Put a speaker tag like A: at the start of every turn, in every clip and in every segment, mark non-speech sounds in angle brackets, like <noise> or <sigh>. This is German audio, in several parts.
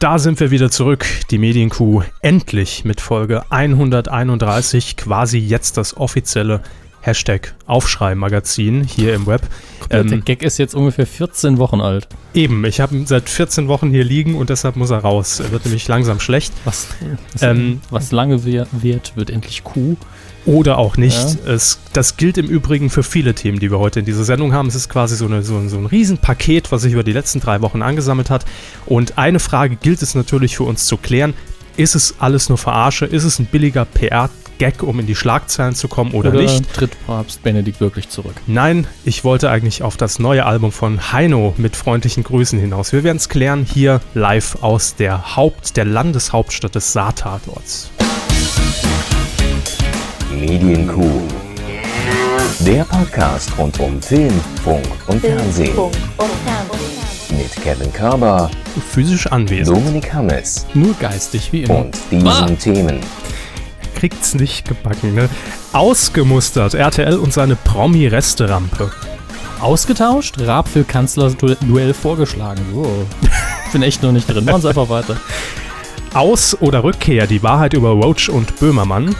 A: Da sind wir wieder zurück, die Medienkuh, endlich mit Folge 131, quasi jetzt das offizielle Hashtag Aufschrei-Magazin hier im Web.
B: Der
A: Ähm,
B: Gag ist jetzt ungefähr 14 Wochen alt.
A: Eben, ich habe ihn seit 14 Wochen hier liegen und deshalb muss er raus. Er wird nämlich langsam schlecht.
B: Was, was,
A: Ähm.
B: was lange wir- wird, wird endlich Kuh.
A: Oder auch nicht. Es, das gilt im Übrigen für viele Themen, die wir heute in dieser Sendung haben. Es ist quasi so, eine, so, ein- so ein Riesenpaket, was sich über die letzten drei Wochen angesammelt hat. Und eine Frage gilt es natürlich für uns zu klären. Ist es alles nur Verarsche? Ist es ein billiger PR-Gag, um in die Schlagzeilen zu kommen oder, nicht?
B: tritt Papst Benedikt wirklich zurück?
A: Nein, ich wollte eigentlich auf das neue Album von Heino mit freundlichen Grüßen hinaus. Wir werden es klären hier live aus der Haupt, der Landeshauptstadt des Saartatorts.
C: Medienkuh. Der Podcast rund um Film, Funk und Fernsehen.
D: Funk und Fernsehen.
C: Mit Kevin Körber,
A: Physisch anwesend.
C: Dominik Hammes
B: Nur geistig,
A: Oh.
B: wie immer.
C: und diesen
B: Ah.
C: Themen.
A: Kriegt's nicht gebacken, ne? Ausgemustert, RTL und seine Promi-Resterampe.
B: Ausgetauscht, Raab für Kanzlerduell vorgeschlagen. So. Ich bin echt noch nicht drin. Machen Sie einfach weiter.
A: Aus- oder Rückkehr, die Wahrheit über Roach und Böhmermann.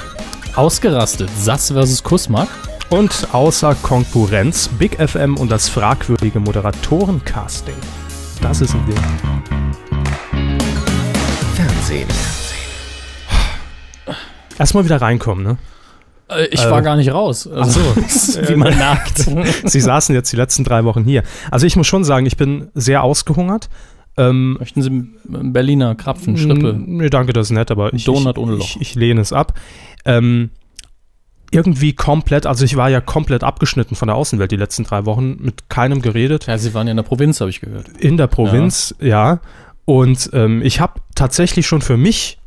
B: Ausgerastet, Sass versus Kussmark.
A: Und außer Konkurrenz, Big FM und das fragwürdige Moderatorencasting. Das ist ein Ding.
C: Fernsehen.
A: Erstmal wieder reinkommen, ne?
B: Äh, ich war gar nicht raus. Also, <laughs>
A: so.
B: wie
A: <laughs>
B: man merkt.
A: Sie saßen jetzt die letzten drei Wochen hier. Also ich muss schon sagen, ich bin sehr ausgehungert. Ähm,
B: Möchten Sie einen Berliner Krapfen, Schrippe?
A: Mm, Nee, danke, das ist nett, aber ich,
B: Donut
A: ich,
B: ohne Loch.
A: ich, ich lehne es ab. Ähm, irgendwie komplett, also ich war ja komplett abgeschnitten von der Außenwelt die letzten drei Wochen, mit keinem geredet.
B: Ja, Sie waren ja in der Provinz, habe ich gehört.
A: In der Provinz, ja. Und ähm, ich habe tatsächlich schon für mich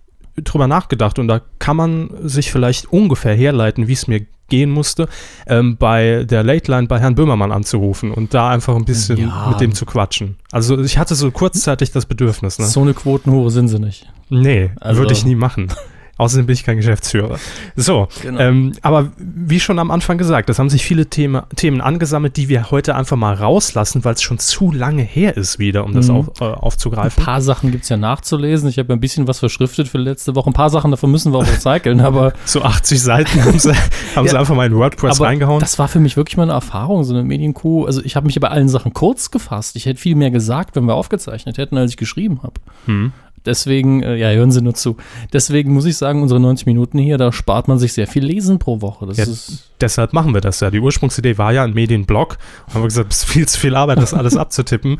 A: drüber nachgedacht und da kann man sich vielleicht ungefähr herleiten, wie es mir gehen musste, ähm, bei der Late Line bei Herrn Böhmermann anzurufen und da einfach ein bisschen
B: Ja.
A: mit dem zu quatschen. Also ich hatte so kurzzeitig das Bedürfnis. Ne?
B: So eine Quotenhure sind Sie nicht.
A: Nee,
B: Also-
A: würde ich nie machen. <laughs> Außerdem bin ich kein Geschäftsführer. So,
B: Genau.
A: ähm, aber wie schon am Anfang gesagt, es haben sich viele Thema, Themen angesammelt, die wir heute einfach mal rauslassen, weil es schon zu lange her ist wieder, um das
B: Mhm.
A: auf, äh,
B: Ein
A: aufzugreifen.
B: paar Sachen gibt es ja nachzulesen. Ich habe ein bisschen was verschriftet für letzte Woche. Ein paar Sachen davon müssen wir
A: <laughs>
B: auch recyceln, aber,
A: So 80 Seiten haben
B: <laughs>
A: sie, haben sie einfach mal in WordPress
B: aber
A: reingehauen.
B: das war für mich wirklich mal eine Erfahrung, so eine Medienkuh. Also ich habe mich ja bei allen Sachen kurz gefasst. Ich hätte viel mehr gesagt, wenn wir aufgezeichnet hätten, als ich geschrieben habe.
A: Hm.
B: Deswegen, äh, ja, hören Sie nur zu. Deswegen muss ich sagen, unsere 90 Minuten hier, da spart man sich sehr viel Lesen pro Woche. Das
A: Ja,
B: ist
A: Deshalb machen wir das ja. Die Ursprungsidee war ja ein Medienblog. Haben wir gesagt, es ist viel zu viel Arbeit, das
B: <laughs>
A: alles abzutippen.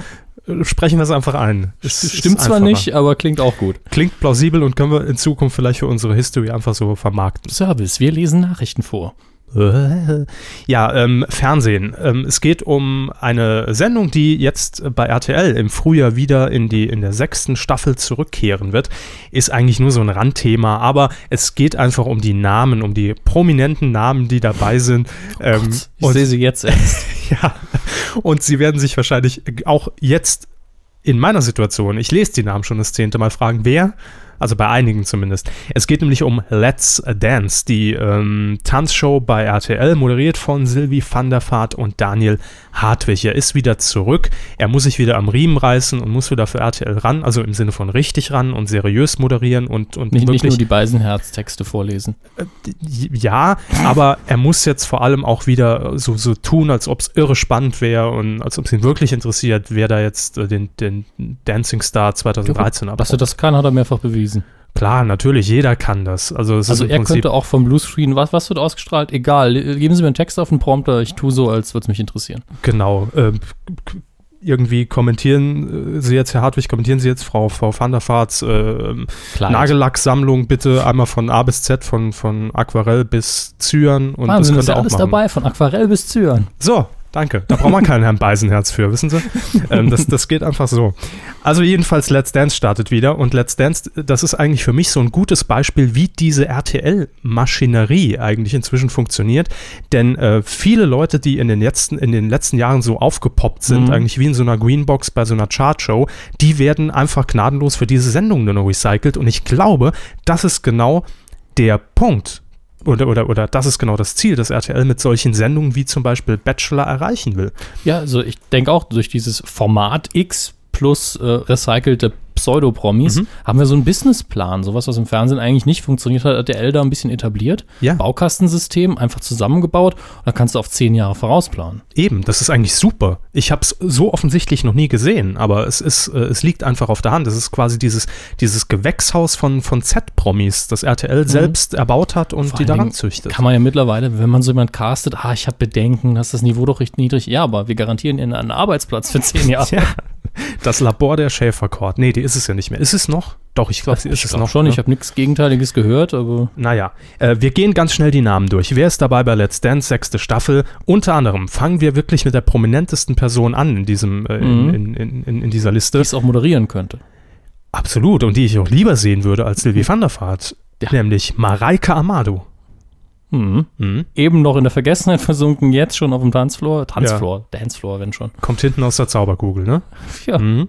A: Äh, Sprechen wir es einfach ein. Es ist
B: stimmt zwar
A: einfacher.
B: nicht, aber klingt auch gut.
A: Klingt plausibel und können wir in Zukunft vielleicht für unsere History einfach so vermarkten.
B: Service, wir lesen Nachrichten vor.
A: Ja, ähm, Fernsehen. Ähm, es geht um eine Sendung, die jetzt bei RTL im Frühjahr wieder in, die, in der sechsten Staffel zurückkehren wird. Ist eigentlich nur so ein Randthema, aber es geht einfach um die Namen, um die prominenten Namen, die dabei sind. ähm,
B: Ich sehe sie jetzt erst.
A: <laughs> ja, und sie werden sich wahrscheinlich äh, auch jetzt in meiner Situation, ich lese die Namen schon das zehnte Mal, fragen, wer? Also bei einigen zumindest. Es geht nämlich um Let's Dance, die ähm, Tanzshow bei RTL, moderiert von Sylvie van der Vaart und Daniel Hartwig. Er ist wieder zurück, er muss sich wieder am Riemen reißen und muss wieder für RTL ran, also im Sinne von richtig ran und seriös moderieren und, und
B: Nicht,
A: wirklich
B: nicht nur die Beisenherz-Texte vorlesen.
A: ja, aber er muss jetzt vor allem auch wieder äh, so, so tun, als ob es irre spannend wäre und als ob es ihn wirklich interessiert, wer da jetzt äh, den, den Dancing Star 2013
B: Dass er
A: abholt.
B: das kann, hat er mehrfach bewiesen.
A: Klar, natürlich, jeder kann das. Also, es
B: Also
A: ist
B: er könnte auch vom Bluescreen, was, was wird ausgestrahlt? Egal, äh, geben Sie mir einen Text auf den Prompter, ich tue so, als würde es mich interessieren.
A: genau. ähm, k- irgendwie kommentieren äh, Sie jetzt, Herr Hartwig, kommentieren Sie jetzt Frau, Frau van der Vaarts äh,
B: Klar.
A: Nagellacksammlung bitte einmal von A bis Z, von, von Aquarell bis Zyan und
B: Wahnsinn,
A: das könnte
B: ist ja
A: er auch
B: alles
A: machen.
B: dabei, von Aquarell bis Zyan.
A: So, danke. Da braucht man keinen Herrn Beisenherz für, wissen Sie? Ähm, das, das geht einfach so. Also jedenfalls, Let's Dance startet wieder. Und Let's Dance, das ist eigentlich für mich so ein gutes Beispiel, wie diese RTL-Maschinerie eigentlich inzwischen funktioniert. Denn äh, viele Leute, die in den, letzten, in den letzten Jahren so aufgepoppt sind,
B: Mhm.
A: eigentlich wie in so einer Greenbox bei so einer Chartshow, die werden einfach gnadenlos für diese Sendung nur noch recycelt. Und ich glaube, das ist genau der Punkt oder, oder, oder das ist genau das Ziel, das RTL mit solchen Sendungen wie zum Beispiel Bachelor erreichen will.
B: Ja, also ich denke auch durch dieses Format X plus äh, recycelte Pseudopromis, haben wir so einen Businessplan, sowas, was im Fernsehen eigentlich nicht funktioniert hat, hat der Elder ein bisschen etabliert.
A: Ja.
B: Baukastensystem einfach zusammengebaut und dann kannst du auf zehn Jahre vorausplanen.
A: Eben, das ist eigentlich super. Ich habe es so offensichtlich noch nie gesehen, aber es ist, äh, es liegt einfach auf der Hand. Es ist quasi dieses, dieses Gewächshaus von, von Z-Promis, das RTL selbst erbaut hat und
B: Mhm. Vor
A: die
B: allen
A: daran
B: Dingen
A: züchtet.
B: Kann man ja mittlerweile, wenn man so jemand castet, ah, ich habe Bedenken, dass das Niveau doch recht niedrig. Ja, aber wir garantieren ihnen einen Arbeitsplatz für zehn Jahre.
A: <laughs> Ja. Das Labor der Schäferkord. Nee, die ist es ja nicht mehr. Ist es noch? Doch, ich glaube, sie ist
B: ich
A: es
B: glaub
A: noch.
B: schon,
A: ne?
B: ich habe nichts Gegenteiliges gehört, aber
A: Naja, äh, wir gehen ganz schnell die Namen durch. Wer ist dabei bei Let's Dance, sechste Staffel? Unter anderem fangen wir wirklich mit der prominentesten Person an in, diesem, äh, in,
B: Mhm.
A: in, in, in, in dieser
B: die
A: Liste.
B: es auch moderieren könnte.
A: Absolut, und die ich auch lieber sehen würde als Sylvie van der Vaart.
B: Mhm. Ja.
A: Nämlich Mareike Amado.
B: Mhm.
A: Mhm.
B: Eben noch in der Vergessenheit versunken, jetzt schon auf dem Tanzfloor. Tanzfloor, Dancefloor, wenn schon.
A: Kommt hinten aus der Zauberkugel, ne?
B: Ja.
A: Mhm.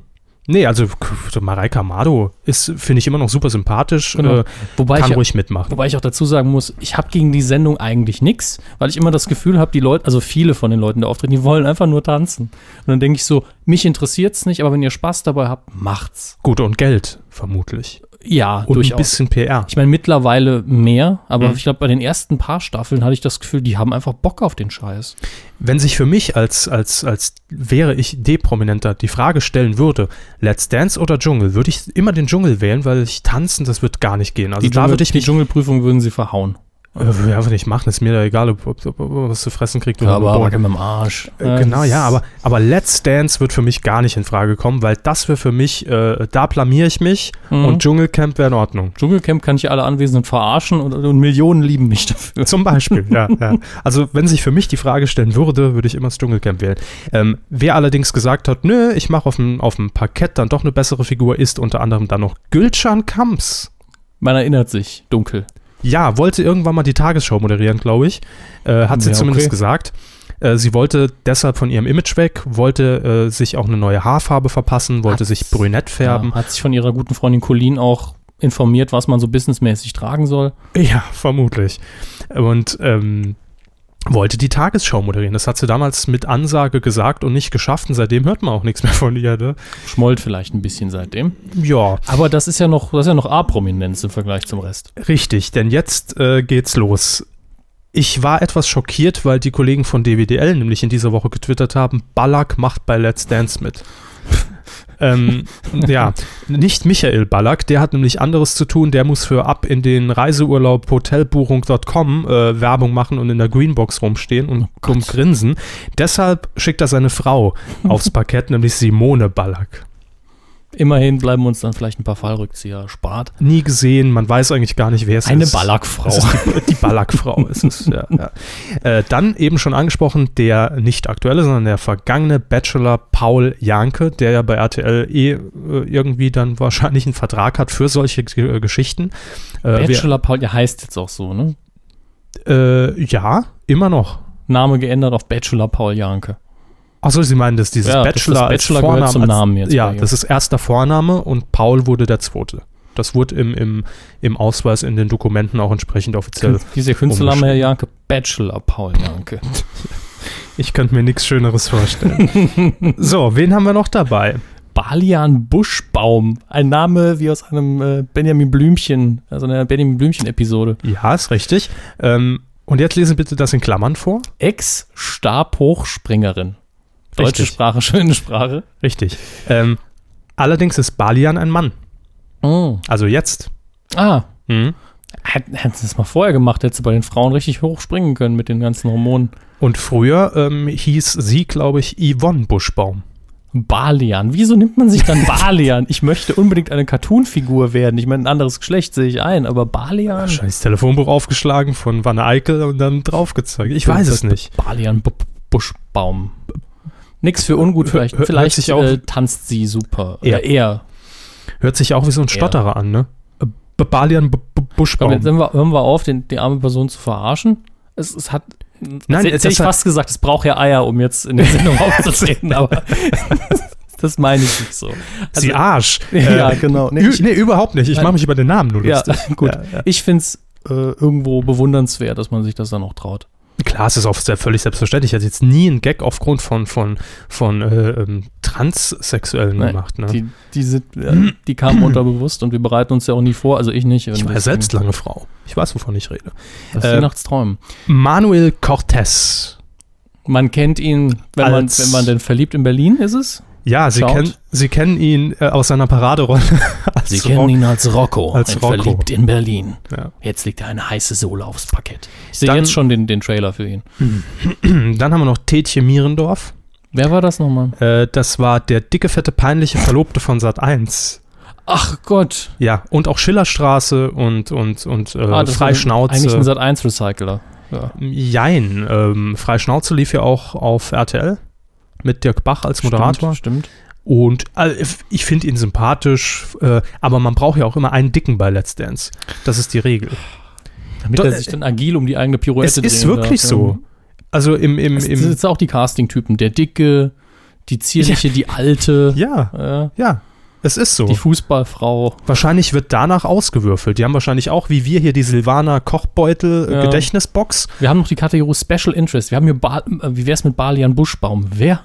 A: Nee, also k- Mareike Amado ist, finde ich, immer noch super sympathisch.
B: Genau.
A: Äh,
B: Wobei
A: kann
B: ich,
A: ruhig mitmachen.
B: Wobei ich auch dazu sagen muss, ich habe gegen die Sendung eigentlich nichts, weil ich immer das Gefühl habe, die Leute, also viele von den Leuten, die auftreten, die wollen einfach nur tanzen. Und dann denke ich so, mich interessiert's nicht, aber wenn ihr Spaß dabei habt, macht's.
A: Gut, und Geld, vermutlich.
B: Ja,
A: Und ein
B: durchaus.
A: bisschen PR.
B: Ich meine, mittlerweile mehr, aber
A: Mhm.
B: ich glaube, bei den ersten paar Staffeln hatte ich das Gefühl, die haben einfach Bock auf den Scheiß.
A: Wenn sich für mich als, als, als wäre ich D-Prominenter die Frage stellen würde, Let's Dance oder Dschungel, würde ich immer den Dschungel wählen, weil ich tanzen, das wird gar nicht gehen. Also
B: die,
A: da
B: Dschungel,
A: würde ich
B: die
A: mich
B: Dschungelprüfung würden sie verhauen.
A: äh, würde ich einfach nicht machen, ist mir da egal, ob, ob, ob, ob man was zu fressen kriegt oder
B: aber
A: geboren.
B: mit dem Arsch.
A: Äh, Genau, ja, aber, aber Let's Dance wird für mich gar nicht in Frage kommen, weil das wäre für mich, äh, da blamier ich mich
B: Mhm.
A: und Dschungelcamp wäre in Ordnung.
B: Dschungelcamp kann ich alle Anwesenden verarschen und, und Millionen lieben mich dafür.
A: Zum
B: <laughs>
A: Beispiel, ja, ja. Also wenn sich für mich die Frage stellen würde, würde ich immer das Dschungelcamp wählen. Ähm, wer allerdings gesagt hat, nö, ich mache auf dem, auf dem Parkett dann doch eine bessere Figur, ist unter anderem dann noch Gülcan Kamps.
B: Man erinnert sich, dunkel.
A: Ja, wollte irgendwann mal die Tagesschau moderieren, glaube ich. Äh, hat sie
B: Ja,
A: zumindest
B: okay.
A: gesagt. Äh, Sie wollte deshalb von ihrem Image weg, wollte äh, sich auch eine neue Haarfarbe verpassen, wollte
B: Hat's-
A: sich brünett färben.
B: Ja, hat sich von ihrer guten Freundin Colleen auch informiert, was man so businessmäßig tragen soll.
A: Ja, vermutlich. Und ähm, wollte die Tagesschau moderieren. Das hat sie damals mit Ansage gesagt und nicht geschafft. Und seitdem hört man auch nichts mehr von ihr. Ne?
B: Schmollt vielleicht ein bisschen seitdem.
A: Ja,
B: Aber das ist ja noch, das ist ja noch A-Prominenz im Vergleich zum Rest.
A: richtig. Denn jetzt äh, geht's los. Ich war etwas schockiert, weil die Kollegen von DWDL nämlich in dieser Woche getwittert haben, Ballack macht bei Let's Dance
B: <laughs>
A: mit. ähm, ja, nicht Michael Ballack, der hat nämlich anderes zu tun, der muss für ab in den Reiseurlaub hotelbuchung.com äh, Werbung machen und in der Greenbox rumstehen
B: Oh
A: und dumm grinsen. Deshalb schickt er seine
B: <laughs>
A: Frau aufs Parkett, nämlich Simone Ballack.
B: Immerhin bleiben uns dann vielleicht ein paar Fallrückzieher erspart.
A: Nie gesehen, man weiß eigentlich gar nicht, wer es
B: Eine
A: ist.
B: Ballackfrau.
A: Es ist die, die Ballackfrau ist es, ja. <laughs> ja. Äh, dann eben schon angesprochen, der nicht aktuelle, sondern der vergangene Bachelor Paul Janke, der ja bei RTL eh äh, irgendwie dann wahrscheinlich einen Vertrag hat für solche äh, Geschichten. Äh, wir-
B: Bachelor Paul, ja, heißt jetzt auch so, ne?
A: äh, ja, immer noch.
B: Name geändert auf Bachelor Paul Janke.
A: Achso, Sie meinen, dass dieses
B: Ja, das- das
A: Bachelor, als
B: Bachelor gehört
A: Vorname
B: zum
A: als,
B: Namen jetzt
A: Ja,
B: bei ihm.
A: das ist erster Vorname und Paul wurde der zweite. Das wurde im, im, im Ausweis in den Dokumenten auch entsprechend offiziell.
B: Dieser Künstlername, Herr Janke, Bachelor Paul Janke.
A: Ich könnte mir nichts Schöneres vorstellen.
B: <laughs>
A: so, wen haben wir noch dabei?
B: Balian Buschbaum. Ein Name wie aus einem äh, Benjamin Blümchen, also einer Benjamin Blümchen-Episode.
A: Ja, ist richtig. Ähm, und jetzt lesen bitte das in Klammern vor.
B: Ex-Stabhochspringerin. Deutsche
A: Richtig.
B: Sprache, <laughs> schöne Sprache.
A: Richtig. Ähm, allerdings ist Balian ein Mann.
B: Oh.
A: Also jetzt.
B: Ah,
A: Mhm.
B: hätten hätten sie das mal vorher gemacht, hätte sie bei den Frauen richtig hochspringen können mit den ganzen Hormonen.
A: Und früher ähm, hieß sie, glaube ich, Yvonne Buschbaum.
B: Balian. Wieso nimmt man
A: <laughs>
B: sich dann Balian? Ich möchte unbedingt eine Cartoon-Figur werden. Ich meine, ein anderes Geschlecht sehe ich ein, aber Balian.
A: Scheiß Telefonbuch aufgeschlagen von Wanne Eickel und dann draufgezeigt. Ich weiß es nicht.
B: Balian B B- Buschbaum. Nix für ungut,
A: Hör-
B: vielleicht,
A: hör- hört
B: vielleicht
A: sich auch-
B: äh, tanzt sie super.
A: Ja.
B: Oder er.
A: Hört sich auch wie so ein Stotterer an, ne? Äh, B- Balian B B
B: Komm, jetzt
A: Buschbaum.
B: hören wir, hören wir auf, den, die arme Person zu verarschen. Es, es hat.
A: Nein, halt
B: Nein, jetzt hätte
A: das
B: ich
A: hat-
B: fast gesagt, es braucht ja Eier, um jetzt in
A: <laughs>
B: der Sendung aufzutreten, aber <laughs> das meine ich nicht so. Also,
A: Sie Arsch.
B: <laughs> Ja, genau. Nee,
A: Äh, Nee,
B: ich-
A: nee, überhaupt nicht. Ich
B: Nein.
A: mache mich über den Namen nur
B: ja,
A: lustig.
B: <laughs> gut.
A: Ja, ja.
B: Ich finde es äh, irgendwo bewundernswert, dass man sich das dann auch traut.
A: klar, es ist oft sehr, völlig selbstverständlich. Er hat jetzt nie einen Gag aufgrund von, von, von äh, ähm, Transsexuellen
B: Nein,
A: gemacht. Ne?
B: Die, die, sind, ja,
A: <clears throat>
B: die kamen unterbewusst und wir bereiten uns ja auch nie vor, also ich nicht.
A: ich war ja selbst lange Frau. Ich weiß, wovon ich rede.
B: Das
A: äh,
B: Weihnachtsträumen.
A: Manuel Cortez.
B: Man kennt ihn, wenn man,
A: Als-
B: wenn man denn verliebt in Berlin ist es?
A: Ja, Sie,
B: Schaut.
A: kennen- Sie kennen ihn äh, aus seiner Paraderolle. <laughs> als
D: Sie kennen ihn als Rocco,
A: Als
D: ein
A: Rocco.
D: verliebt in Berlin.
A: Ja.
D: Jetzt liegt da eine heiße Sohle aufs Parkett.
B: Ich sehe
A: Dann-
B: jetzt schon den, den Trailer für ihn.
A: <clears throat> Dann haben wir noch Tetje Mierendorf.
B: Wer war das nochmal?
A: Äh, das war der dicke, fette, peinliche Verlobte von Sat 1.
B: Ach Gott.
A: Ja, und auch Schillerstraße und, und, und äh,
B: Ah, das war Eigentlich ein
A: Freischnauze.
B: Sat 1 Recycler. Ja.
A: Jein. Ähm, Freischnauze lief ja auch auf RTL mit Dirk Bach als Moderator.
B: Stimmt. stimmt.
A: Und äh, ich finde ihn sympathisch, äh, aber man braucht ja auch immer einen Dicken bei Let's Dance. Das ist die Regel.
B: Damit
A: Do-
B: er sich dann agil um die eigene Pirouette
A: äh, Es ist
B: drehen
A: wirklich
B: darf,
A: so. Also im, im,
B: Ja. Es sind
A: im
B: jetzt auch die Casting-Typen. Der Dicke, die Zierliche, die Alte,
A: ja,
B: äh,
A: ja, es ist so.
B: die Fußballfrau.
A: Wahrscheinlich wird danach ausgewürfelt. Die haben wahrscheinlich auch, wie wir hier, die Silvaner Kochbeutel äh,
B: Ja.
A: Gedächtnisbox.
B: Wir haben noch die Kategorie Special Interest. Wir haben hier, ba äh, wie wär's mit Balian Buschbaum? Wer?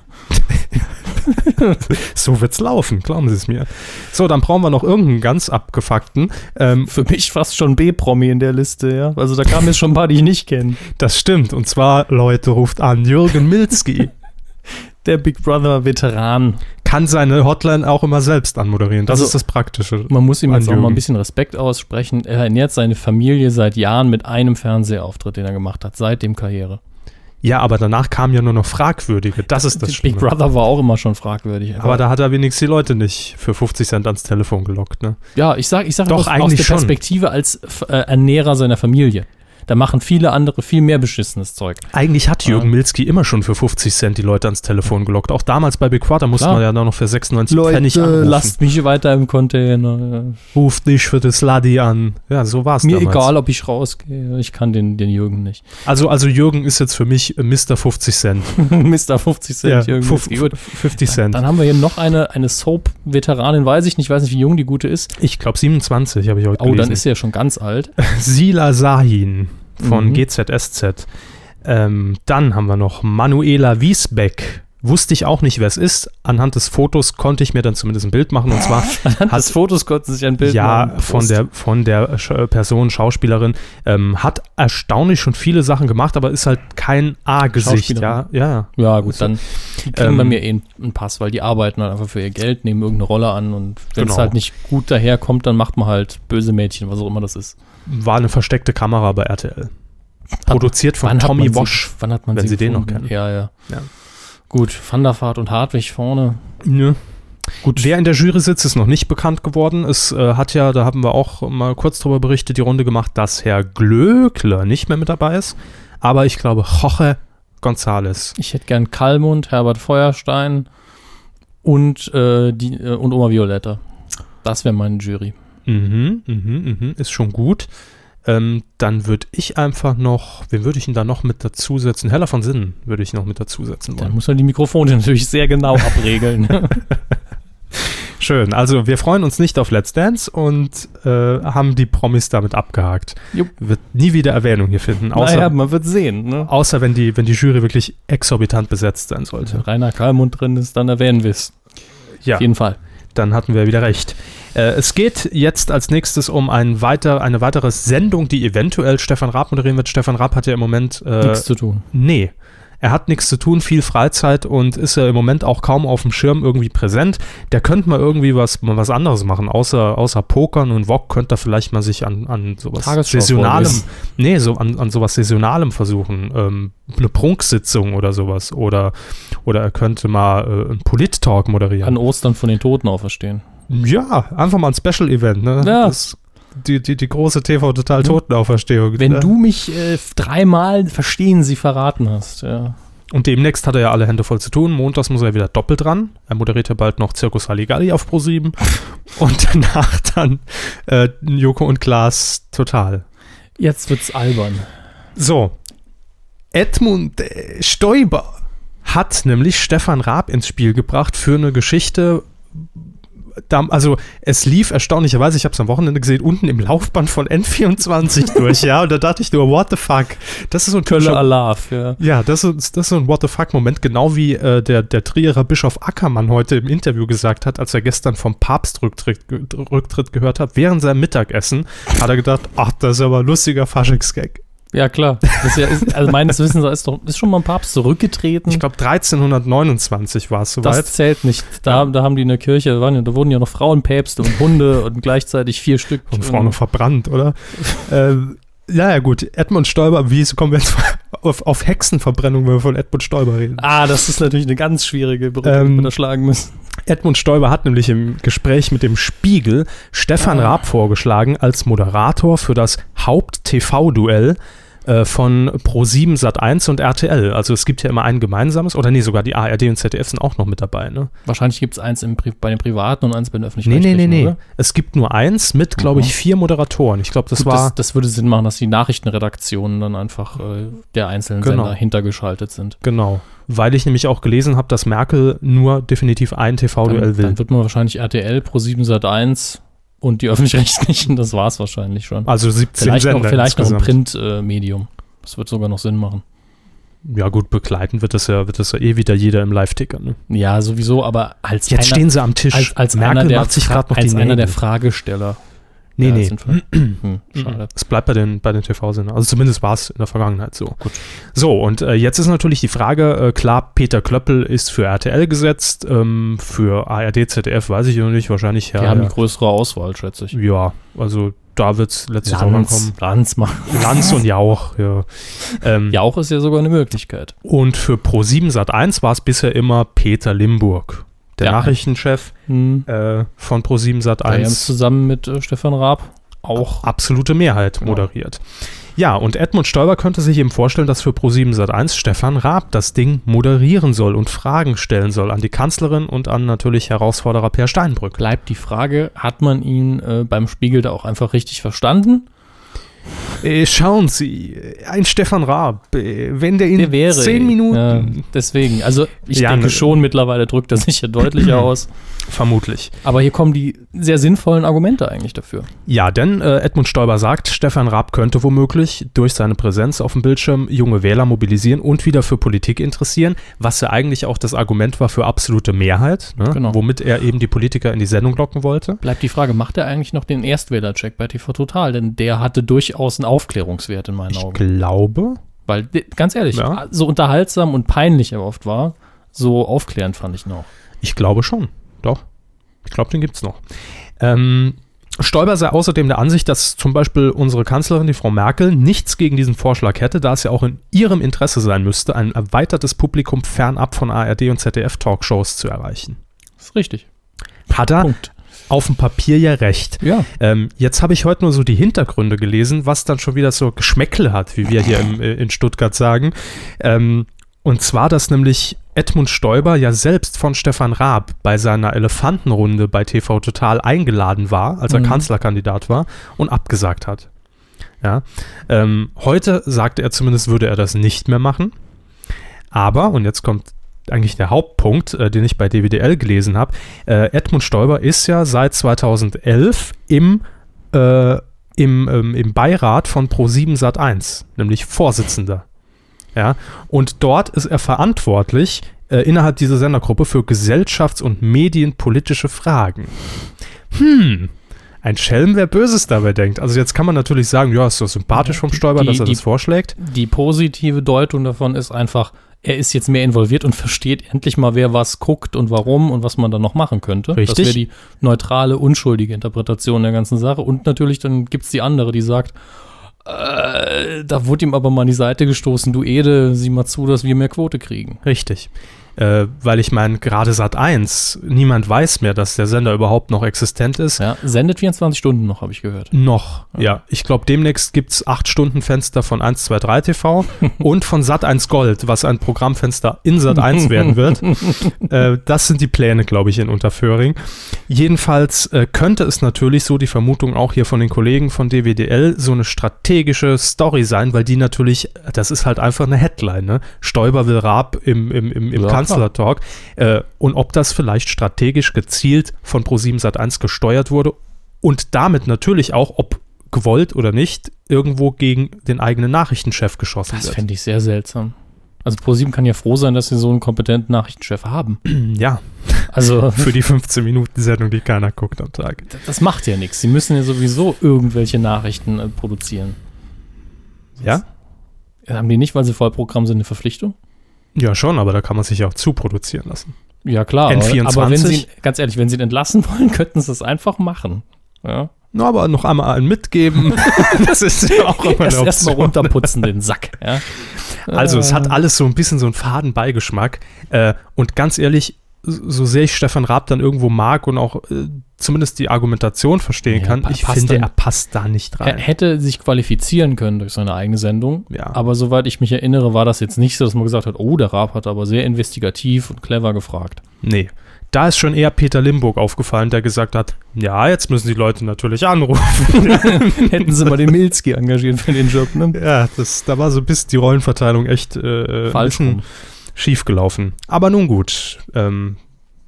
A: So wird's laufen, glauben Sie es mir. So, dann brauchen wir noch irgendeinen ganz abgefuckten. Ähm,
B: Für mich fast schon B-Promi in der Liste, ja. Also da kamen jetzt schon ein paar, die ich nicht kenne.
A: das stimmt. Und zwar, Leute, ruft an, Jürgen <laughs> Milzki.
B: Der Big Brother Veteran.
A: Kann seine Hotline auch immer selbst anmoderieren. Das
B: Also-
A: ist das Praktische.
B: Man muss ihm
A: An
B: jetzt auch mal
A: Jürgen.
B: ein bisschen Respekt aussprechen. Er ernährt seine Familie seit Jahren mit einem Fernsehauftritt, den er gemacht hat, seit dem Karriere.
A: Ja, aber danach kamen ja nur noch Fragwürdige. Das ist das
B: Big
A: Schlimme.
B: Brother war auch immer schon fragwürdig.
A: Aber da hat er wenigstens die Leute nicht für 50 Cent ans Telefon gelockt, ne?
B: ja, ich sage ich sag
A: Doch,
B: aus, aus
A: eigentlich
B: der
A: schon.
B: Perspektive als F- äh, Ernährer seiner Familie. Da machen viele andere viel mehr beschissenes Zeug.
A: Eigentlich hat Jürgen
B: Ja.
A: Milzki immer schon für 50 Cent die Leute ans Telefon gelockt. Auch damals bei Big Brother musste
B: Klar.
A: man ja da noch für 96 Pfennig anrufen.
B: lasst mich weiter im Container.
A: Ruft nicht für das Ladi an. Ja, so war es
B: Mir
A: damals.
B: egal, ob ich rausgehe. Ich kann den, den Jürgen <laughs> nicht.
A: Also, also Jürgen ist jetzt für mich äh, Mr. 50 Cent.
B: Mr. 50 Cent
A: ja,
B: Jürgen.
A: fuf-
B: Milzki. Gut.
A: 50 Cent.
B: Dann haben wir hier noch eine, eine Soap-Veteranin, weiß ich nicht, weiß nicht, wie jung die gute ist.
A: ich glaube 27 habe ich heute
B: Oh, dann
A: gelesen.
B: ist sie ja schon
A: <laughs>
B: ganz alt.
A: Sila Sahin von
B: Mhm.
A: GZSZ. Ähm, dann haben wir noch Manuela Wiesbeck. Wusste ich auch nicht, wer es ist. Anhand des Fotos konnte ich mir dann zumindest ein Bild machen. Und
B: <laughs>
A: zwar
B: Anhand
A: Hat-
B: des Fotos konnten sich ein Bild
A: ja,
B: machen.
A: von der, von der Sch- äh, Person, Schauspielerin, ähm, hat erstaunlich schon viele Sachen gemacht, aber ist halt kein A-Gesicht. Ja,
B: Schauspielerin.
A: ja.
B: Ja, gut, dann die kriegen bei
A: Ähm,
B: mir eh einen- einen Pass, weil die arbeiten halt einfach für ihr Geld, nehmen irgendeine Rolle an und wenn es
A: Genau.
B: halt nicht gut daherkommt, dann macht man halt böse Mädchen, was auch immer das ist.
A: War eine versteckte Kamera bei RTL. Produziert von
B: Wann hat
A: Tommy
B: man
A: Walsh.
B: Sie, wann hat man
A: wenn Sie den noch
B: gefunden?
A: kennen.
B: Ja, ja.
A: Ja.
B: Gut, Vanderfahrt und Hartwig vorne.
A: Nö. Gut. Wer in der Jury sitzt, ist noch nicht bekannt geworden. Es äh, hat ja, da haben wir auch mal kurz drüber berichtet, die Runde gemacht, dass Herr Glöckler nicht mehr mit dabei ist. Aber ich glaube, Jorge González.
B: Ich hätte gern Kalmund, Herbert Feuerstein und, äh, die, äh, und Oma Violetta. Das wäre mein Jury.
A: Mhm, mhm, mhm, ist schon gut. Ähm, dann würde ich einfach noch, wen würde ich denn da noch mit dazusetzen? Heller von Sinnen würde ich noch mit dazusetzen
B: Dann
A: wollen.
B: muss man die Mikrofone <laughs> natürlich sehr
A: <laughs>
B: genau abregeln.
A: Schön, also wir freuen uns nicht auf Let's Dance und äh, haben die Promis damit abgehakt.
B: Jupp.
A: Wird nie wieder Erwähnung hier finden, außer,
B: naja, man wird sehen. Ne?
A: außer wenn, die, wenn die Jury wirklich exorbitant besetzt sein sollte.
B: Wenn Rainer Kalmund drin ist, dann erwähnen wir es.
A: Ja.
B: Auf jeden Fall.
A: dann hatten wir wieder recht. Äh, es geht jetzt als nächstes um ein weiter, eine weitere Sendung, die eventuell Stefan Raab moderieren wird. Stefan Raab hat ja im Moment äh,
B: Nichts zu tun.
A: Nee. Er hat nichts zu tun, viel Freizeit und ist ja im Moment auch kaum auf dem Schirm irgendwie präsent. Der könnte mal irgendwie was, mal was anderes machen, außer, außer Pokern und Wok könnte er vielleicht mal sich an, an sowas
B: Tagesschau
A: Saisonalem,
B: vorlesen.
A: nee, so an, an sowas Saisonalem versuchen. Ähm, eine Prunksitzung oder sowas. Oder, oder er könnte mal äh, einen Polit-Talk moderieren.
B: An Ostern von den Toten auferstehen.
A: ja, einfach mal ein Special-Event, ne?
B: Ja. Mhm.
A: Das, die, die, die große TV-Total-Totenauferstehung.
B: Wenn
A: ne?
B: du mich äh, f- dreimal verstehen sie verraten hast. Ja.
A: Und demnächst hat er ja alle Hände voll zu tun. Montags muss er wieder doppelt ran. Er moderiert ja bald noch Zirkus Halligalli auf Pro7. und danach dann äh, Joko und Klaas total.
B: Jetzt wird's albern.
A: So. Edmund äh, Stoiber hat nämlich Stefan Raab ins Spiel gebracht für eine Geschichte, da, also es lief erstaunlicherweise, ich habe es am Wochenende gesehen, unten im Laufband von N24 durch, ja. Und da dachte ich nur, what the fuck? Das ist so ein
B: Kölle
A: typischer-
B: Alarv, ja.
A: Ja, das ist, das ist so ein What the fuck-Moment, genau wie äh, der, der Trierer Bischof Ackermann heute im Interview gesagt hat, als er gestern vom Papstrücktritt Rücktritt gehört hat, während seinem Mittagessen, hat er gedacht, ach, das ist aber ein lustiger Faschingsgag.
B: Ja, klar. Das ist ja, ist, also meines Wissens ist, doch, ist schon mal ein Papst zurückgetreten.
A: Ich glaube, 1329 war es
B: das
A: soweit.
B: zählt nicht. Da, da haben die in der Kirche, waren ja, da wurden ja noch Frauenpäpste und Hunde <laughs> und gleichzeitig vier Stück. ähm,
A: Und Frau noch verbrannt, oder? ähm, ja, ja, gut. Edmund Stoiber, wie kommen wir jetzt <laughs> auf, auf Hexenverbrennung, wenn wir von Edmund Stoiber reden?
B: Ah, das ist natürlich eine ganz schwierige Berufung, die
A: Ähm,
B: wir da schlagen müssen.
A: Edmund Stoiber hat nämlich im Gespräch mit dem Spiegel Stefan Raab vorgeschlagen als Moderator für das Haupt-TV-Duell äh, von Pro7 Sat1 und RTL. Also es gibt ja immer ein gemeinsames, oder nee, sogar die ARD und ZDF sind auch noch mit dabei, ne?
B: Wahrscheinlich gibt es eins im, Pri- bei den Privaten und eins bei den
A: Nee,
B: Öffentlichen.
A: nee, nee, nee.
B: Oder?
A: Es gibt nur eins mit, glaube ich, vier Moderatoren. Ich glaube, das
B: Mhm. Gut,
A: war.
B: das, das würde Sinn machen, dass die Nachrichtenredaktionen dann einfach äh, der einzelnen
A: Genau.
B: Sender hintergeschaltet sind.
A: genau. Weil ich nämlich auch gelesen habe, dass Merkel nur definitiv ein TV-Duell
B: Dann,
A: will.
B: dann wird man wahrscheinlich RTL, Pro7 Sat 1 und die <laughs> öffentlich-rechtlichen, das war es wahrscheinlich schon.
A: Also 17
B: Vielleicht noch,
A: Sender
B: vielleicht noch ein
A: insgesamt.
B: Printmedium. Das wird sogar noch Sinn machen.
A: Ja gut, begleiten wird das ja, wird das ja eh wieder jeder im Live-Ticker. Ne?
B: Ja, sowieso, aber als
A: Jetzt
B: einer,
A: stehen sie am Tisch.
B: als, als
A: Merkel
B: einer der,
A: macht sich gerade noch
B: als
A: die
B: einer
A: Nägel.
B: der Fragesteller.
A: Nee,
B: Ja,
A: nee. Mhm.
B: sind wir-
A: <clears throat>
B: Hm, schade.
A: Es bleibt bei den, bei den TV-Sendern. Also zumindest war es in der Vergangenheit so. So, und äh, jetzt ist natürlich die Frage, äh, klar, Peter Klöppel ist für RTL gesetzt, ähm, für ARD, ZDF weiß ich noch nicht, wahrscheinlich
B: Die
A: ja.
B: haben
A: ja.
B: eine größere Auswahl, schätze ich.
A: ja, also da wird es letztes Jahr kommen. Hm.
B: Lanz machen.
A: Lanz und Jauch, ja. Ähm,
B: Jauch ist ja sogar eine Möglichkeit.
A: Und für Pro7 Sat1 war es bisher immer Peter Limburg, der
B: Ja.
A: Nachrichtenchef
B: Hm.
A: äh, von Pro7
B: Wir haben es
A: Sat1.
B: zusammen mit äh, Stefan Raab auch.
A: absolute Mehrheit
B: Genau.
A: moderiert. Ja, und Edmund Stoiber könnte sich eben vorstellen, dass für Pro7 Sat1 Stefan Raab das Ding moderieren soll und Fragen stellen soll an die Kanzlerin und an natürlich Herausforderer Per Steinbrück.
B: Bleibt die Frage, hat man ihn äh, beim Spiegel da auch einfach richtig verstanden?
A: Äh, schauen Sie, äh, ein Stefan Raab, äh, wenn der in
B: Der wäre. eh.
A: zehn
B: Ja,
A: Minuten
B: deswegen. Also ich
A: Ja,
B: denke
A: ne.
B: schon, mittlerweile drückt er sich
A: <clears throat>
B: ja deutlicher aus.
A: vermutlich.
B: Aber hier kommen die sehr sinnvollen Argumente eigentlich dafür.
A: Ja, denn äh, Edmund Stoiber sagt, Stefan Raab könnte womöglich durch seine Präsenz auf dem Bildschirm junge Wähler mobilisieren und wieder für Politik interessieren, was ja eigentlich auch das Argument war für absolute Mehrheit, ne?
B: Genau.
A: womit er eben die Politiker in die Sendung locken wollte.
B: Bleibt die Frage, macht er eigentlich noch den Erstwählercheck bei TV Total? Denn der hatte durchaus einen Aufklärungswert in meinen
A: Ich
B: Augen.
A: glaube,
B: Weil, d- ganz ehrlich,
A: Ja.
B: so unterhaltsam und peinlich er oft war, so aufklärend fand ich ihn auch.
A: ich glaube schon, doch. Ich glaube, den gibt's noch. Ähm, Stoiber sei außerdem der Ansicht, dass zum Beispiel unsere Kanzlerin, die Frau Merkel, nichts gegen diesen Vorschlag hätte, da es ja auch in ihrem Interesse sein müsste, ein erweitertes Publikum fernab von ARD und ZDF-Talkshows zu erreichen.
B: Ist richtig.
A: hat er
B: Punkt.
A: auf dem Papier ja recht.
B: Ja.
A: Ähm, jetzt habe ich heute nur so die Hintergründe gelesen, was dann schon wieder so Geschmäckle hat, wie wir hier im, äh, in Stuttgart sagen. Ähm, und zwar, dass nämlich Edmund Stoiber ja selbst von Stefan Raab bei seiner Elefantenrunde bei TV Total eingeladen war, als er
B: Mhm.
A: Kanzlerkandidat war, und abgesagt hat. Ja. Ähm, heute sagte er zumindest, würde er das nicht mehr machen. Aber, und jetzt kommt eigentlich der Hauptpunkt, äh, den ich bei DWDL gelesen habe, äh, Edmund Stoiber ist ja seit 2011 im, äh, im, ähm, im Beirat von Pro7 Sat1, nämlich Vorsitzender. Ja, und dort ist er verantwortlich äh, innerhalb dieser Sendergruppe für gesellschafts- und medienpolitische Fragen. Hm. Ein Schelm, wer Böses dabei denkt. Also jetzt kann man natürlich sagen, ja, ist doch sympathisch vom Stoiber,
B: Die-
A: dass er
B: die-
A: das vorschlägt.
B: Die positive Deutung davon ist einfach, er ist jetzt mehr involviert und versteht endlich mal, wer was guckt und warum und was man dann noch machen könnte.
A: Richtig.
B: Das wäre die neutrale, unschuldige Interpretation der ganzen Sache. Und natürlich dann gibt es die andere, die sagt, äh, da wurde ihm aber mal an die Seite gestoßen, du Ede, sieh mal zu, dass wir mehr Quote kriegen.
A: Richtig. Äh, weil ich meine, gerade Sat 1, niemand weiß mehr, dass der Sender überhaupt noch existent ist.
B: Ja, sendet 24 Stunden noch, habe ich gehört.
A: Noch, ja. Ich glaube, demnächst gibt es 8-Stunden-Fenster von 123 TV und von Sat1 Gold, was ein Programmfenster in Sat1 werden wird. äh, das sind die Pläne, glaube ich, in Unterföhring. Jedenfalls äh, könnte es natürlich so die Vermutung auch hier von den Kollegen von DWDL so eine strategische Story sein, weil die natürlich, das ist halt einfach eine Headline, ne? Stoiber will Raab im, im, im, im
B: Ja,
A: Kanzler-Talk. Äh, und ob das vielleicht strategisch gezielt von Pro7 Sat1 gesteuert wurde und damit natürlich auch, ob gewollt oder nicht, irgendwo gegen den eigenen Nachrichtenchef geschossen
B: Das
A: wird.
B: fände ich sehr seltsam. Also ProSieben kann ja froh sein, dass sie so einen kompetenten Nachrichtenchef haben.
A: Ja,
B: <laughs>
A: <laughs>
B: Also
A: für die 15-Minuten-Sendung, die keiner guckt am Tag.
B: das macht ja nichts. Sie müssen ja sowieso irgendwelche Nachrichten äh, produzieren. Äh,
A: Ja?
B: Haben die nicht, weil sie Vollprogramm sind, eine Verpflichtung?
A: Ja, schon, aber da kann man sich ja auch zuproduzieren lassen.
B: Ja, klar. aber-
A: N24?
B: Aber wenn sie, ganz ehrlich, wenn sie ihn entlassen <laughs> wollen, könnten sie das einfach machen. Ja.
A: Na, aber noch einmal einen mitgeben.
B: <laughs>
A: <laughs> das ist ja auch immer eine
B: Erst erstmal
A: Option.
B: runterputzen, den Sack. Ja.
A: Also, es hat alles so ein bisschen so einen faden Beigeschmack. Äh, und ganz ehrlich, so sehr ich Stefan Raab dann irgendwo mag und auch äh, zumindest die Argumentation verstehen
B: Ja,
A: kann,
B: pa-
A: ich
B: passt
A: finde,
B: dann-
A: er passt da nicht
B: Er
A: rein.
B: hätte sich qualifizieren können durch seine eigene Sendung.
A: Ja.
B: Aber soweit ich mich erinnere, war das jetzt nicht so, dass man gesagt hat, oh, der Raab hat aber sehr investigativ und clever gefragt.
A: nee. Da ist schon eher Peter Limburg aufgefallen, der gesagt hat, ja, jetzt müssen die Leute natürlich anrufen.
B: <laughs> Hätten sie mal den Milski engagiert für den Job, ne?
A: Ja, das, da war so ein bisschen die Rollenverteilung echt äh, ein
B: Falsch. <laughs>
A: bisschen
B: rum.
A: schiefgelaufen. Aber nun gut, ähm,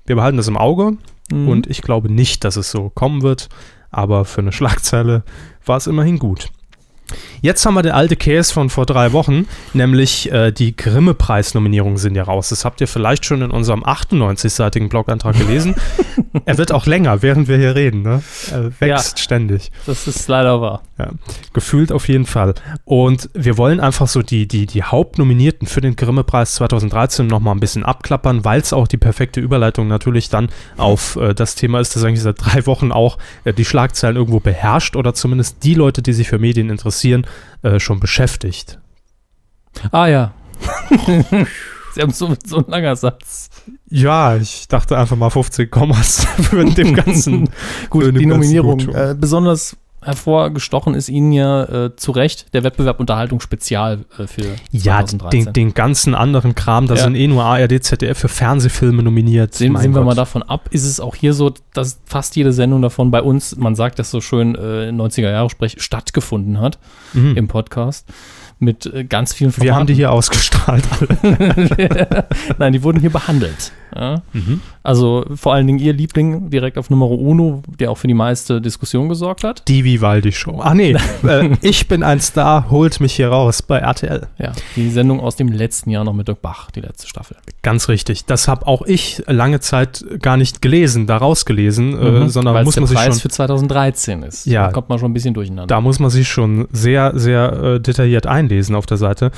A: wir behalten das im Auge.
B: Mhm.
A: Und ich glaube nicht, dass es so kommen wird. Aber für eine <laughs> Schlagzeile war es immerhin gut. Jetzt haben wir den alte Käse von vor drei Wochen, nämlich äh, die Grimme-Preis-Nominierungen sind ja raus. Das habt ihr vielleicht schon in unserem 98-seitigen Blogantrag gelesen. er wird auch länger, während wir hier reden. Ne? Er wächst ständig.
B: das ist leider wahr.
A: Gefühlt auf jeden Fall. Und wir wollen einfach so die, die, die Hauptnominierten für den Grimme-Preis 2013 nochmal ein bisschen abklappern, weil es auch die perfekte Überleitung natürlich dann auf äh, das Thema ist, das eigentlich seit drei Wochen auch äh, die Schlagzeilen irgendwo beherrscht oder zumindest die Leute, die sich für Medien interessieren, äh, schon beschäftigt.
B: Ah ja. <laughs> sie haben so, so einen langen Satz.
A: Ja, ich dachte einfach mal 15 Kommas <laughs> für dem ganzen.
B: Gut,
A: Für den
B: die
A: ganzen
B: Nominierung.
A: Gut.
B: Äh, besonders hervorgestochen ist Ihnen ja äh, zu Recht der Wettbewerb Unterhaltung Spezial äh, für
A: ja, den, den ganzen anderen Kram, da
B: Ja.
A: sind eh nur ARD, ZDF für Fernsehfilme nominiert.
B: Sehen,
A: Mein
B: sehen wir
A: Gott.
B: mal davon ab, ist es auch hier so, dass fast jede Sendung davon bei uns, man sagt das so schön äh, in 90er-Jahre-Sprech, stattgefunden hat
A: Mhm.
B: im Podcast mit äh, ganz vielen
A: Wir haben die hier ausgestrahlt.
B: <laughs> Nein, die wurden hier behandelt. Ja?
A: Mhm.
B: Also vor allen Dingen ihr Liebling direkt auf Nummer Uno, der auch für die meiste Diskussion gesorgt hat.
A: Die Vivaldi-Show. Ah nee, <laughs> äh, ich bin ein Star, holt mich hier raus bei RTL.
B: Ja, die Sendung aus dem letzten Jahr noch mit Dirk Bach, die letzte Staffel.
A: Ganz richtig. Das habe auch ich lange Zeit gar nicht gelesen, daraus gelesen, äh, sondern
B: Weil's
A: muss
B: der
A: man sich
B: Preis
A: schon,
B: für 2013 ist.
A: Ja.
B: Da kommt man schon ein bisschen durcheinander.
A: da muss man sich schon sehr, sehr äh, detailliert einlesen auf der Seite.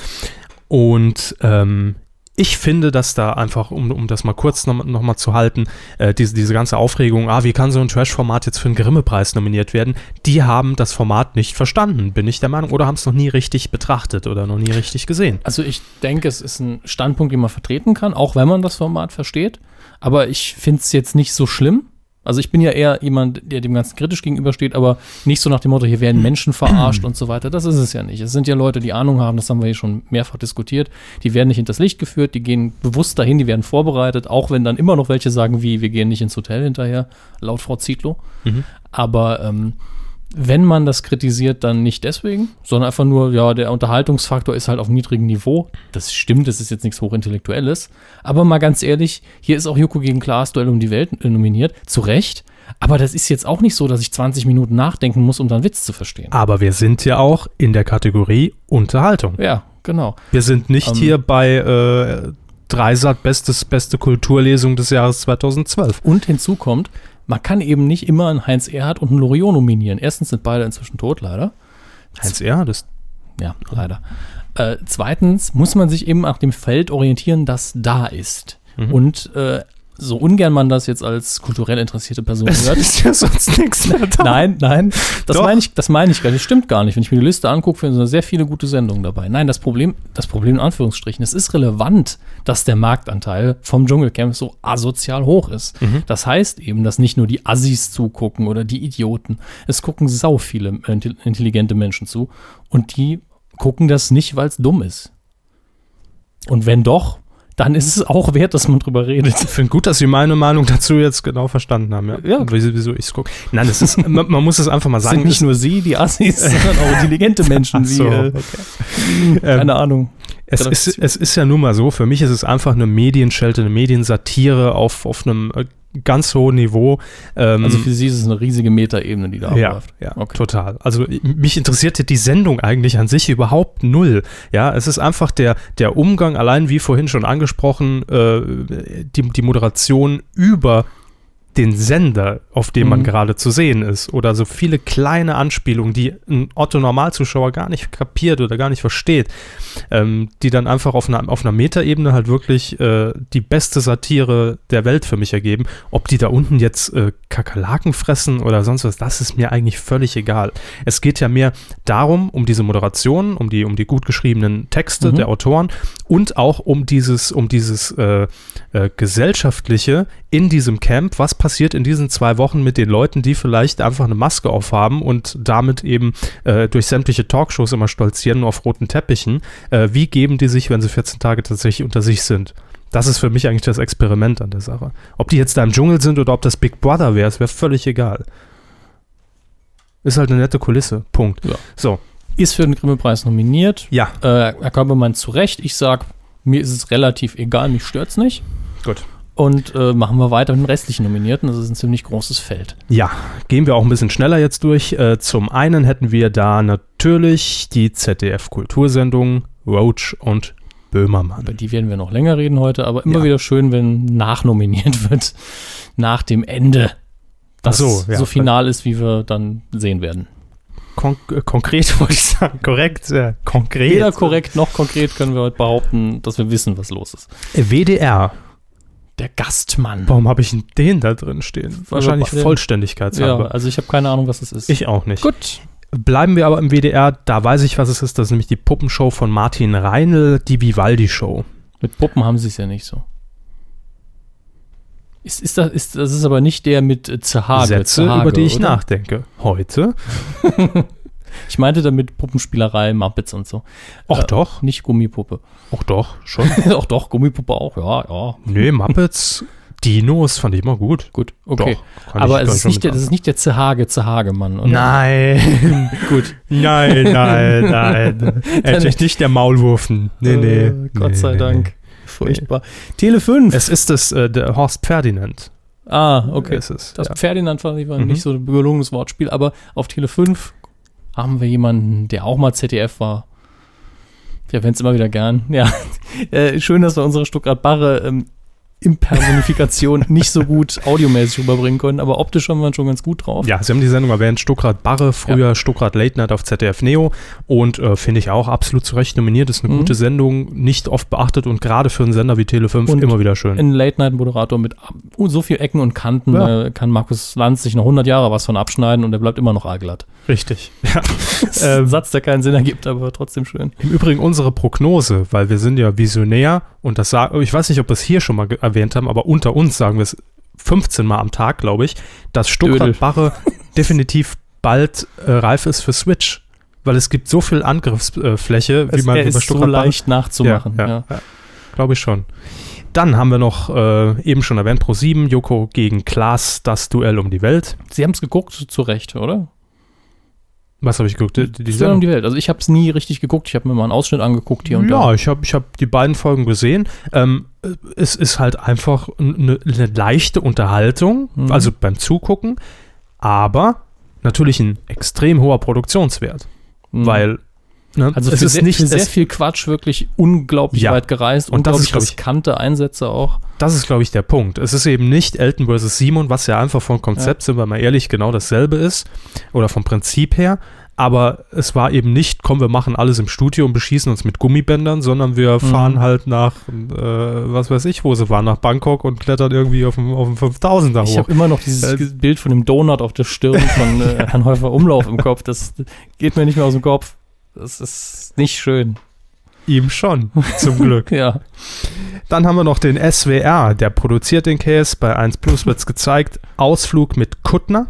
A: Und ähm, ich finde, dass da einfach, um, um das mal kurz nochmal noch mal zu halten, äh, diese, diese ganze Aufregung, ah, wie kann so ein Trash-Format jetzt für einen Grimme-Preis nominiert werden, die haben das Format nicht verstanden, bin ich der Meinung, oder haben es noch nie richtig betrachtet oder noch nie richtig gesehen.
B: Also ich denke, es ist ein Standpunkt, den man vertreten kann, auch wenn man das Format versteht. Aber ich finde es jetzt nicht so schlimm. Also ich bin ja eher jemand, der dem Ganzen kritisch gegenübersteht, aber nicht so nach dem Motto, hier werden Menschen verarscht und so weiter. Das ist es ja nicht. Es sind ja Leute, die Ahnung haben, das haben wir hier schon mehrfach diskutiert. Die werden nicht hinters Licht geführt, die gehen bewusst dahin, die werden vorbereitet, auch wenn dann immer noch welche sagen, wie, wir gehen nicht ins Hotel hinterher, laut Frau Zietlow. Aber ähm, wenn man das kritisiert, dann nicht deswegen, sondern einfach nur, ja, der Unterhaltungsfaktor ist halt auf niedrigem Niveau. Das stimmt, das ist jetzt nichts Hochintellektuelles. Aber mal ganz ehrlich, hier ist auch Joko gegen Klaas Duell um die Welt nominiert, zu Recht. Aber das ist jetzt auch nicht so, dass ich 20 Minuten nachdenken muss, um dann Witz zu verstehen.
A: Aber wir sind ja auch in der Kategorie Unterhaltung.
B: Ja, genau.
A: Wir sind nicht hier bei äh, Dreisat Bestes, beste Kulturlesung des Jahres 2012.
B: Und hinzu kommt, man kann eben nicht immer einen Heinz Erhardt und einen Loriot nominieren. Erstens sind beide inzwischen tot, leider.
A: Heinz Erhard ist
B: Ja, leider. Äh, zweitens muss man sich eben nach dem Feld orientieren, das da ist. Und äh, so ungern man das jetzt als kulturell interessierte Person hört.
A: ist ja sonst nichts mehr da.
B: Nein, nein, das
A: Doch.
B: meine ich, das meine ich gar nicht. Das stimmt gar nicht. Wenn ich mir die Liste angucke, sind da sehr viele gute Sendungen dabei. Nein, das Problem, das Problem in Anführungsstrichen, es ist relevant, dass der Marktanteil vom Dschungelcamp so asozial hoch ist. Das heißt eben, dass nicht nur die Assis zugucken oder die Idioten. Es gucken sau viele äh, intelli- intelligente Menschen zu und die gucken das nicht, weil es dumm ist. Und wenn doch, dann ist es auch wert, dass man drüber redet.
A: Ich finde gut, dass Sie meine Meinung dazu jetzt genau verstanden haben. Ja.
B: Ja.
A: Wieso, wieso ich es gucke. Nein, das ist, man, man muss es einfach <laughs> mal sagen. <laughs>
B: Sind nicht nur sie, die Assis, sondern auch intelligente Menschen,
A: Ach so,
B: wie, äh,
A: Ähm,
B: keine Ahnung.
A: Es ist, es ist ja nun mal so, für mich ist es einfach eine Medienschelte, eine Mediensatire auf, auf einem äh, ganz hohen Niveau. Ähm,
B: Also für sie ist es eine riesige Metaebene, die da
A: ja,
B: abläuft.
A: ja
B: Okay.
A: total. Also i- mich interessierte die Sendung eigentlich an sich überhaupt null. Ja, es ist einfach der, der Umgang, allein wie vorhin schon angesprochen, äh, die, die Moderation über den Sender, auf dem man
B: Mhm.
A: gerade zu sehen ist. Oder so viele kleine Anspielungen, die ein Otto-Normalzuschauer gar nicht kapiert oder gar nicht versteht, ähm, die dann einfach auf einer, auf einer Metaebene halt wirklich äh, die beste Satire der Welt für mich ergeben. Ob die da unten jetzt äh, Kakerlaken fressen oder sonst was, das ist mir eigentlich völlig egal. Es geht ja mehr darum, um diese Moderation, um die, um die gut geschriebenen Texte
B: Mhm.
A: der Autoren und auch um dieses, um dieses äh, äh, gesellschaftliche in diesem Camp. Was passiert in diesen zwei Wochen mit den Leuten, die vielleicht einfach eine Maske aufhaben und damit eben äh, durch sämtliche Talkshows immer stolzieren auf roten Teppichen? Äh, wie geben die sich, wenn sie 14 Tage tatsächlich unter sich sind? Das ist für mich eigentlich das Experiment an der Sache. Ob die jetzt da im Dschungel sind oder ob das Big Brother wäre, es wäre völlig egal. Ist halt eine nette Kulisse. Punkt.
B: Ja.
A: So,
B: Ist für den Grimme-Preis nominiert.
A: ja,
B: Äh, Herr Körpermann zu Recht. Ich sag, mir ist es relativ egal, mich stört's nicht.
A: Gut.
B: Und äh, machen wir weiter mit den restlichen Nominierten. Das ist ein ziemlich großes Feld.
A: Ja, gehen wir auch ein bisschen schneller jetzt durch. Äh, zum einen hätten wir da natürlich die ZDF-Kultursendung Roach und
B: Über
A: Böhmermann.
B: die werden wir noch länger reden heute, aber immer
A: Ja.
B: wieder schön, wenn nachnominiert wird. Nach dem Ende. Das
A: Ach so,
B: so,
A: ja.
B: final ist, wie wir dann sehen werden.
A: Kon äh, konkret <laughs> wollte ich sagen, korrekt, äh, konkret.
B: Weder korrekt noch konkret können wir heute behaupten, dass wir wissen, was los ist.
A: Äh, WDR.
B: Der Gastmann.
A: Warum habe ich denn den da drin stehen? Wahrscheinlich
B: bei den- Ja,
A: vollständigkeitshalber.
B: also ich habe keine Ahnung, was das ist.
A: Ich auch nicht.
B: Gut.
A: Bleiben wir aber im WDR, da weiß ich, was es ist. Das ist nämlich die Puppenshow von Martin Reinl, die Vivaldi-Show.
B: Mit Puppen haben sie es ja nicht so. Ist, ist das, ist, das ist aber nicht der mit äh, Zerhage.
A: Sätze,
B: Zerhage,
A: über die ich
B: oder?
A: nachdenke. Heute?
B: Ich meinte damit Puppenspielerei, Muppets und so.
A: Och
B: Äh,
A: doch,
B: Nicht Gummipuppe. <laughs>
A: och doch, schon.
B: Auch doch, Gummipuppe auch, ja, ja.
A: Nee, Muppets, Dinos fand ich immer gut.
B: Gut, okay.
A: Doch, kann
B: aber
A: ich-
B: es
A: kann
B: ist
A: ich
B: nicht der,
A: schon
B: das ist nicht der Zerhage, Zerhage-Mann, oder?
A: Nein,
B: <laughs> Gut. <laughs>
A: nein, nein, nein. Natürlich nicht der Maulwurfen. Nee, nee.
B: Äh, Gott
A: nee,
B: sei
A: nee,
B: Dank.
A: nee.
B: Furchtbar. Tele 5.
A: Es ist das, äh, der Horst Ferdinand.
B: ah, okay.
A: Es ist,
B: Das
A: ja.
B: Ferdinand fand ich war
A: Mhm.
B: nicht so ein gelungenes Wortspiel, aber auf Tele 5 haben wir jemanden, der auch mal ZDF war. Wir erwähnen es immer wieder gern. <laughs> Ja, äh, schön, dass wir unsere Stuttgart-Barre ähm,
A: <laughs>
B: Impersonifikation nicht so gut audiomäßig rüberbringen können, aber optisch haben wir schon ganz gut drauf.
A: ja, Sie haben die Sendung erwähnt, Stuckrad Barre, früher Stuckrad Late Night auf ZDF Neo und äh, finde ich auch absolut zu Recht nominiert. Ist eine
B: Mhm.
A: gute Sendung, nicht oft beachtet und gerade für einen Sender wie Tele5
B: Und
A: immer wieder schön.
B: Ein Late-Night-Moderator mit ab- oh, so viel Ecken und Kanten
A: Ja.
B: äh, kann Markus Lanz sich noch 100 Jahre was von abschneiden und er bleibt immer
A: <laughs>
B: noch aalglatt.
A: Richtig.
B: Das ist ein Satz, der keinen Sinn ergibt, aber trotzdem schön.
A: Im Übrigen unsere Prognose, weil wir sind ja visionär und das sagen, ich weiß nicht, ob wir es hier schon mal ge- erwähnt haben, aber unter uns sagen wir es 15 Mal am Tag, glaube ich, dass
B: Dödel.
A: Stuttgart
B: <laughs>
A: Barre definitiv bald äh, reif ist für Switch, weil es gibt so viel Angriffsfläche, wie
B: Es,
A: man
B: er ist so leicht nachzumachen.
A: Ja, ja. glaube ich schon. Dann haben wir noch äh, eben schon erwähnt Pro 7 Joko gegen Klaas, das Duell um die Welt.
B: Sie haben es geguckt, zu Recht, oder?
A: Was habe ich geguckt? Die, die
B: Die
A: Sendung?
B: Sendung um die Welt. Also ich habe es nie richtig geguckt. Ich habe mir mal einen Ausschnitt angeguckt hier und
A: ja,
B: da.
A: ich habe ich hab die beiden Folgen gesehen. Ähm, es ist halt einfach eine, eine leichte Unterhaltung,
B: Mhm.
A: also beim Zugucken, aber natürlich ein extrem hoher Produktionswert,
B: Mhm.
A: weil ne,
B: also
A: es
B: für
A: ist
B: sehr,
A: nicht
B: für sehr
A: es,
B: viel Quatsch wirklich unglaublich
A: Ja.
B: weit gereist
A: Und das ist,
B: unglaublich
A: glaub ich-
B: riskante Einsätze auch.
A: das ist glaube ich der Punkt. Es ist eben nicht Elton vs. Simon, was ja einfach vom Konzept, sind wir mal ehrlich, genau dasselbe ist oder vom Prinzip her. Aber es war eben nicht, komm, wir machen alles im Studio und beschießen uns mit Gummibändern, sondern wir
B: Mhm.
A: fahren halt nach, äh, was weiß ich, wo sie waren, nach Bangkok und klettern irgendwie auf dem, auf dem 5000er
B: Ich
A: hoch.
B: habe immer noch dieses
A: Äh,
B: Ge- Bild von dem Donut auf der Stirn
A: <laughs>
B: von äh, Herrn Häufer Umlauf im Kopf. Das geht mir nicht mehr aus dem Kopf. Das ist nicht schön.
A: Ihm
B: <laughs>
A: schon, zum Glück.
B: Ja.
A: Dann haben wir noch den SWR, der produziert den Case, bei 1 Plus wird's gezeigt. Ausflug mit Kuttner.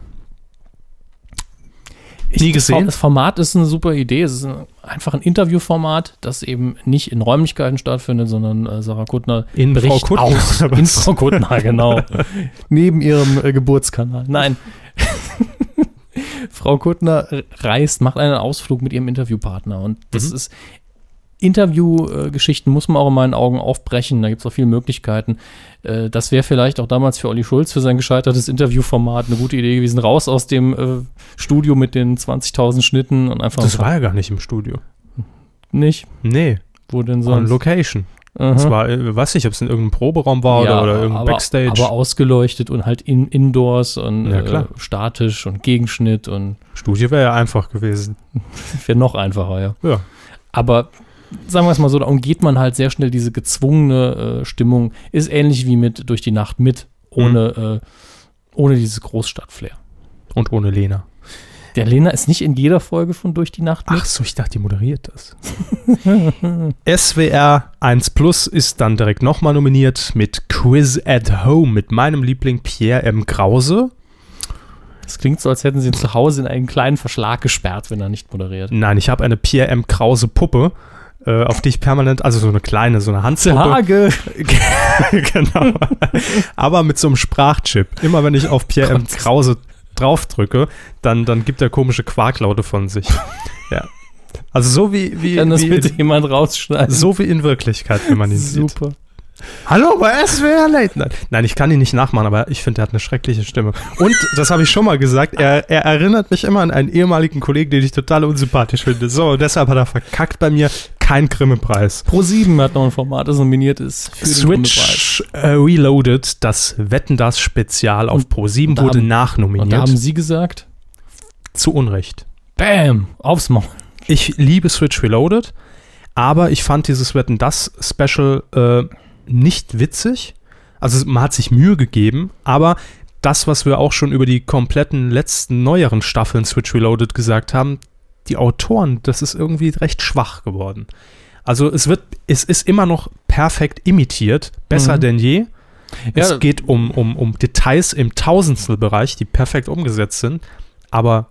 A: Nie gesehen.
B: Das Format ist eine super Idee. Es ist ein, einfach ein Interviewformat, das eben nicht in Räumlichkeiten stattfindet, sondern äh, Sarah Kuttner
A: In Frau Kuttner,
B: aus.
A: oder was?
B: In Frau Kuttner, genau. <laughs> Neben ihrem äh, Geburtskanal. <laughs> Nein. Mhm. Frau Kuttner reist, macht einen Ausflug mit ihrem Interviewpartner und das ist Interviewgeschichten muss man auch in meinen Augen aufbrechen. Da gibt es auch viele Möglichkeiten. Äh, das wäre vielleicht auch damals für Olli Schulz für sein gescheitertes Interviewformat eine gute Idee gewesen. Raus aus dem äh, Studio mit den 20.000 Schnitten und einfach.
A: Das war ja gar nicht im Studio.
B: nicht.
A: Nee,
B: Wo denn
A: on
B: sonst?
A: Location.
B: Aha.
A: Das war, äh, weiß nicht, ob es in irgendeinem Proberaum war oder, oder irgendein
B: Mhm. aber,
A: Backstage.
B: Aber ausgeleuchtet und halt in, indoors und
A: Ja, klar.
B: Äh, statisch und Gegenschnitt und <laughs>
A: Studio wäre ja einfach gewesen.
B: wäre noch einfacher, ja.
A: Ja.
B: Aber sagen wir es mal so, da umgeht man halt sehr schnell diese gezwungene äh, Stimmung. Ist ähnlich wie mit Durch die Nacht mit, ohne,
A: Mhm.
B: äh, ohne dieses Großstadtflair.
A: Und ohne Lena.
B: Der Lena ist nicht in jeder Folge von Durch die Nacht mit.
A: Ach so, ich dachte, die moderiert
B: <laughs>
A: das. SWR 1 Plus ist dann direkt nochmal nominiert mit Quiz at Home mit meinem Liebling Pierre M. Krause.
B: Es klingt so, als hätten sie ihn zu Hause in einen kleinen Verschlag gesperrt, wenn er nicht moderiert.
A: Nein, ich habe eine Pierre M. Krause Puppe, äh, auf die ich permanent, also so eine kleine, so eine Handpuppe. <laughs> genau. Aber mit so einem Sprachchip. Immer wenn ich auf Pierre M. Krause draufdrücke, dann, dann gibt er komische Quarklaute von <laughs> sich. ja. Also so wie, wie,
B: Kann das
A: wie
B: bitte jemand
A: <laughs>
B: rausschneiden?
A: so wie in Wirklichkeit, wenn man ihn sieht.
B: Super.
A: Hallo bei SWR Late Night. Nein, ich kann ihn nicht nachmachen, aber ich finde, er hat eine schreckliche Stimme. Und, das habe ich schon mal gesagt, er, er erinnert mich immer an einen ehemaligen Kollegen, den ich total unsympathisch finde. So, und deshalb hat er verkackt bei mir kein Grimme-Preis.
B: Pro7 hat noch ein Format, das nominiert ist. Für den Grimme-Preis.
A: Switch äh, Reloaded, das Wetten das Spezial auf Pro7 wurde
B: da haben- Und da haben
A: nachnominiert.
B: sie gesagt,
A: Zu Unrecht.
B: Bam, aufs Maul.
A: Ich liebe Switch Reloaded, aber ich fand dieses Wetten das Special äh, nicht witzig. Also man hat sich Mühe gegeben, aber das, was wir auch schon über die kompletten letzten neueren Staffeln Switch Reloaded gesagt haben, die Autoren, das ist irgendwie recht schwach geworden. Also es wird, es ist immer noch perfekt imitiert, besser
B: Mhm.
A: denn je.
B: Ja.
A: Es geht um, um, um Details im Tausendstelbereich, die perfekt umgesetzt sind, aber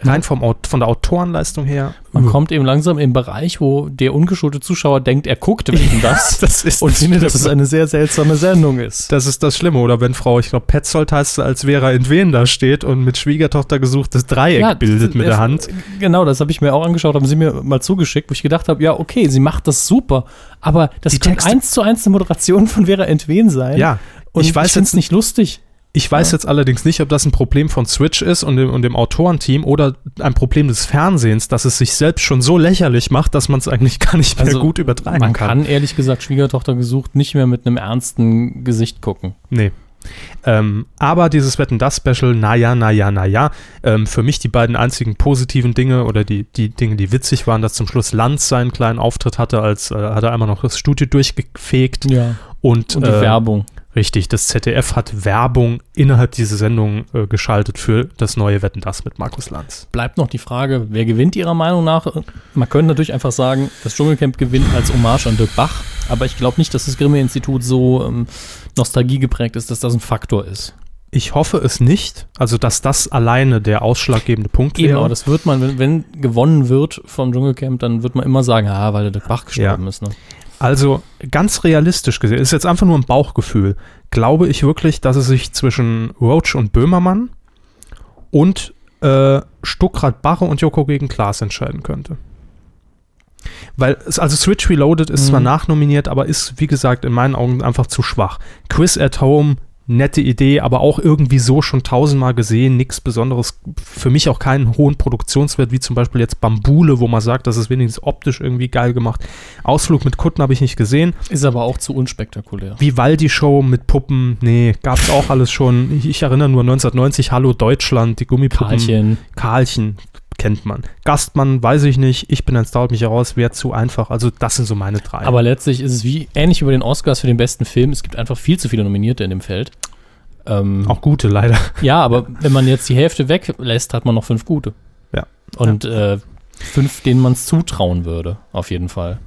A: rein vom, Aut- von der Autorenleistung her.
B: Man kommt eben langsam im Bereich, wo der ungeschulte Zuschauer denkt, er
A: <laughs>
B: guckt wegen das
A: das ist
B: und findet, dass es eine sehr seltsame Sendung ist.
A: Das ist das Schlimme, oder wenn Frau, ich glaube, Petzold heißt sie, als Vera in Wien da steht und mit Schwiegertochter gesuchtes Dreieck
B: Ja,
A: bildet mit
B: äh,
A: der Hand.
B: Genau, das habe ich mir auch angeschaut, haben sie mir mal zugeschickt, wo ich gedacht habe, ja, okay, sie macht das super, aber das
A: Die
B: kann
A: Texte-
B: eins zu eins eine Moderation von Vera Entwen sein.
A: Ja,
B: und
A: ich weiß
B: finde es
A: jetzt
B: nicht lustig.
A: Ich weiß jetzt allerdings nicht, ob das ein Problem von Switch ist und dem, und dem Autorenteam oder ein Problem des Fernsehens, dass es sich selbst schon so lächerlich macht, dass man es eigentlich gar nicht mehr
B: Also,
A: gut übertreiben
B: Man
A: kann.
B: kann ehrlich gesagt Schwiegertochter gesucht nicht mehr mit einem ernsten Gesicht gucken.
A: Nee. Ähm, aber dieses Wetten das Special, naja, naja, naja, ähm, für mich die beiden einzigen positiven Dinge oder die, die Dinge, die witzig waren, dass zum Schluss Lanz seinen kleinen Auftritt hatte, als äh, hat er einmal noch das Studio durchgefegt
B: Ja. Ähm,
A: und,
B: Und die
A: äh,
B: Werbung.
A: Richtig, das ZDF hat Werbung innerhalb dieser Sendung äh, geschaltet für das neue Wetten das mit Markus Lanz.
B: bleibt noch die Frage, wer gewinnt Ihrer Meinung nach? Man könnte natürlich einfach sagen, das Dschungelcamp gewinnt als Hommage an Dirk Bach, aber ich glaube nicht, dass das Grimme-Institut so ähm, nostalgiegeprägt ist, dass das ein Faktor ist.
A: Ich hoffe es nicht, also dass das alleine der ausschlaggebende Punkt
B: Eben,
A: wäre.
B: aber das wird man, wenn, wenn gewonnen wird vom Dschungelcamp, dann wird man immer sagen, ah, weil der Dirk Bach gestorben ist. Ne?
A: Also ganz realistisch gesehen, ist jetzt einfach nur ein Bauchgefühl, glaube ich wirklich, dass es sich zwischen Roach und Böhmermann und äh, Stuckrad Barre und Joko gegen Klaas entscheiden könnte. Weil, es, also Switch Reloaded ist zwar nachnominiert, aber ist, wie gesagt, in meinen Augen einfach zu schwach. Quiz at Home, nette Idee, aber auch irgendwie so schon tausendmal gesehen, nichts Besonderes. Für mich auch keinen hohen Produktionswert, wie zum Beispiel jetzt Bambule, wo man sagt, das ist wenigstens optisch irgendwie geil gemacht. Ausflug mit Kutten habe ich nicht gesehen.
B: Ist aber auch zu unspektakulär.
A: Vivaldi-Show mit Puppen, nee, gab's auch alles schon. Ich, ich erinnere nur 1990, Hallo Deutschland, die Gummipuppen.
B: Karlchen.
A: Karlchen kennt man. Gastmann weiß ich nicht. Ich bin ein Star, haut mich heraus, wäre zu einfach. Also das sind so meine drei.
B: Aber letztlich ist es wie ähnlich wie bei den Oscars für den besten Film. Es gibt einfach viel zu viele Nominierte in dem Feld. Ähm,
A: auch gute leider.
B: Ja, aber wenn man jetzt die Hälfte weglässt, hat man noch fünf gute.
A: Ja.
B: Und Äh, fünf, denen man es zutrauen würde, auf jeden Fall.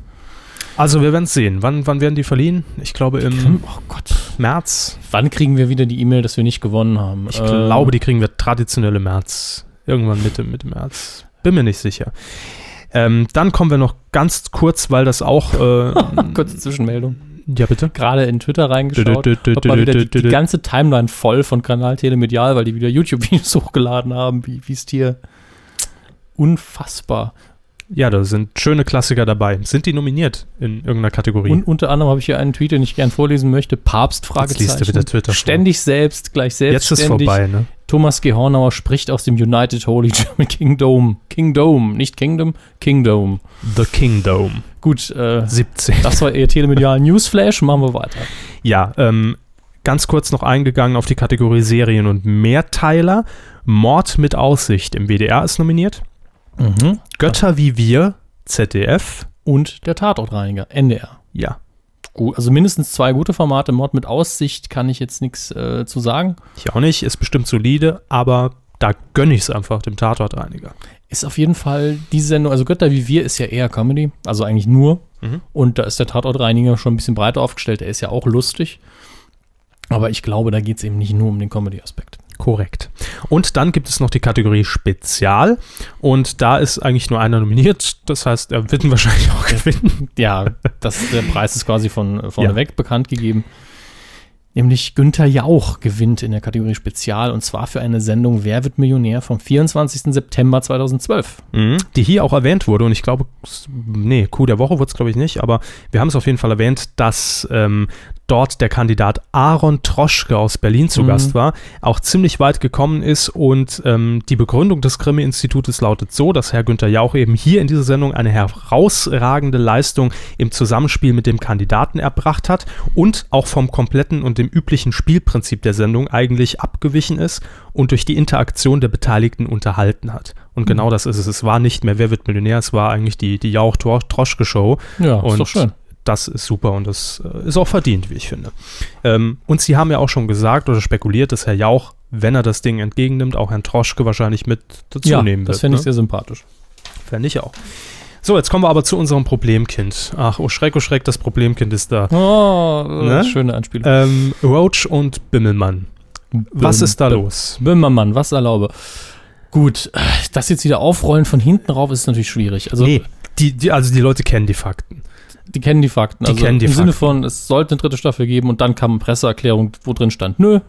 A: Also wir werden es sehen. Wann, wann werden die verliehen? Ich glaube im
B: Oh Gott.
A: März.
B: Wann kriegen wir wieder die E-Mail, dass wir nicht gewonnen haben?
A: Ich
B: Ähm,
A: glaube, die kriegen wir traditionell im März. Irgendwann Mitte, Mitte März. Bin mir nicht sicher. Ähm, dann kommen wir noch ganz kurz, weil das auch. Äh,
B: <laughs> Kurze Zwischenmeldung.
A: ja, bitte.
B: Gerade in Twitter reingeschaut.
A: Dü- dü- dü-
B: Hab mal
A: dü-
B: wieder
A: dü-
B: die, die
A: dü-
B: ganze Timeline voll von Kanal Telemedial, weil die <laughs> wieder YouTube-Videos hochgeladen haben, wie es hier. Unfassbar.
A: Ja, da sind schöne Klassiker dabei. Sind die nominiert in irgendeiner Kategorie?
B: Und unter anderem habe ich hier einen Tweet, den ich gern vorlesen möchte. Papst,
A: Jetzt
B: Fragezeichen.
A: liest du wieder Twitter vor.
B: Ständig selbst, gleich selbst.
A: Jetzt ist vorbei, ne?
B: Thomas G. Hornauer spricht aus dem United Holy German Kingdom. Kingdom, nicht Kingdom, Kingdom.
A: The Kingdom
B: Gut, äh,
A: 17.
B: das war Ihr Telemedial Newsflash. Machen wir weiter.
A: Ja, ähm, ganz kurz noch eingegangen auf die Kategorie Serien und Mehrteiler. Mord mit Aussicht im WDR ist nominiert. Götter wie wir, ZDF.
B: Und der Tatortreiniger, NDR.
A: Ja.
B: Gut, also mindestens zwei gute Formate. Mord mit Aussicht kann ich jetzt nichts äh, zu sagen.
A: Ich auch nicht, ist bestimmt solide, aber da gönne ich es einfach dem Tatortreiniger.
B: Ist auf jeden Fall diese Sendung, also Götter wie wir ist ja eher Comedy, also eigentlich nur.
A: Mhm.
B: Und da ist der Tatortreiniger schon ein bisschen breiter aufgestellt. Er ist ja auch lustig. Aber ich glaube, da geht es eben nicht nur um den Comedy-Aspekt.
A: Korrekt. Und dann gibt es noch die Kategorie Spezial. Und da ist eigentlich nur einer nominiert. Das heißt, er wird ihn wahrscheinlich auch <laughs> gewinnen.
B: Ja, das, der Preis ist quasi von äh,
A: Ja.
B: vorneweg bekannt gegeben. Nämlich Günther Jauch gewinnt in der Kategorie Spezial und zwar für eine Sendung Wer wird Millionär vom 24. September 2012.
A: Die hier auch erwähnt wurde. Und ich glaube, s- nee, Coup der Woche wurde es, glaube ich, nicht. Aber wir haben es auf jeden Fall erwähnt, dass ähm, dort der Kandidat Aaron Troschke aus Berlin zu
B: Mhm.
A: Gast war. Auch ziemlich weit gekommen ist. Und ähm, die Begründung des Grimme-Institutes lautet so, dass Herr Günther Jauch eben hier in dieser Sendung eine herausragende Leistung im Zusammenspiel mit dem Kandidaten erbracht hat und auch vom kompletten und dem üblichen Spielprinzip der Sendung eigentlich abgewichen ist und durch die Interaktion der Beteiligten unterhalten hat. Und genau
B: Mhm.
A: das ist es. Es war nicht mehr Wer wird Millionär, es war eigentlich die, die Jauch-Troschke-Show.
B: Ja,
A: Und
B: ist doch schön.
A: Das ist super und das äh, ist auch verdient, wie ich finde. Ähm, und Sie haben ja auch schon gesagt oder spekuliert, dass Herr Jauch, wenn er das Ding entgegennimmt, auch Herrn Troschke wahrscheinlich mit dazu
B: Ja,
A: nehmen wird.
B: das fände ich
A: ne?
B: sehr sympathisch.
A: Fände ich auch. So, jetzt kommen wir aber zu unserem Problemkind. Ach, oh Schreck, oh Schreck, das Problemkind ist da.
B: Oh,
A: Ne?
B: schöne Anspielung.
A: Ähm, Roach und Bimmelmann. Was
B: Bim-
A: ist da
B: Bim-
A: los?
B: Böhmermann, was erlaube. Gut, das jetzt wieder aufrollen von hinten rauf ist natürlich schwierig. Also
A: Nee, die, die, also die Leute kennen die Fakten.
B: die kennen die Fakten.
A: Die
B: also
A: kennen die
B: im Sinne
A: Fakten.
B: von, es sollte eine dritte Staffel geben und dann kam eine Presseerklärung, wo drin stand, nö,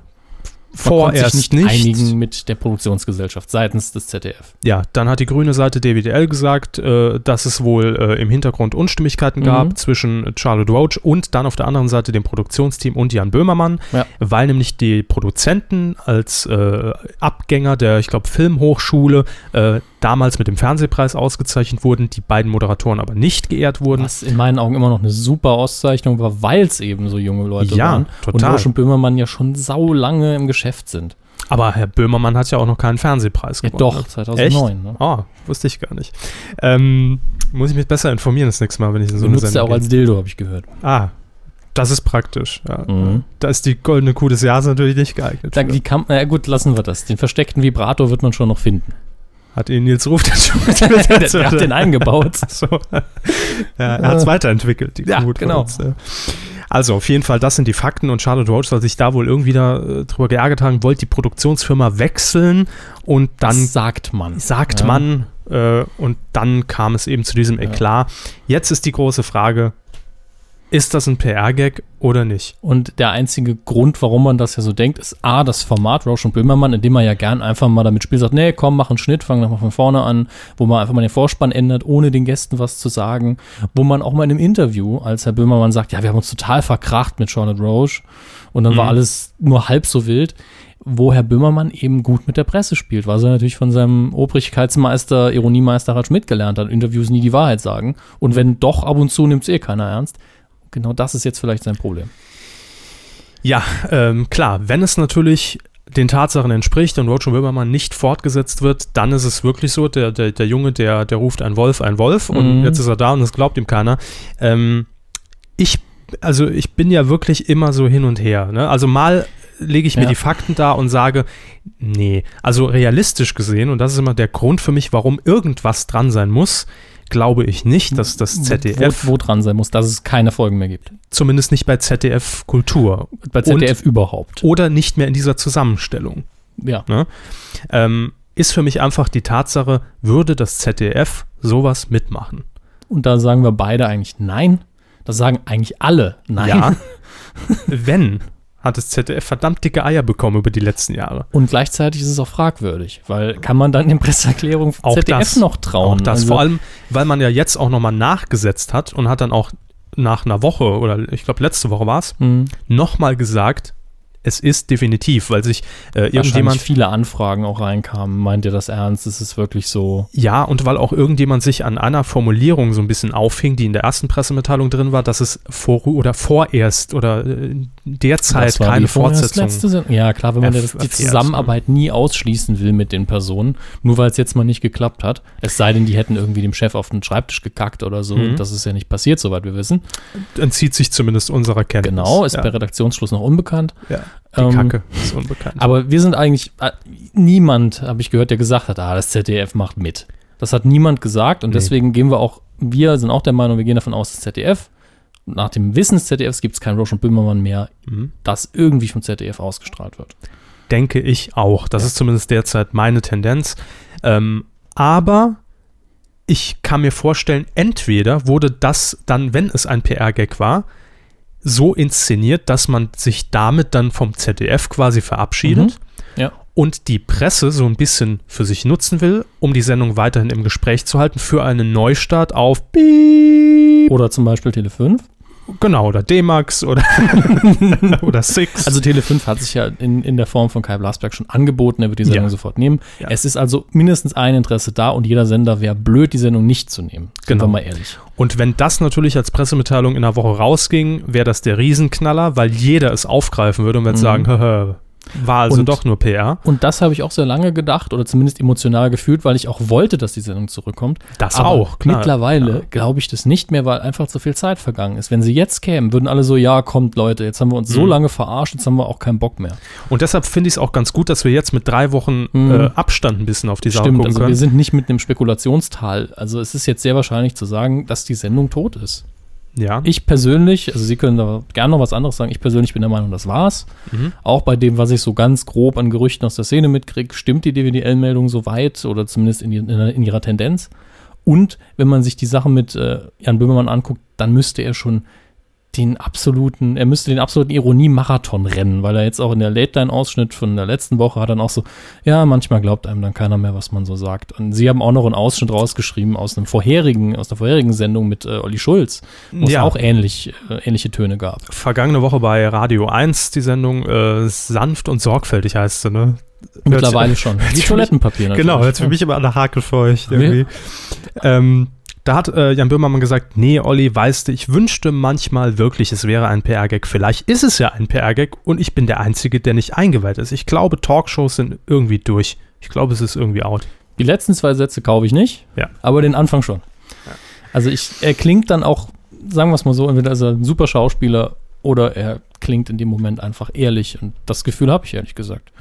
B: man konnte sich nicht einigen mit der Produktionsgesellschaft seitens des ZDF.
A: Ja, dann hat die grüne Seite DWDL gesagt, äh, dass es wohl äh, im Hintergrund Unstimmigkeiten
B: Mhm.
A: gab zwischen Charlotte Roach und dann auf der anderen Seite dem Produktionsteam und Jan Böhmermann,
B: Ja.
A: weil nämlich die Produzenten als äh, Abgänger der, ich glaube, Filmhochschule äh, damals mit dem Fernsehpreis ausgezeichnet wurden, die beiden Moderatoren aber nicht geehrt wurden.
B: Was in meinen Augen immer noch eine super Auszeichnung war, weil es eben so junge Leute
A: Ja,
B: waren. Und
A: total.
B: Roche und Böhmermann ja schon sau lange im Geschäft sind.
A: Aber Herr Böhmermann hat ja auch noch keinen Fernsehpreis
B: Ja
A: gewonnen.
B: doch,
A: ne?
B: 2009. Ne?
A: Ah, wusste ich gar nicht. Ähm, muss ich mich besser informieren das nächste Mal, wenn ich in so eine
B: Benutzt er
A: Sendung
B: auch als Dildo, habe ich gehört.
A: gehe. Ah, das ist praktisch. Ja.
B: Mhm.
A: Da ist die goldene Kuh des Jahres natürlich nicht geeignet.
B: Da,
A: für.
B: die kam, na gut, lassen wir das. Den versteckten Vibrator wird man schon noch <laughs> finden.
A: Hat ihn Nils Ruf dann schon <laughs>
B: der, der hat den eingebaut.
A: so. ja, er hat es
B: Äh.
A: weiterentwickelt. Die
B: Ja,
A: Kuh von
B: genau.
A: uns, ja. Also auf jeden Fall, das sind die Fakten und Charlotte Roach soll sich da wohl irgendwie da, äh, drüber geärgert haben, wollte die Produktionsfirma wechseln und dann
B: Das sagt man.
A: sagt
B: Ja.
A: man. Äh, und dann kam es eben zu diesem Eklat. Jetzt ist die große Frage, ist das ein PR-Gag oder nicht?
B: Und der einzige Grund, warum man das ja so denkt, ist A, das Format Rausch und Böhmermann, in dem man ja gern einfach mal damit spielt, sagt, nee, komm, mach einen Schnitt, fang nochmal von vorne an, wo man einfach mal den Vorspann ändert, ohne den Gästen was zu sagen, wo man auch mal in einem Interview, als Herr Böhmermann sagt, ja, wir haben uns total verkracht mit Charlotte Roche und dann war alles nur halb so wild, wo Herr Böhmermann eben gut mit der Presse spielt, was er natürlich von seinem Obrigkeitsmeister, Ironiemeister Ratsch mitgelernt hat, Interviews nie die Wahrheit sagen und wenn doch, ab und zu nimmt es eh keiner ernst. Genau das ist jetzt vielleicht sein Problem.
A: Ja, ähm, klar, wenn es natürlich den Tatsachen entspricht und Roger Wilbermann nicht fortgesetzt wird, dann ist es wirklich so, der, der, der Junge, der, der ruft ein Wolf, ein Wolf und
B: Mhm.
A: jetzt ist er da und das glaubt ihm keiner. Ähm, ich, also ich bin ja wirklich immer so hin und her. Ne? Also mal lege ich mir
B: Ja.
A: die Fakten da und sage, nee, also realistisch gesehen, und das ist immer der Grund für mich, warum irgendwas dran sein muss, glaube ich nicht, dass das ZDF,
B: wo, wo dran sein muss, dass es keine Folgen mehr gibt.
A: zumindest nicht bei ZDF Kultur
B: Bei ZDF überhaupt.
A: oder nicht mehr in dieser Zusammenstellung.
B: Ja.
A: ähm, ist für mich einfach die Tatsache, würde das ZDF sowas mitmachen?
B: Und da sagen wir beide eigentlich nein. Das sagen eigentlich alle nein.
A: Ja. <laughs> Wenn hat das ZDF verdammt dicke Eier bekommen über die letzten Jahre.
B: Und gleichzeitig ist es auch fragwürdig, weil kann man dann den Presseerklärungen vom
A: Auch
B: ZDF
A: das.
B: noch trauen?
A: Auch das,
B: Also,
A: vor allem, weil man ja jetzt auch nochmal nachgesetzt hat und hat dann auch nach einer Woche oder ich glaube letzte Woche war es,
B: mh,
A: nochmal gesagt, es ist definitiv, weil sich äh,
B: wahrscheinlich
A: irgendjemand,
B: viele Anfragen auch reinkamen. Meint ihr das ernst? Ist es wirklich so?
A: ja, und weil auch irgendjemand sich an einer Formulierung so ein bisschen aufhing, die in der ersten Pressemitteilung drin war, dass es vor oder vorerst oder äh, derzeit
B: Das war
A: keine
B: die vorerst
A: Fortsetzung.
B: letzte Sendung. ja, klar, wenn man
A: Erf-
B: das, die
A: erfährst, ne?
B: Zusammenarbeit nie ausschließen will mit den Personen, nur weil es jetzt mal nicht geklappt hat. Es sei denn, die hätten irgendwie dem Chef auf den Schreibtisch gekackt oder so.
A: Mhm.
B: Das ist ja nicht passiert, soweit wir wissen.
A: Entzieht sich zumindest unserer Kenntnis.
B: Genau, ist
A: ja,
B: bei Redaktionsschluss noch unbekannt.
A: ja. Die
B: ähm,
A: Kacke ist unbekannt.
B: Aber wir sind eigentlich, äh, niemand, habe ich gehört, der gesagt hat, ah, das ZDF macht mit. Das hat niemand gesagt und deswegen gehen wir auch, wir sind auch der Meinung, wir gehen davon aus, das ZDF, nach dem Wissen des ZDFs gibt es keinen Roche und Böhmermann mehr,
A: Mhm.
B: das irgendwie vom ZDF ausgestrahlt wird.
A: Denke ich auch. Das ist zumindest derzeit meine Tendenz. Ähm, aber ich kann mir vorstellen, entweder wurde das dann, wenn es ein PR-Gag war, so inszeniert, dass man sich damit dann vom ZDF quasi verabschiedet
B: Ja.
A: und die Presse so ein bisschen für sich nutzen will, um die Sendung weiterhin im Gespräch zu halten, für einen Neustart auf Piep.
B: Oder zum Beispiel Tele5.
A: Genau, oder D-Max oder, <laughs> oder Six.
B: Also Tele5 hat sich ja in, in der Form von Kai Blasberg schon angeboten, er wird die Sendung
A: Ja.
B: sofort nehmen.
A: Ja.
B: Es ist also mindestens ein Interesse da und jeder Sender wäre blöd, die Sendung nicht zu nehmen. Sind
A: Genau.
B: wir mal ehrlich.
A: Und wenn das natürlich als Pressemitteilung in der Woche rausging, wäre das der Riesenknaller, weil jeder es aufgreifen würde und würde sagen, <laughs> "Höhö, war also
B: Mhm. Und-
A: doch nur PR.
B: Und das habe ich auch sehr lange gedacht oder zumindest emotional gefühlt, weil ich auch wollte, dass die Sendung zurückkommt.
A: Das auch, klar.
B: Mittlerweile
A: Ja.
B: glaube ich das nicht mehr, weil einfach zu viel Zeit vergangen ist. Wenn sie jetzt kämen, würden alle so, ja, kommt Leute, jetzt haben wir uns so
A: Mhm.
B: lange verarscht, jetzt haben wir auch keinen Bock mehr.
A: Und deshalb finde ich es auch ganz gut, dass wir jetzt mit drei Wochen
B: Mhm.
A: äh, Abstand ein bisschen auf die Sache
B: Stimmt,
A: gucken
B: also wir
A: können.
B: sind nicht mit einem Spekulationstal. Also es ist jetzt sehr wahrscheinlich zu sagen, dass die Sendung tot ist.
A: ja.
B: Ich persönlich, also Sie können da gerne noch was anderes sagen, ich persönlich bin der Meinung, das war's.
A: Mhm.
B: Auch bei dem, was ich so ganz grob an Gerüchten aus der Szene mitkriege, stimmt die DWDL-Meldung so weit oder zumindest in, die, in, in ihrer Tendenz. Und wenn man sich die Sache mit äh, Jan Böhmermann anguckt, dann müsste er schon den absoluten, er müsste den absoluten Ironie-Marathon rennen, weil er jetzt auch in der Late-Line-Ausschnitt von der letzten Woche hat dann auch so, ja, manchmal glaubt einem dann keiner mehr, was man so sagt. Und sie haben auch noch einen Ausschnitt rausgeschrieben aus einem vorherigen, aus der vorherigen Sendung mit äh, Olli Schulz, wo es
A: Ja.
B: auch ähnlich, äh, ähnliche Töne gab.
A: Vergangene Woche bei Radio 1 die Sendung äh, sanft und sorgfältig heißt sie, ne? <laughs>
B: Mittlerweile schon. Wie
A: hört sich-
B: Toilettenpapier natürlich.
A: Genau, jetzt für
B: Ja.
A: mich immer an der Hakelfeucht
B: Wir-
A: irgendwie. Ähm, da hat äh, Jan Böhmermann gesagt, nee, Olli, weißt du, ich wünschte manchmal wirklich, es wäre ein PR-Gag. Vielleicht ist es ja ein PR-Gag und ich bin der Einzige, der nicht eingeweiht ist. Ich glaube, Talkshows sind irgendwie durch. Ich glaube, es ist irgendwie out.
B: Die letzten zwei Sätze kaufe ich nicht,
A: Ja.
B: aber den Anfang schon. Also ich, er klingt dann auch, sagen wir es mal so, entweder ist er ein super Schauspieler oder er klingt in dem Moment einfach ehrlich. Und das Gefühl habe ich ehrlich gesagt.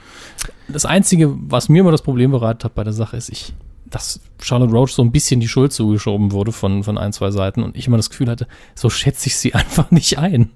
B: Das Einzige, was mir immer das Problem bereitet hat bei der Sache, ist, ich, dass Charlotte Roach so ein bisschen die Schuld zugeschoben wurde von, von ein, zwei Seiten und ich immer das Gefühl hatte, so schätze ich sie <laughs> einfach nicht ein.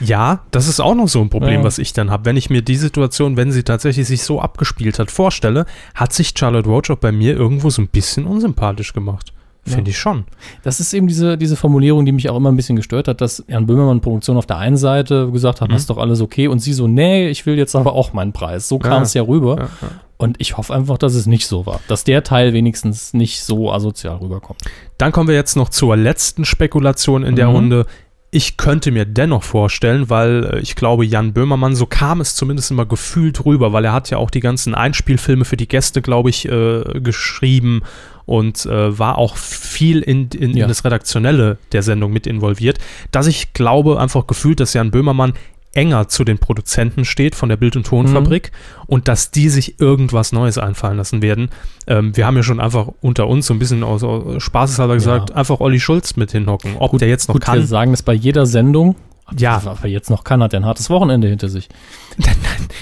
A: Ja, das ist auch noch so ein Problem,
B: Ja.
A: was ich dann habe. Wenn ich mir die Situation, wenn sie tatsächlich sich so abgespielt hat, vorstelle, hat sich Charlotte Roach auch bei mir irgendwo so ein bisschen unsympathisch gemacht. Finde ich schon.
B: Das ist eben diese, diese Formulierung, die mich auch immer ein bisschen gestört hat, dass Jan Böhmermann Produktion auf der einen Seite gesagt hat,
A: Mhm.
B: das ist doch alles okay und sie so, nee, ich will jetzt aber auch meinen Preis. So kam
A: Ja,
B: es ja rüber.
A: ja, ja.
B: Und ich hoffe einfach, dass es nicht so war. Dass der Teil wenigstens nicht so asozial rüberkommt.
A: Dann kommen wir jetzt noch zur letzten Spekulation in der
B: Mhm.
A: Runde. Ich könnte mir dennoch vorstellen, weil äh, ich glaube, Jan Böhmermann, so kam es zumindest immer gefühlt rüber, weil er hat ja auch die ganzen Einspielfilme für die Gäste, glaube ich, äh, geschrieben und äh, war auch viel in, in,
B: Ja.
A: in das Redaktionelle der Sendung mit involviert, dass ich glaube, einfach gefühlt, dass Jan Böhmermann enger zu den Produzenten steht von der Bild- und Tonfabrik
B: Mhm.
A: und dass die sich irgendwas Neues einfallen lassen werden. Ähm, wir haben ja schon einfach unter uns so ein bisschen aus, aus spaßeshalber gesagt, einfach Olli Schulz mit hinhocken. Ob der jetzt noch
B: Gut, wir
A: kann,
B: sagen das bei jeder Sendung.
A: Ja.
B: Aber jetzt noch kann, hat er ein hartes Wochenende hinter sich.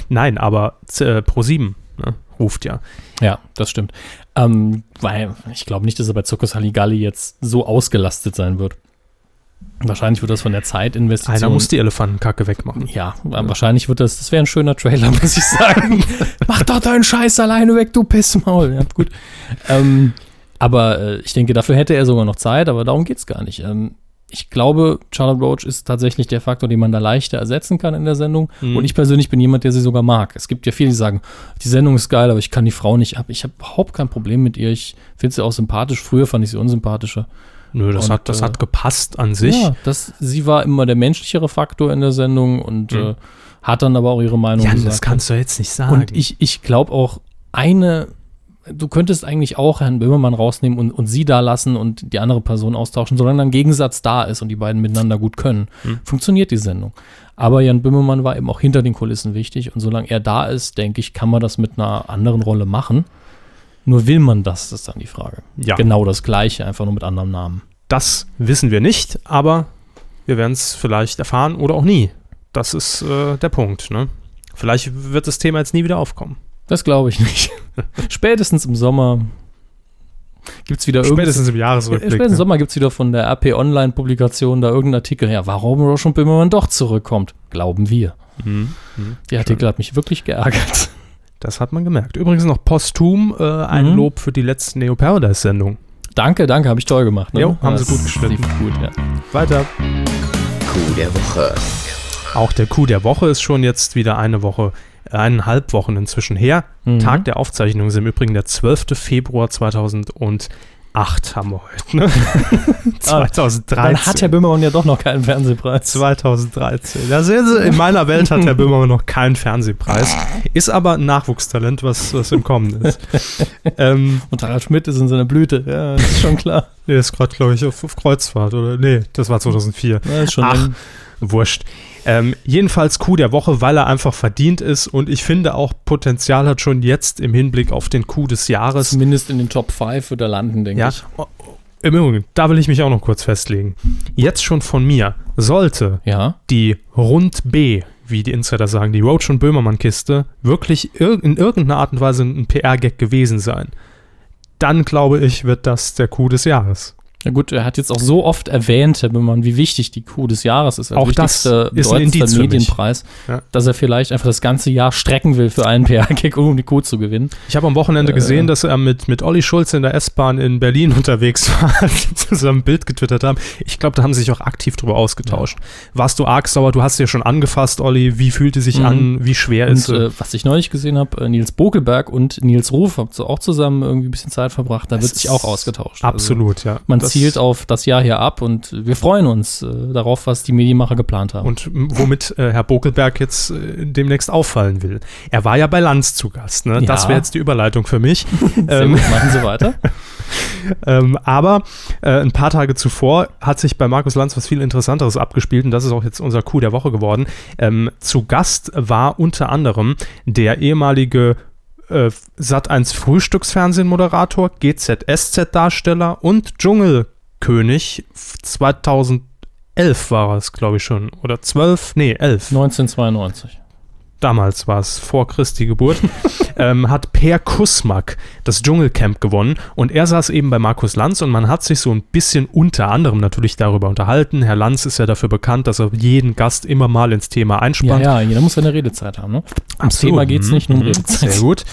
A: nein, aber äh, Pro7 ne, ruft ja.
B: Ja, das stimmt. Ähm, weil ich glaube nicht, dass er bei Zirkus Halligalli jetzt so ausgelastet sein wird. Wahrscheinlich wird das von der Zeitinvestition
A: Einer muss die Elefantenkacke wegmachen.
B: Ja, äh, wahrscheinlich wird das, das wäre ein schöner Trailer, <laughs> muss ich sagen. Mach doch deinen Scheiß alleine weg, du Pissmaul. Ja, gut. Ähm, aber äh, ich denke, dafür hätte er sogar noch Zeit, aber darum geht's gar nicht. Ähm, ich glaube, Charlotte Roach ist tatsächlich der Faktor, den man da leichter ersetzen kann in der Sendung.
A: Mhm.
B: Und ich persönlich bin jemand, der sie sogar mag. Es gibt ja viele, die sagen, die Sendung ist geil, aber ich kann die Frau nicht ab. Ich habe überhaupt kein Problem mit ihr. Ich finde sie auch sympathisch. Früher fand ich sie unsympathischer.
A: Nö, das,
B: Und,
A: hat, das
B: äh,
A: hat gepasst an sich.
B: Ja, das, sie war immer der menschlichere Faktor in der Sendung und
A: Mhm.
B: äh, hat dann aber auch ihre Meinung
A: Jan,
B: gesagt.
A: kannst du jetzt nicht sagen.
B: Und ich, ich glaube auch, eine, du könntest eigentlich auch Herrn Böhmermann rausnehmen und, und sie da lassen und die andere Person austauschen, solange ein Gegensatz da ist und die beiden miteinander gut können,
A: Mhm.
B: funktioniert die Sendung. Aber Jan Böhmermann war eben auch hinter den Kulissen wichtig und solange er da ist, denke ich, kann man das mit einer anderen Rolle machen. Nur will man das, ist dann die Frage.
A: Ja.
B: Genau das Gleiche, einfach nur mit anderem Namen.
A: das wissen wir nicht, aber wir werden es vielleicht erfahren oder auch nie. Das ist äh, der Punkt. Ne? Vielleicht wird das Thema jetzt nie wieder aufkommen.
B: Das glaube ich nicht. <laughs> Spätestens im Sommer gibt es wieder irgendwas.
A: Spätestens im
B: Im
A: Jahresrückblick.
B: späten
A: ne?
B: Sommer gibt es wieder von der RP Online-Publikation da irgendeinen Artikel her, warum Roche und Böhmermann doch zurückkommt. Glauben wir.
A: Mhm, mhm.
B: Der Artikel hat mich wirklich geärgert. <laughs>
A: Das hat man gemerkt. Übrigens noch posthum äh, ein
B: Mhm.
A: Lob für die letzte Neo Paradise-Sendung.
B: Danke, danke, habe ich toll gemacht. ne?
A: Jo, haben sie
B: Das
A: gut geschnitten.
B: lief Gut, ja.
A: Weiter.
C: Coup der Woche.
A: Auch der Coup der Woche ist schon jetzt wieder eine Woche, äh, eineinhalb Wochen inzwischen her.
B: Mhm.
A: Tag der Aufzeichnung ist im Übrigen der 12. Februar 2008 haben wir heute.
B: <laughs> Ah,
A: Ne? 2013.
B: Dann hat Herr Böhmermann ja doch noch keinen Fernsehpreis.
A: 2013. Da sehen Sie, äh, in meiner Welt hat Herr Böhmermann noch keinen Fernsehpreis, ist aber ein Nachwuchstalent, was, was im Kommen
B: <laughs>
A: ist. ähm,
B: Und Harald Schmidt ist in seiner Blüte. Ja, das <laughs> ist schon klar.
A: nee, ist gerade, glaube ich, auf, auf Kreuzfahrt, oder? Nee, das war 2004.
B: Ja, ist schon
A: Ach,
B: eng.
A: Wurscht. Ähm, jedenfalls Coup der Woche, weil er einfach verdient ist und ich finde auch Potenzial hat schon jetzt im Hinblick auf den Coup des Jahres.
B: zumindest in den Top 5 wird er landen, denke
A: Ja.
B: ich.
A: Oh, oh, Im Übrigen, da will ich mich auch noch kurz festlegen. Jetzt schon von mir sollte
B: Ja.
A: die Rund B, wie die Insider sagen, die Roach und Böhmermann-Kiste, wirklich ir in irgendeiner Art und Weise ein PR-Gag gewesen sein. Dann glaube ich, wird das der Coup des Jahres.
B: Na gut, er hat jetzt auch so oft erwähnt, Herr Böhmermann, wie wichtig die Kuh des Jahres ist. Als
A: Auch das
B: wichtigster,
A: ist ein
B: bedeutendster
A: Indiz für mich.
B: Medienpreis,
A: Ja.
B: dass er vielleicht einfach das ganze Jahr strecken will für einen <laughs> PR-Gag, um die Kuh zu gewinnen.
A: Ich habe am Wochenende
B: Äh.
A: gesehen, dass er mit, mit Olli Schulz in der S-Bahn in Berlin <laughs> unterwegs war, die zusammen ein Bild getwittert haben. Ich glaube, da haben sie sich auch aktiv drüber ausgetauscht. Warst du arg sauer? Du hast ja schon angefasst, Olli. Wie fühlt es sich
B: Mhm.
A: an? Wie schwer ist
B: Und
A: es?
B: äh, was ich neulich gesehen habe, äh, Nils Bokelberg und Nils Ruf haben so auch zusammen irgendwie ein bisschen Zeit verbracht. Da
A: Es
B: wird sich auch
A: ist
B: ausgetauscht.
A: Absolut, ja.
B: Also, man
A: Das-
B: zielt auf das Jahr hier ab und wir freuen uns äh, darauf, was die Medienmacher geplant haben.
A: Und m- womit äh, Herr Bokelberg jetzt äh, demnächst auffallen will. Er war ja bei Lanz zu Gast. Ne? Das
B: Ja.
A: wäre jetzt die Überleitung für
B: <laughs>
A: mich.
B: Sehr
A: ähm,
B: gut, machen
A: <laughs>
B: Sie weiter.
A: ähm, aber äh, ein paar Tage zuvor hat sich bei Markus Lanz was viel Interessanteres abgespielt und das ist auch jetzt unser Coup der Woche geworden. Ähm, zu Gast war unter anderem der ehemalige äh, Sat1 Frühstücksfernsehen-Moderator, GZSZ-Darsteller und Dschungelkönig 2011 war es, glaube ich schon. Oder 12? Nee, 11
B: 1992.
A: damals war es vor Christi Geburt, ähm, hat Per Kusmak das Dschungelcamp gewonnen und er saß eben bei Markus Lanz und man hat sich so ein bisschen unter anderem natürlich darüber unterhalten. Herr Lanz ist ja dafür bekannt, dass er jeden Gast immer mal ins Thema
B: Ja,
A: einspannt.
B: ja, jeder muss seine Redezeit haben. Ne?
A: Am
B: Thema geht's nicht, nur um Redezeit.
A: Mhm. Sehr gut.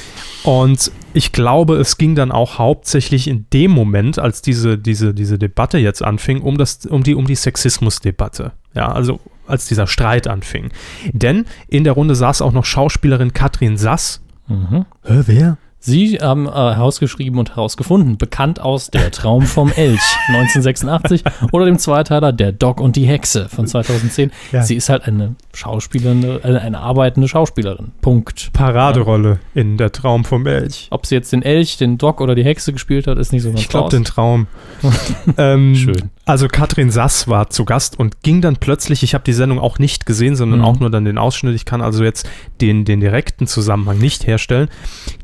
A: Und ich glaube, es ging dann auch hauptsächlich in dem Moment, als diese, diese, diese Debatte jetzt anfing, um, das, um die, um die Sexismusdebatte. Ja, also als dieser Streit anfing. Denn in der Runde saß auch noch Schauspielerin Katrin Sass.
B: Mhm.
A: Hä, wer?
B: Sie haben äh, herausgeschrieben und herausgefunden, bekannt aus Der Traum vom
A: <laughs>
B: Elch 1986 oder dem Zweiteiler Der Dog und die Hexe von 2010.
A: Ja.
B: Sie ist halt eine Schauspielerin, eine, eine arbeitende Schauspielerin. Punkt.
A: Paraderolle in der Traum vom Elch.
B: Ob sie jetzt den Elch, den Dog oder die Hexe gespielt hat, ist nicht so ganz
A: Ich glaube,
B: raus.
A: den Traum. ähm,
B: Schön.
A: Also Katrin Sass war zu Gast und ging dann plötzlich, ich habe die Sendung auch nicht gesehen, sondern
B: Mhm.
A: auch nur dann den Ausschnitt, ich kann also jetzt den, den direkten Zusammenhang nicht herstellen,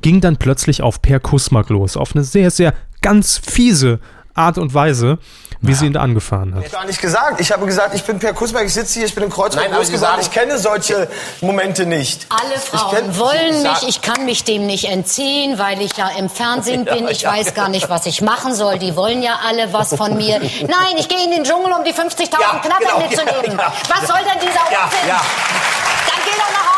A: ging dann plötzlich auf Per Kusmak los, auf eine sehr, sehr ganz fiese Art und Weise, wie sie ihn da angefahren hat.
E: gar nicht gesagt. Ich habe gesagt, ich bin Per Kusberg, ich sitze hier, ich bin in Kreuzberg
F: Nein, aber Sie
E: großgesammelt.
F: sagen-
E: Ich kenne solche Momente nicht.
G: Alle
E: kenn-
G: Frauen wollen
E: Sag-
G: mich, ich kann mich dem nicht entziehen, weil ich ja im Fernsehen bin.
E: <laughs>
G: Ich
E: ja,
G: weiß gar nicht, was ich machen soll. Die wollen ja alle was
E: <laughs>
G: von mir. Nein, ich gehe in den Dschungel, um die 50.000
E: Ja,
G: Knacker
E: genau, <laughs> ja,
G: mitzunehmen.
E: ja.
G: was soll denn dieser
E: Ja,
G: Unsinn?
E: ja.
G: Dann geh doch nach Hause.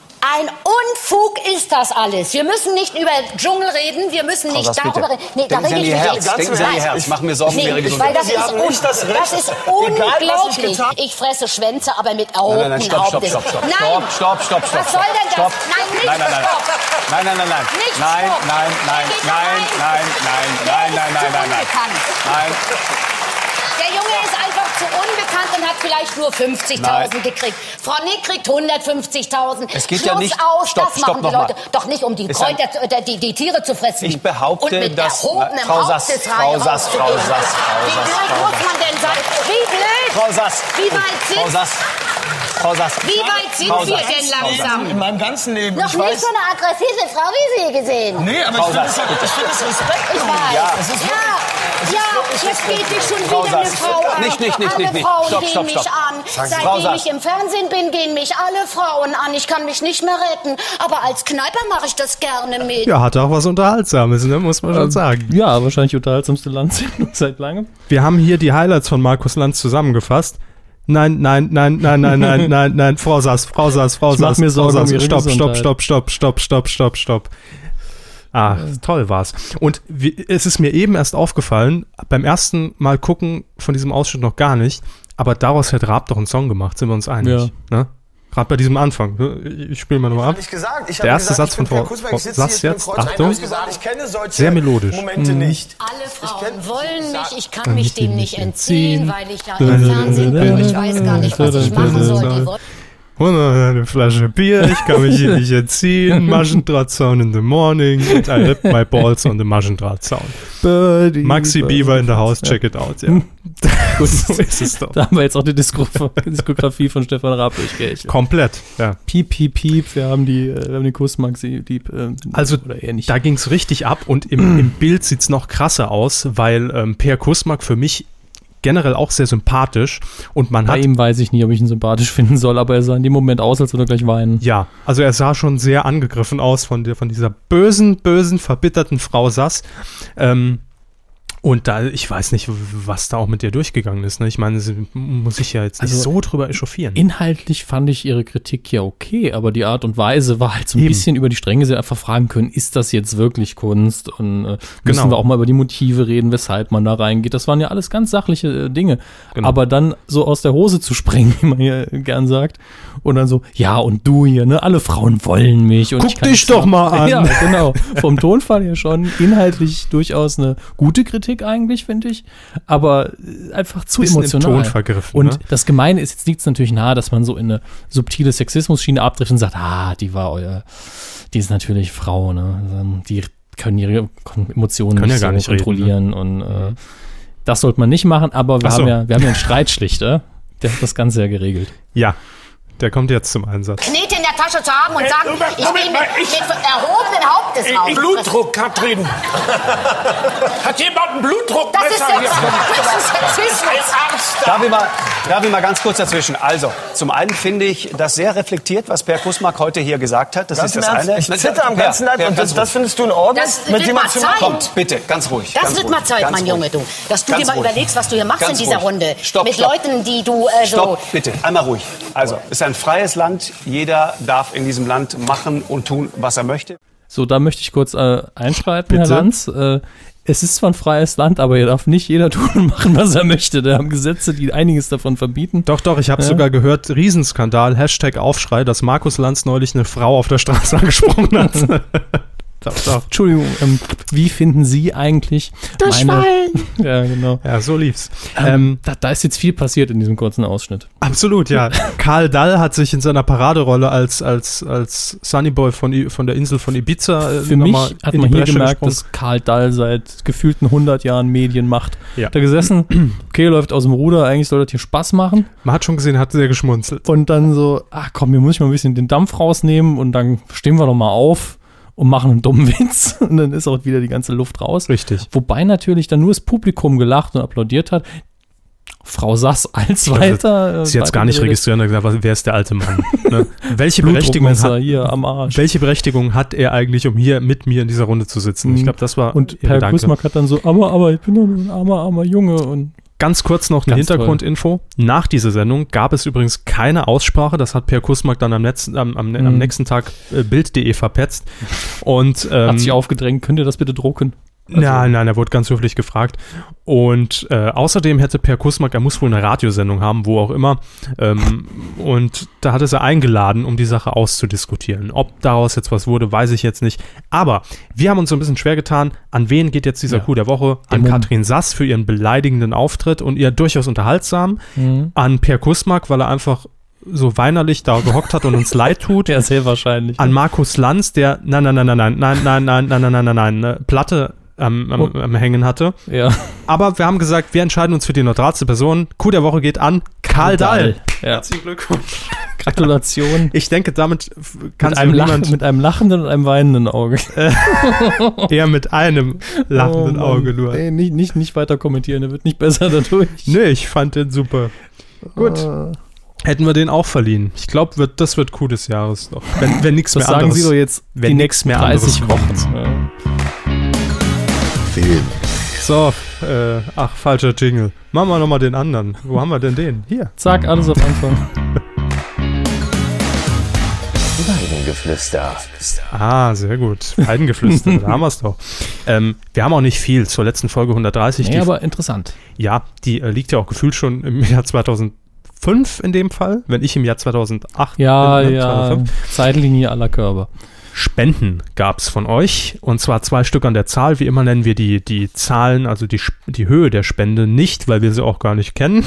G: Ein Unfug ist das alles. Wir müssen nicht über Dschungel reden, wir müssen nicht
F: was bitte?
G: darüber reden. Nee,
F: Denken Sie an Ihr
G: nicht
F: Herz,
G: jetzt.
F: denken Sie an Ihr
G: Nein.
F: Herz. Machen wir Sorgen um
G: Nee,
F: Ihre
G: weil
F: Gesundheit.
G: das
E: Sie
G: ist,
E: haben
G: un
E: nicht das Recht.
G: das ist
E: Egal, was ich
G: unglaublich.
E: getan-
G: Ich fresse Schwänze, aber mit
F: Nein, nein,
G: erhobenen
F: nein, stopp, stopp,
G: Hauptes.
F: stopp, stopp.
G: Nein.
F: Stopp, stopp, stopp, stopp.
G: Was soll denn das?
F: Stopp.
G: Nein, nicht
F: nein, nein, nein.
G: stopp.
F: Nein, nein, nein, nein.
G: Nicht
F: nein,
G: stopp.
F: nein, nein,
G: Geht
F: nein,
G: rein.
F: nein, nein, nein, nein, nein, nein, nein. Nein,
G: Der Junge ist einfach zu unbekannt und hat vielleicht nur 50.000
F: Nein.
G: gekriegt. Frau Nick kriegt 150.000.
F: Es geht
G: Schluss
F: ja nicht-
G: aus,
F: Stopp,
G: das
F: stopp,
G: machen die
F: noch mal.
G: Leute. Doch nicht, um die,
F: Ist ein-
G: Kräuter, zu- äh, die, die Tiere zu fressen.
F: Ich behaupte,
G: und mit
F: dass-
G: erhobenem
F: Frau
G: Haupt
F: Sass,
G: des
F: Frau
G: Rheinaus
F: Sass,
G: zu
F: Frau
G: gehen.
F: Sass, Frau
G: Wie
F: Sass,
G: blöd
F: Frau
G: muss man denn sein? Wie blöd?
F: Frau Sass.
G: Wie weit
F: Frau
G: sind-
F: Sass. Frau Sass.
G: Wie weit sind
F: Frau
G: wir
F: Sass,
G: denn
F: Frau Sass.
G: langsam?
E: In meinem ganzen Leben.
G: Noch
E: ich
G: nie
E: weiß.
G: so eine aggressive Frau wie Sie gesehen.
E: Nee, aber ich
F: Frau
E: finde es
F: Sass, bitte.
E: ich find es
G: Ich
E: respektlos.
G: weiß.
F: Ja.
E: Es ist
G: ja, ja, jetzt geht dich schon
F: Frau
G: wieder eine
F: Sass.
G: Frau an.
F: Nicht, nicht, nicht,
G: alle
F: nicht, nicht.
G: Frauen
F: Stopp,
G: gehen
F: stopp,
G: mich
F: stopp.
G: an.
F: Sie. Frau
G: Seitdem
F: Sass.
G: ich im Fernsehen bin, gehen mich alle Frauen an. Ich kann mich nicht mehr retten. Aber als Kneiper mache ich das gerne mit.
A: Ja, hat auch was Unterhaltsames, ne? muss man schon sagen.
B: Ja, wahrscheinlich unterhaltsamste Landsendung <laughs> seit langem.
A: Wir haben hier die Highlights von Markus Lanz zusammengefasst. Nein, nein, nein, nein, nein,
B: <laughs>
A: nein, nein, nein, Frau Sass, Frau Sass, Frau
B: Ich mach
A: Sass,
B: mir
A: Frau
B: Sorgen um
A: Sass,
B: ihre
A: stopp, stopp,
B: Gesundheit.
A: stopp, stopp, stopp, stopp, stopp, stopp. Ah, toll war's. Und wie, es ist mir eben erst aufgefallen, beim ersten Mal gucken von diesem Ausschnitt noch gar nicht, aber daraus hat Raab doch einen Song gemacht, sind wir uns einig.
B: Ja.
A: Ne? Gerade bei diesem Anfang. ne? Ich spiele mal nochmal ab.
E: Ich gesagt, ich
A: Der
E: habe
A: erste Satz
E: gesagt, ich bin
A: von
E: per
A: Frau-
E: Kurzweil,
A: Frau
E: ich sitze
A: Satz
E: hier, ich bin
A: jetzt.
E: Kreuzweil.
A: Achtung.
E: Ich habe gesagt, Ich kenne solche
A: Sehr melodisch. Mhm.
E: Momente nicht.
G: Alle
E: kenn-
G: Frauen wollen mich, ich kann
A: Kann
G: mich
A: ich dem
G: dem nicht
A: nicht
G: entziehen,
A: entziehen.
G: weil ich ja im Fernsehen bin. Ich weiß gar nicht, was ich machen soll. Die wollen-
A: Und eine Flasche Bier, ich kann mich
B: <laughs>
A: hier nicht entziehen. Maschendrahtzaun in the morning. And I rip my balls on the Maschendrahtzaun.
B: Birdie,
A: Maxi
B: Birdie.
A: Bieber in the house, check it out. <laughs> Ja.
B: Gut.
A: So ist es doch.
B: Da haben wir jetzt auch die Disko <laughs> Diskografie von Stefan Raab durchgerechnet.
A: Komplett, ja.
B: Piep, piep, piep, wir haben die, äh, wir haben den Kuss Maxi Dieb. ähm,
A: Also,
B: oder eher nicht.
A: Da ging es richtig ab und im, im Bild sieht es noch krasser aus, weil ähm, Per Kusmak für mich generell auch sehr sympathisch und man
B: Bei
A: hat
B: ihm weiß ich nie, ob ich ihn sympathisch <laughs> finden soll, aber er sah in dem Moment aus, als würde er gleich weinen.
A: Ja, also er sah schon sehr angegriffen aus von, der, von dieser bösen, bösen, verbitterten Frau Sass. Ähm, und da, ich weiß nicht, was da auch mit dir durchgegangen ist. Ne? Ich meine, sie muss ich ja jetzt nicht
B: Also,
A: so drüber echauffieren.
B: Inhaltlich fand ich ihre Kritik ja okay, aber die Art und Weise war halt so ein
A: Eben.
B: bisschen über die Stränge. Sie hat einfach fragen können, ist das jetzt wirklich Kunst? Und äh, müssen
A: Genau.
B: wir auch mal über die Motive reden, weshalb man da reingeht. Das waren ja alles ganz sachliche äh, Dinge.
A: Genau.
B: Aber dann so aus der Hose zu <laughs> springen, wie man hier gern sagt, und dann so, ja, und du hier, ne? Alle Frauen wollen mich. Und
A: Guck
B: ich kann
A: dich
B: nichts
A: doch
B: machen.
A: mal an.
B: <laughs> Ja,
A: <laughs>
B: genau. Vom Tonfall her schon inhaltlich durchaus eine gute Kritik eigentlich, finde ich. Aber äh, einfach zu
A: Bisschen im
B: emotional.
A: Ton vergriffen,
B: Und
A: ne?
B: das Gemeine ist, jetzt liegt es natürlich nahe, dass man so in eine subtile Sexismus-Schiene abdriftet und sagt, ah, die war euer, die ist natürlich Frau, ne? Ähm, Die können ihre Kon- Emotionen
A: Können ja
B: nicht
A: gar
B: so
A: nicht reden, ne? Mhm.
B: kontrollieren und äh, das sollte man nicht machen, aber wir,
A: Ach so.
B: haben, ja, wir haben ja einen Streitschlichter, der hat das Ganze ja geregelt.
A: Ja, der kommt jetzt zum Einsatz.
G: Knete in der Tasche zu haben und sagen,
H: Moment,
G: ich bin
H: mal,
G: mit,
H: ich-
G: mit erhobenen Hauptes
H: Äh,
G: raus. <laughs>
H: Blutdruck, Katrin. Hat jemand
G: Das ist
H: einen Blutdruckmesser
G: Sex-
H: hier?
G: das ist Sexismus.
H: Ein Arzt da.
F: Darf ich, mal, darf ich mal ganz kurz dazwischen? Also, zum einen finde ich das sehr reflektiert, was Per Kusmark heute hier gesagt hat. Das
E: Ganz
F: ist
E: im
F: das
E: Ernst,
F: eine.
E: ich
F: Nein,
E: zitter am
F: Per,
E: ganzen Leib
F: Per,
E: und das,
F: ganz
E: das
F: ruhig.
E: findest du in Ordnung?
G: Das
E: Mit
G: wird
E: jemandem
G: mal
E: zu-
G: Zeit.
F: Komm, bitte, ganz ruhig.
G: Das
F: ganz
G: wird
F: ruhig,
G: mal Zeit,
F: ganz
G: mein Junge,
F: ruhig.
G: du. Dass du
F: Ganz
G: dir mal
F: ruhig.
G: überlegst, was du hier machst
F: Ganz
G: in dieser
F: ruhig.
G: Runde.
F: Stopp,
G: Mit
F: stopp.
G: Leuten, die du äh, so...
F: Stopp, bitte, einmal ruhig. Also, es ist ein freies Land. Jeder darf in diesem Land machen und tun, was er möchte.
B: So, da möchte ich kurz äh, einschreiten, Herr
A: Bitte?
B: Lanz. Äh, es ist zwar ein freies Land, aber hier darf nicht jeder <laughs> tun und machen, was er möchte. Da haben Gesetze, die einiges davon verbieten.
A: Doch, doch, ich habe sogar gehört, Riesenskandal, Hashtag Aufschrei, dass Markus Lanz neulich eine Frau auf der Straße <laughs> angesprochen hat.
B: <laughs>
A: doch, doch.
B: Entschuldigung, ähm, wie finden Sie eigentlich Durch meine... <laughs> Ja, genau.
A: Ja, so lief's. ähm,
B: Da, da ist jetzt viel passiert in diesem kurzen Ausschnitt.
A: Absolut, ja. Karl Dall hat sich in seiner Paraderolle als, als, als Sunnyboy von, I- von der Insel von Ibiza äh,
B: Für mich
A: nochmal
B: hat
A: in
B: man
A: die
B: hier
A: Bresche
B: gemerkt,
A: gesprungen.
B: dass Karl Dahl seit gefühlten 100 Jahren Medien macht.
A: Ja.
B: Da gesessen, <clears throat> okay, läuft aus dem Ruder, eigentlich soll das hier Spaß machen.
A: Man hat schon gesehen, hat sehr geschmunzelt.
B: Und dann so, ach komm, hier muss ich mal ein bisschen den Dampf rausnehmen und dann stehen wir doch mal auf und machen einen dummen <laughs> Witz. Und dann ist auch wieder die ganze Luft raus.
A: Richtig.
B: Wobei natürlich dann nur das Publikum gelacht und applaudiert hat. Frau Sass als weiter.
A: Also, Sie jetzt gar nicht registrieren, hat gesagt, was- wer ist der alte Mann?
B: <laughs>
A: ne? Welche, Berechtigung
B: Blutdruckmesser
A: hat,
B: hier am Arsch.
A: welche Berechtigung hat er eigentlich, um hier mit mir in dieser Runde zu sitzen? Ich glaube, das war
B: Mhm. Und
A: ihr
B: Per
A: Gedanke.
B: Kusmak hat dann so, aber, aber, ich bin doch nur ein armer, armer Junge. Und
A: Ganz kurz noch eine
B: Ganz toll.
A: Hintergrundinfo. Nach dieser Sendung gab es übrigens keine Aussprache. Das hat Per Kusmark dann am, letzten, am, am,
B: Mhm.
A: am nächsten Tag äh, Bild.de verpetzt. Und, ähm,
B: hat sich aufgedrängt, könnt ihr das bitte drucken?
A: Nein, nein, er wurde ganz höflich gefragt. Und äh, außerdem hätte Per Kusmak, er muss wohl eine Radiosendung haben, wo auch immer. Ähm, und da hat es er eingeladen, um die Sache auszudiskutieren. Ob daraus jetzt was wurde, weiß ich jetzt nicht. Aber wir haben uns so ein bisschen schwer getan. An wen geht jetzt dieser Coup der Woche? An
B: Mumm.
A: Katrin Sass für ihren beleidigenden Auftritt und ihr durchaus unterhaltsam. An Per Kusmak, weil er einfach so weinerlich da gehockt hat und uns leid tut.
B: Ja, sehr wahrscheinlich.
A: An Markus Lanz, der nein, nein, nein, nein, nein, nein, nein, nein, nein, nein, nein, nein, nein, eine Platte am,
B: Oh.
A: am, am Hängen hatte.
B: ja.
A: Aber wir haben gesagt, wir entscheiden uns für die neutralste Person. Coup der Woche geht an Karl Dahl.
B: Ja.
A: Herzlichen Glückwunsch. <laughs>
B: Äh, Gratulation.
A: Ich denke, damit f- kann sich
B: Mit einem, Lach,
A: niemand
B: mit einem lachenden und einem weinenden Auge.
A: <laughs> eher mit einem lachenden
B: Oh Mann.
A: Auge nur.
B: Ey, nicht, nicht, nicht weiter kommentieren, der wird nicht besser dadurch.
A: Nee, ich fand den super. Gut.
B: Ah.
A: Hätten wir den auch verliehen. Ich glaube, wird, das wird Coup des Jahres noch. Wenn, wenn nichts mehr
B: Das sagen
A: anderes.
B: sie doch jetzt
A: wenn
B: die
A: nichts
B: nächsten
A: mehr
B: 30
A: anderes
B: Wochen. Ja.
C: Film.
A: so, äh, ach, falscher Jingle. Machen wir nochmal den anderen. Wo haben wir denn den? Hier.
B: Zack, alles auf Anfang.
C: Weidengeflüster.
A: Ah, sehr gut. Weidengeflüster,
B: <laughs>
A: da haben wir es doch. Ähm, wir haben auch nicht viel zur letzten Folge 130.
B: Nee,
A: die,
B: aber interessant.
A: ja, die äh, liegt ja auch gefühlt schon im <laughs> Jahr 2005 in dem Fall, wenn ich im Jahr 2008
B: Ja,
A: bin. äh,
B: ja.
A: 2005.
B: Zeitlinie aller Körper.
A: Spenden gab es von euch und zwar zwei Stück an der Zahl. Wie immer nennen wir die, die Zahlen, also die, Sp- die Höhe der Spende nicht, weil wir sie auch gar nicht kennen.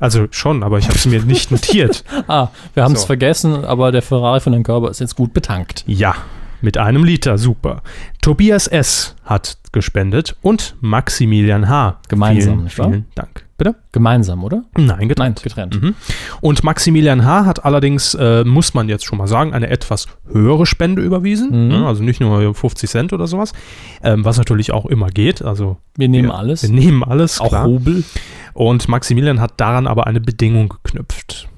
A: Also schon, aber ich habe es mir nicht notiert.
B: Ah, wir haben es
A: So.
B: vergessen, aber der Ferrari von Herrn Körber ist jetzt gut betankt.
A: Ja, mit einem Liter, super. Tobias S. hat gespendet und Maximilian H.
B: Gemeinsam,
A: Vielen,
B: nicht wahr?
A: vielen Dank. Bitte?
B: Gemeinsam, oder?
A: Nein, getrennt.
B: Nein, getrennt.
A: Mhm, Und Maximilian H. hat allerdings, äh, muss man jetzt schon mal sagen, eine etwas höhere Spende
B: Mhm.
A: überwiesen. Ne? Also nicht nur 50 Cent oder sowas, ähm, was natürlich auch immer geht. Also
B: Wir nehmen alles.
A: Wir nehmen alles,
B: Auch
A: klar.
B: Rubel.
A: Und Maximilian hat daran aber eine Bedingung geknüpft.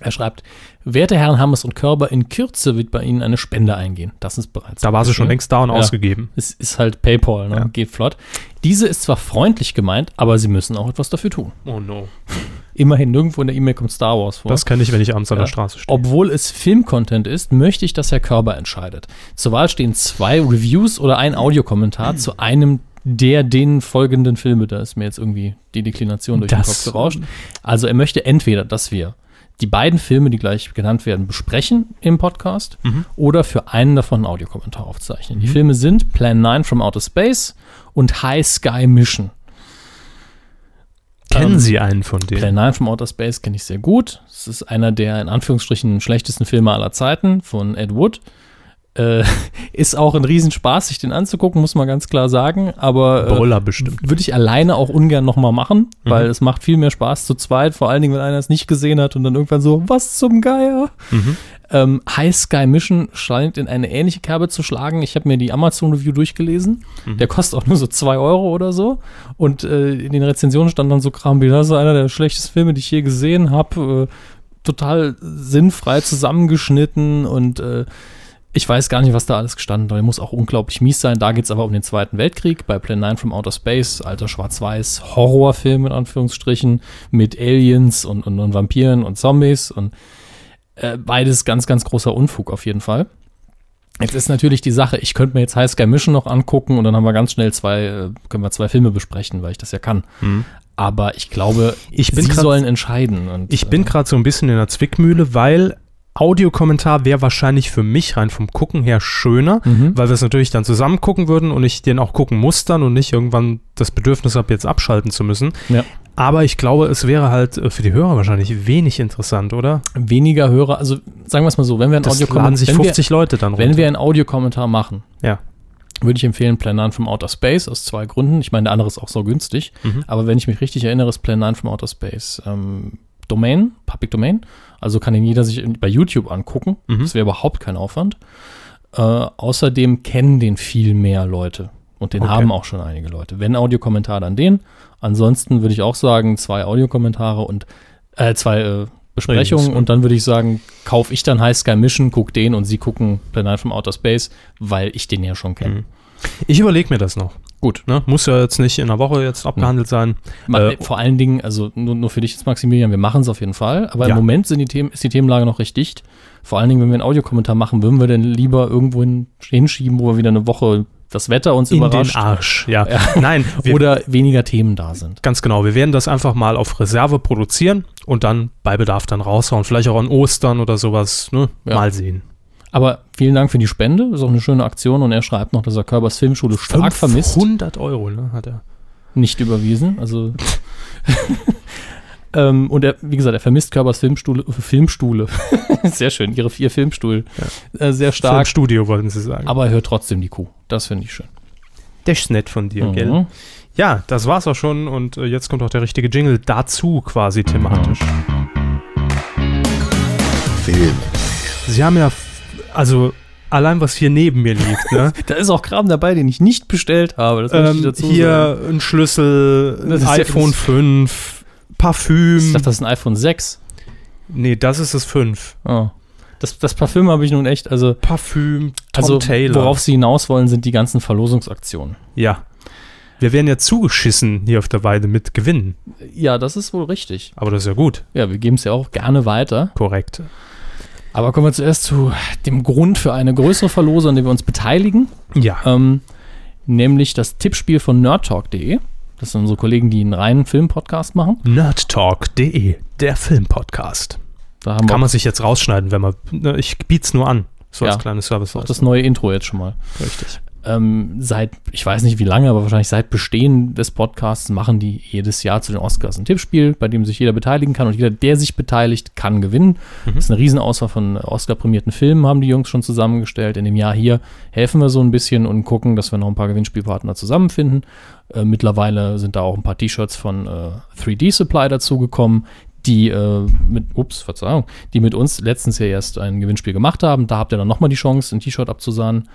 B: Er schreibt, werte Herren Hammes und Körber, in Kürze wird bei Ihnen eine Spende eingehen. Das ist bereits.
A: Da war sie schon längst da und
B: Ja.
A: ausgegeben.
B: Es ist halt PayPal, ne? geht flott. Diese ist zwar freundlich gemeint, aber Sie müssen auch etwas dafür tun.
A: Oh no.
B: Immerhin, nirgendwo in der E-Mail kommt Star Wars vor.
A: Das kenne ich, wenn ich abends an der
B: Ja.
A: Straße stehe.
B: Obwohl es Filmcontent ist, möchte ich, dass Herr Körber entscheidet. Zur Wahl stehen zwei Reviews oder ein Audiokommentar zu einem der den folgenden Filme. Da ist mir jetzt irgendwie die Deklination durch
A: Das-
B: den Kopf gerauscht. Also er möchte entweder, dass wir die beiden Filme, die gleich genannt werden, besprechen im Podcast
A: Mhm.
B: oder für einen davon einen Audiokommentar aufzeichnen. Die Filme sind Plan 9 from Outer Space und High Sky Mission.
A: Kennen
B: ähm,
A: Sie einen von denen?
B: Plan 9 from Outer Space kenne ich sehr gut. Es ist einer der in Anführungsstrichen schlechtesten Filme aller Zeiten von Ed Wood. Äh, ist auch ein Riesenspaß, sich den anzugucken, muss man ganz klar sagen. Aber äh,
A: Brüller bestimmt. Mhm.
B: würde ich alleine auch ungern nochmal machen, weil es macht viel mehr Spaß zu zweit, vor allen Dingen, wenn einer es nicht gesehen hat und dann irgendwann so, was zum Geier?
A: Mhm.
B: Ähm, High Sky Mission scheint in eine ähnliche Kerbe zu schlagen. Ich habe mir die Amazon-Review durchgelesen.
A: Mhm.
B: Der kostet auch nur so 2 Euro oder so. Und äh, in den Rezensionen stand dann so Kram wie, das ist einer der schlechtesten Filme, die ich je gesehen habe. Äh, total sinnfrei zusammengeschnitten und äh, ich weiß gar nicht, was da alles gestanden hat. Der muss auch unglaublich mies sein. Da geht es aber um den Zweiten Weltkrieg bei Plan 9 from Outer Space, alter schwarz-weiß Horrorfilm in Anführungsstrichen mit Aliens und, und, und Vampiren und Zombies und äh, beides ganz, ganz großer Unfug auf jeden Fall. Jetzt ist natürlich die Sache, ich könnte mir jetzt High Sky Mission noch angucken und dann haben wir ganz schnell zwei, äh, können wir zwei Filme besprechen, weil ich das ja kann. Aber ich glaube,
A: Mhm. Ich bin
B: sie
A: grad-
B: sollen entscheiden. Und,
A: Ich bin gerade so ein bisschen in der Zwickmühle, weil Audiokommentar wäre wahrscheinlich für mich rein vom Gucken her schöner,
B: Mhm.
A: weil wir es natürlich dann zusammen gucken würden und ich den auch gucken muss dann und nicht irgendwann das Bedürfnis habe, jetzt abschalten zu müssen.
B: Ja.
A: Aber ich glaube, es wäre halt äh, für die Hörer wahrscheinlich wenig interessant, oder?
B: äh, weniger Hörer, also sagen wir es mal so, wenn wir ein
A: Das
B: Audiokommentar-
A: laden sich
B: wenn wir-
A: 50 Leute dann
B: Wenn
A: runter.
B: wir einen Audiokommentar machen,
A: ja.
B: würde ich empfehlen Plan 9 from Outer Space aus zwei Gründen. Ich meine, der andere ist auch so günstig. Aber wenn ich mich richtig erinnere, ist Plan 9 from Outer Space ähm, Domain, Public Domain. Also kann ihn jeder sich in- bei YouTube angucken. Das wäre überhaupt kein Aufwand. Äh, außerdem kennen den viel mehr Leute. Und den haben auch schon einige Leute. Wenn Audiokommentar, dann den. Ansonsten würde ich auch sagen, zwei Audiokommentare und äh, zwei äh, Besprechungen.
A: Reviews.
B: Und dann würde ich sagen, kaufe ich dann High Sky Mission, guck den und sie gucken Planet from Outer Space, weil ich den ja schon kenne.
A: Ich überlege mir das noch.
B: Gut.
A: Ne? Muss ja jetzt nicht in einer Woche
B: Hm.
A: jetzt abgehandelt sein.
B: Ma-
A: Äh,
B: Vor allen Dingen, also nur, nur für dich jetzt, Maximilian, wir machen es auf jeden Fall. Aber
A: Ja.
B: im Moment sind die Themen, ist die Themenlage noch recht dicht. Vor allen Dingen, wenn wir einen Audiokommentar machen, würden wir denn lieber irgendwo hin, hinschieben, wo wir wieder eine Woche das Wetter uns
A: in den
B: überrascht
A: Arsch, ja. Nein, wir,
B: oder weniger Themen da sind.
A: ganz genau. Wir werden das einfach mal auf Reserve produzieren und dann bei Bedarf dann raushauen. Vielleicht auch an Ostern oder sowas. Ne?
B: Ja.
A: Mal sehen.
B: Aber vielen Dank für die Spende, ist auch eine schöne Aktion und er schreibt noch, dass er Körbers Filmschule stark vermisst,
A: 100 Euro ne, hat er.
B: nicht überwiesen. Also
A: <laughs>
B: ähm, und er, wie gesagt, er vermisst Körbers Filmstuhle, Filmstuhle, <laughs> sehr schön, ihre vier Filmstuhl, äh, sehr stark.
A: Studio wollten sie sagen.
B: Aber er hört trotzdem die Kuh. Das finde ich schön.
A: das ist nett von dir,
B: Mhm.
A: Ja, das war's auch schon und äh, jetzt kommt auch der richtige Jingle dazu quasi thematisch.
B: Mhm.
I: Film.
A: Sie haben ja, f- also allein was hier neben mir liegt, ne?
B: Da ist auch Kram dabei, den ich nicht bestellt habe. <laughs> Das möchte ich
A: ähm,
B: dazu sagen.
A: hier ein Schlüssel,
B: Das
A: ein
B: ist ja-
A: iPhone
B: das-
A: 5,
B: Ich
A: Parfüm.
B: dachte, das ist ein iPhone 6.
A: nee, das ist das 5.
B: Ah. Das, das Parfüm habe ich nun echt, also,
A: Parfüm, Tom
B: also
A: Taylor.
B: worauf sie hinaus wollen, sind die ganzen Verlosungsaktionen.
A: ja. Wir werden ja zugeschissen hier auf der Weide mit Gewinnen.
B: Ja, das ist wohl richtig.
A: Aber das ist ja gut.
B: Ja, wir geben es ja auch gerne weiter.
A: Korrekt.
B: Aber kommen wir zuerst zu dem Grund für eine größere Verlosung, an der wir uns beteiligen.
A: Ja.
B: Ähm, nämlich das Tippspiel von nerdtalk.de. Das sind unsere Kollegen, die einen reinen Filmpodcast machen.
A: Nerdtalk.de, der Filmpodcast.
B: Da haben
A: Kann
B: wir
A: man sich jetzt rausschneiden, wenn man. Ne, ich biet's nur an. So als
B: Ja.
A: kleines Service.
B: auch das neue Intro jetzt schon mal.
A: richtig.
B: ähm, seit, ich weiß nicht wie lange, aber wahrscheinlich seit Bestehen des Podcasts machen die jedes Jahr zu den Oscars ein Tippspiel, bei dem sich jeder beteiligen kann und jeder, der sich beteiligt, kann gewinnen. Das ist eine Riesenauswahl von Oscar-prämierten Filmen, haben die Jungs schon zusammengestellt. In dem Jahr hier helfen wir so ein bisschen und gucken, dass wir noch ein paar Gewinnspielpartner zusammenfinden. Äh, mittlerweile sind da auch ein paar T-Shirts von äh, 3D Supply dazugekommen, die äh, mit, ups, Verzeihung, die mit uns letztens ja erst ein Gewinnspiel gemacht haben. Da habt ihr dann nochmal die Chance, ein T-Shirt abzusahnen.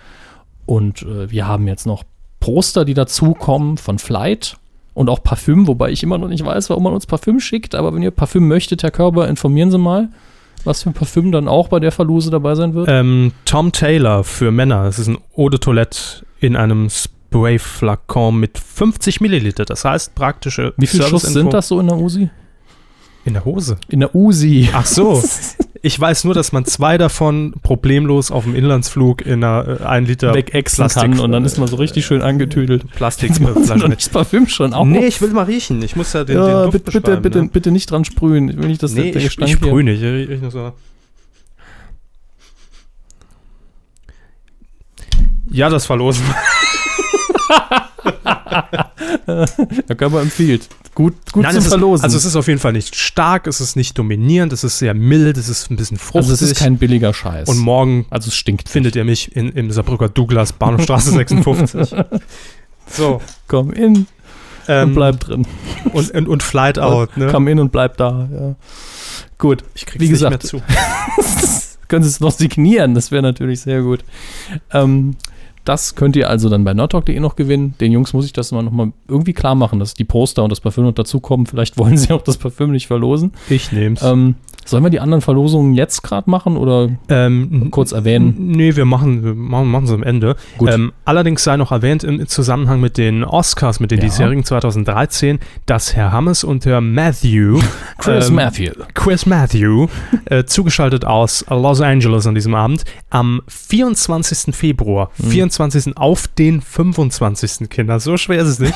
B: Und äh, wir haben jetzt noch Poster, die dazukommen von Flight und auch Parfüm, wobei ich immer noch nicht weiß, warum man uns Parfüm schickt. Aber wenn ihr Parfüm möchtet, Herr Körber, informieren Sie mal, was für ein Parfüm dann auch bei der Verlose dabei sein wird.
A: Ähm, Tom Taylor für Männer. Es ist ein Eau de Toilette in einem Sprayflakon mit 50 Milliliter. Das heißt praktische.
B: Wie viele Schuss
A: Serviceinfo-
B: sind das so in der Usi?
A: In der Hose.
B: In der Usi.
A: Ach
B: <laughs>
A: so. Ich weiß nur, dass man zwei davon problemlos auf dem Inlandsflug in einer äh, 1 Liter
B: Wegexen kann und dann ist man so richtig schön angetüdelt.
A: <laughs>
B: <laughs>
A: Plastikflasche mit.
B: das Parfüm schon auch.
A: Nee, ich will mal riechen. Ich muss ja den, den
B: ja,
A: Duft
B: äh, bitte, bitte,
A: beschreiben,
B: bitte,
A: ne?
B: bitte nicht dran sprühen. Ich will nicht, dass
A: Nee, ich, ich
B: Gestank hier-
A: sprühe nicht. Ich riech nur so. Ja, das verlosen.
B: Herr Körber empfiehlt. Gut, gut
A: Nein,
B: zum
A: es ist,
B: Verlosen.
A: also es ist auf jeden Fall nicht stark, es ist nicht dominierend, es ist sehr mild, es ist ein bisschen fruchtig.
B: Also es ist kein billiger Scheiß.
A: und morgen
B: also es stinkt.
A: findet ihr mich in, im Saarbrücker Douglas,
B: <laughs>
A: Bahnhofstraße 56. So,
B: Komm in und
A: ähm, und,
B: bleib drin.
A: und, und, Flight Out. Ne?
B: Komm in und bleib da. Ja. Gut.
A: Ich krieg's
B: wie gesagt,
A: nicht
B: <laughs>
A: mehr zu.
B: Können Sie es noch signieren? Das wäre natürlich sehr gut. Ähm, das könnt ihr also dann bei nordtalk.de noch gewinnen. Den Jungs muss ich das mal nochmal irgendwie klar machen, dass die Poster und das Parfüm noch dazukommen. Vielleicht <laughs> wollen sie auch das Parfüm nicht verlosen.
A: Ich nehm's.
B: Ähm, sollen wir die anderen Verlosungen jetzt gerade machen oder
A: Ähm,
B: kurz erwähnen?
A: Nee, wir machen wir machen, machen es am Ende.
B: Gut.
A: Ähm, allerdings sei noch erwähnt im Zusammenhang mit den Oscars, mit den
B: Ja.
A: diesjährigen 2013, dass Herr Hammes und Herr
B: <laughs>
A: Matthew, ähm,
B: Matthew.
A: Chris Matthew, äh, zugeschaltet aus Los Angeles an diesem Abend, am 24. Februar,
B: Mhm.
A: 24. auf den 25. Kinder, so schwer ist es
B: <laughs>
A: nicht,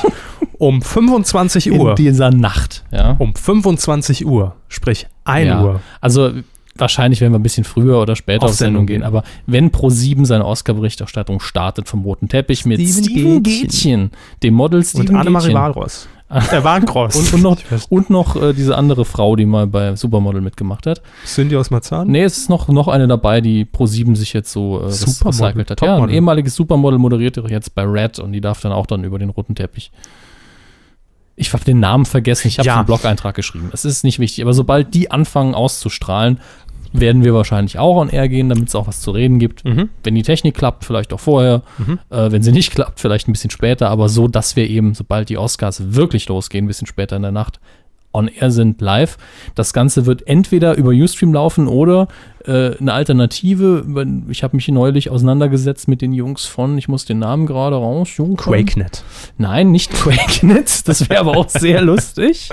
A: um 25
B: In
A: Uhr.
B: dieser Nacht. Ja.
A: Um 25 Uhr, sprich 1
B: ja.
A: Uhr.
B: Also wahrscheinlich werden wir ein bisschen früher oder später
A: Auf
B: auf,
A: Sendung
B: Sendung gehen, aber wenn Pro7 seine Oscar-Berichterstattung startet vom roten Teppich mit
A: Steven
B: Steven
A: Gätchen.
B: Gätchen, dem Model
A: Und
B: Steven
A: Annemarie
B: Gätchen.
A: Walross. Äh, Der Warnkross.
B: <laughs> Und, und noch, und noch äh, diese andere Frau, die mal bei Supermodel mitgemacht hat.
A: Cindy aus Marzahn?
B: Nee, es ist noch, noch eine dabei, die Pro7 sich jetzt so äh,
A: Supermodel,
B: recycelt hat. Ja, ein
A: Topmodel.
B: ehemaliges Supermodel moderiert doch jetzt bei Red und die darf dann auch dann über den roten Teppich. Ich habe den Namen vergessen, ich habe
A: Ja.
B: einen Blog-Eintrag geschrieben. Es ist nicht wichtig, aber sobald die anfangen auszustrahlen, werden wir wahrscheinlich auch on Air gehen, damit es auch was zu reden gibt. Wenn die Technik klappt, vielleicht auch vorher. Äh, wenn sie nicht klappt, vielleicht ein bisschen später. Aber so, dass wir eben, sobald die Oscars wirklich losgehen, ein bisschen später in der Nacht, on Air sind live. Das Ganze wird entweder über Ustream laufen oder äh, eine Alternative. über- Ich habe mich neulich auseinandergesetzt mit den Jungs von, ich muss den Namen gerade raus. Quake.
A: Quakenet.
B: Nein, nicht QuakeNet. Das wäre aber
A: <laughs>
B: auch sehr lustig.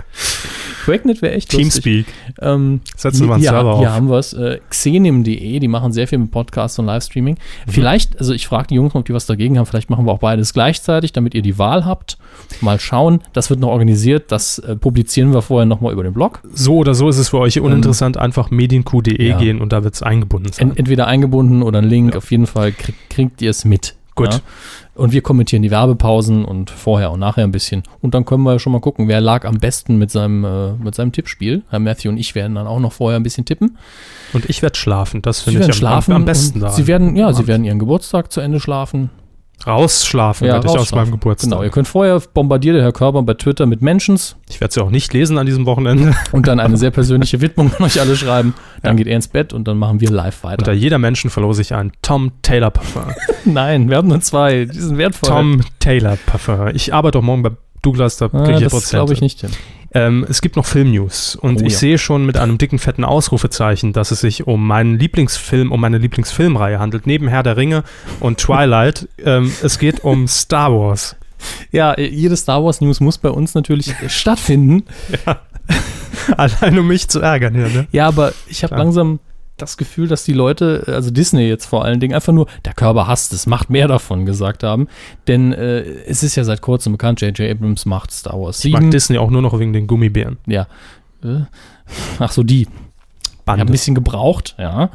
B: QuakeNet wäre echt lustig.
A: Teamspeak.
B: Ähm,
A: Setzen wir mal einen
B: ja,
A: Server auf.
B: Hier haben wir es. Äh, Xenim.de, die machen sehr viel mit Podcasts und Livestreaming.
A: Mhm.
B: Vielleicht, also ich frage die Jungs, ob die was dagegen haben. Vielleicht machen wir auch beides gleichzeitig, damit ihr die Wahl habt. Mal schauen. Das wird noch organisiert. Das äh, publizieren wir vorher nochmal über den Blog.
A: So oder so ist es für euch uninteressant. Einfach medienq.de
B: Ähm, ja.
A: gehen und da wird es eingebunden sein.
B: Ent entweder eingebunden oder ein Link. Auf jeden Fall krieg kriegt ihr es mit.
A: Gut.
B: Ja? Und wir kommentieren die Werbepausen und vorher und nachher ein bisschen. Und dann können wir schon mal gucken, wer lag am besten mit seinem, äh, mit seinem Tippspiel. Herr Matthew und ich werden dann auch noch vorher ein bisschen tippen.
A: und ich werde schlafen. Das
B: Sie
A: finde ich
B: werden
A: am,
B: schlafen.
A: am besten
B: und
A: da.
B: Sie werden, ja, sie
A: Abend.
B: werden ihren Geburtstag zu Ende schlafen.
A: rausschlafen, werde ich aus
B: rausschlafen.
A: meinem Geburtstag.
B: Genau, ihr könnt vorher bombardiert der Herr Körber bei Twitter mit Mentions
A: Ich werde sie auch nicht lesen an diesem
B: <laughs>
A: Wochenende.
B: und dann eine sehr persönliche Widmung an euch alle schreiben. Dann geht er ins Bett und dann machen wir live
A: Unter
B: weiter.
A: jeder Menschen verlose ich einen Tom Taylor
B: <laughs>
A: Parfum.
B: Nein, wir haben nur zwei. Die sind wertvoll.
A: Tom Taylor Parfum. Ich arbeite auch morgen bei Douglas, da kriege
B: Ah,
A: ich
B: das glaube ich nicht hin.
A: Ähm, es gibt noch Filmnews und
B: Oh,
A: ich
B: ja.
A: sehe schon mit einem dicken, fetten Ausrufezeichen, dass es sich um meinen Lieblingsfilm, um meine Lieblingsfilmreihe handelt. Neben Herr der Ringe und
B: <laughs>
A: Twilight. ähm, es geht um Star Wars.
B: Ja, äh, jede Star Wars News muss bei uns
A: <laughs>
B: natürlich stattfinden.
A: Allein um mich zu ärgern hier, ne?
B: Ja, aber ich habe
A: Klar.
B: langsam das Gefühl, dass die Leute, also Disney jetzt vor allen Dingen, einfach nur, der Körper hasst es, macht mehr davon gesagt haben. Denn äh, es ist ja seit kurzem bekannt, J.J. Abrams macht Star Wars
A: Ich mag
B: 7.
A: Disney auch nur noch wegen den Gummibären.
B: ja. Äh, Ach so, die. Ich habe ein
A: Bande.
B: bisschen gebraucht, ja.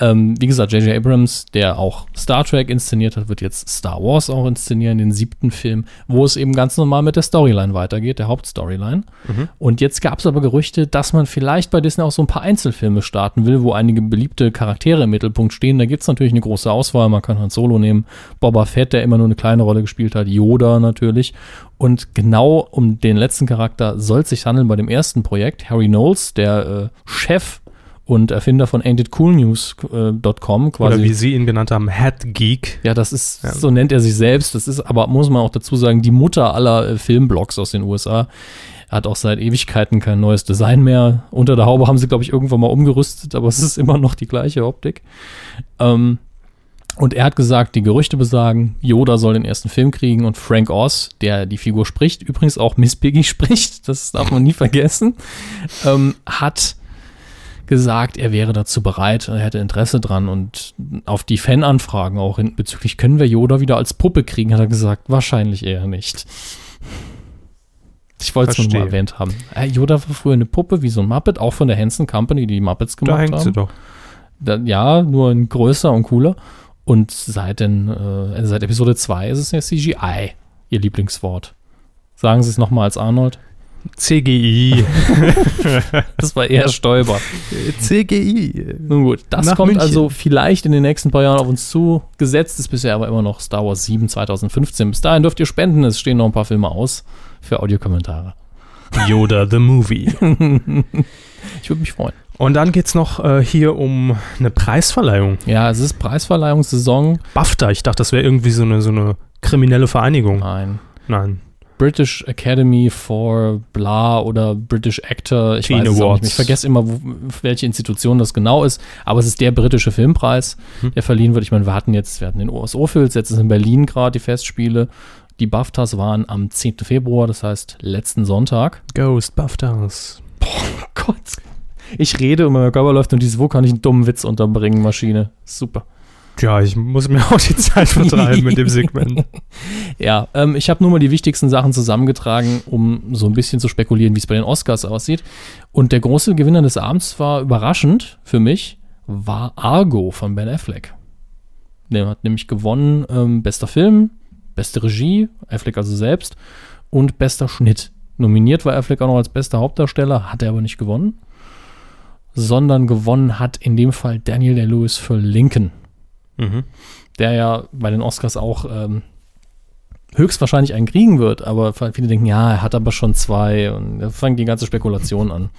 B: Ähm, wie gesagt, J.J. Abrams, der auch Star Trek inszeniert hat, wird jetzt Star Wars auch inszenieren, den siebten Film, wo es eben ganz normal mit der Storyline weitergeht, der Hauptstoryline. Und jetzt gab es aber Gerüchte, dass man vielleicht bei Disney auch so ein paar Einzelfilme starten will, wo einige beliebte Charaktere im Mittelpunkt stehen. Da gibt es natürlich eine große Auswahl. Man kann Han Solo nehmen, Boba Fett, der immer nur eine kleine Rolle gespielt hat, Yoda natürlich. Und genau um den letzten Charakter soll es sich handeln bei dem ersten Projekt. Harry Knowles, der äh, Chef und Erfinder von AintItCoolNews.com äh, quasi.
A: Oder wie sie ihn genannt haben, Hat Geek.
B: Ja, das ist, so nennt er sich selbst. Das ist aber, muss man auch dazu sagen, die Mutter aller äh, Filmblogs aus den USA. Er hat auch seit Ewigkeiten kein neues Design mehr. Unter der Haube haben sie, glaube ich, irgendwann mal umgerüstet, aber es ist immer noch die gleiche Optik. Ähm, und er hat gesagt, die Gerüchte besagen, Yoda soll den ersten Film kriegen und Frank Oz, der die Figur spricht, übrigens auch Miss Piggy <laughs> spricht, das darf man nie vergessen, ähm, hat gesagt, er wäre dazu bereit, er hätte Interesse dran und auf die Fananfragen auch hin, bezüglich, können wir Yoda wieder als Puppe kriegen, hat er gesagt, wahrscheinlich eher nicht. Ich wollte es nur noch mal
A: Verstehe.
B: erwähnt haben. Äh, Yoda war früher eine Puppe, wie so ein Muppet, auch von der Hanson Company, die die Muppets gemacht
A: Da hängt
B: haben
A: sie doch.
B: da, ja, nur in größer und cooler. Und seit, den, äh, seit Episode 2 ist es ja CGI, ihr Lieblingswort. Sagen Sie es nochmal als Arnold. <laughs>
A: CGI.
B: Das war eher Stoiber.
A: CGI.
B: Nun gut, das
A: Nach
B: kommt
A: München.
B: also vielleicht in den nächsten paar Jahren auf uns zu. Gesetzt ist bisher aber immer noch Star Wars 7 2015. Bis dahin dürft ihr spenden. Es stehen noch ein paar Filme aus für Audiokommentare.
A: Yoda the
B: <laughs>
A: Movie.
B: Ich würde mich freuen.
A: Und dann geht's noch äh, hier um eine Preisverleihung.
B: Ja, es ist Preisverleihungssaison.
A: BAFTA. Ich dachte, das wäre irgendwie so eine, so eine kriminelle Vereinigung.
B: Nein.
A: Nein.
B: British Academy for bla oder British Actor. Ich
A: Teen
B: weiß es auch
A: Awards.
B: nicht. Ich vergesse immer, wo, welche Institution das genau ist. Aber es ist der britische Filmpreis,
A: Hm.
B: der verliehen wird. Ich meine, wir hatten jetzt, wir hatten den aus Ophüls, jetzt ist in Berlin gerade die Festspiele. Die BAFTAs waren am 10. Februar, das heißt letzten Sonntag.
A: Ghost BAFTAs.
B: Gott. Ich rede und mein Körper läuft und dieses, wo kann ich einen dummen Witz unterbringen, Maschine. Super.
A: Ja, ich muss mir auch die Zeit vertreiben mit dem
B: <laughs>
A: Segment.
B: Ja, ähm, ich habe nur mal die wichtigsten Sachen zusammengetragen, um so ein bisschen zu spekulieren, wie es bei den Oscars aussieht. Und der große Gewinner des Abends war überraschend für mich, war Argo von Ben Affleck. Der hat nämlich gewonnen, ähm, bester Film, beste Regie, Affleck also selbst, und bester Schnitt. Nominiert war Affleck auch noch als bester Hauptdarsteller, hat er aber nicht gewonnen, sondern gewonnen hat in dem Fall Daniel Day-Lewis für Lincoln, der ja bei den Oscars auch ähm, höchstwahrscheinlich einen kriegen wird, aber viele denken, ja, er hat aber schon zwei und da fängt die ganze Spekulation an.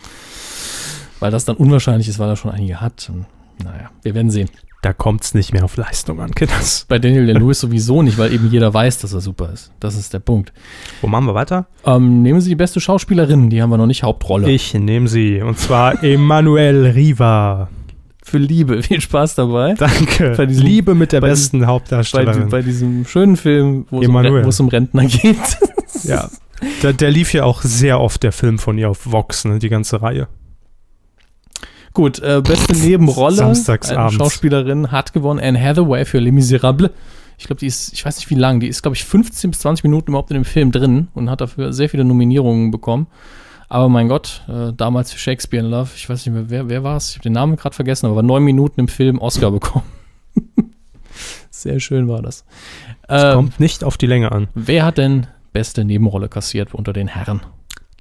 B: weil das dann unwahrscheinlich ist, weil er schon einige hat. Und, naja, wir werden sehen.
A: Da kommt es nicht mehr auf Leistung an, Kinders.
B: Bei Daniel Day-Lewis sowieso nicht, weil eben jeder weiß, dass er super ist. Das ist der Punkt.
A: Wo machen wir weiter?
B: Ähm, nehmen Sie die beste Schauspielerin, die haben wir noch nicht Hauptrolle.
A: Ich nehme sie. Und zwar Emanuel Riva.
B: Für Liebe, <laughs> viel Spaß dabei.
A: Danke.
B: Bei diesem-
A: Liebe mit der
B: bei diesem-
A: besten
B: Bei,
A: Hauptdarstellerin.
B: bei diesem schönen Film, wo es um,
A: Emanuel.
B: Ren- wo es um Rentner <laughs> geht.
A: ja. Da, der lief ja auch sehr oft, der Film von ihr auf Vox, ne, die ganze Reihe.
B: Gut, äh, beste Nebenrolle.
A: Samstagsabends.
B: Eine Schauspielerin hat gewonnen. Anne Hathaway für Les Miserables. Ich glaube, die ist, ich weiß nicht wie lang, die ist, glaube ich, 15 bis 20 Minuten überhaupt in dem Film drin und hat dafür sehr viele Nominierungen bekommen. Aber mein Gott, äh, damals für Shakespeare in Love, ich weiß nicht mehr, wer, wer war es? Ich habe den Namen gerade vergessen, aber war neun Minuten im Film Oscar bekommen. <laughs> sehr schön war das. Ähm,
A: Kommt nicht auf die Länge an.
B: wer hat denn beste Nebenrolle kassiert unter den Herren?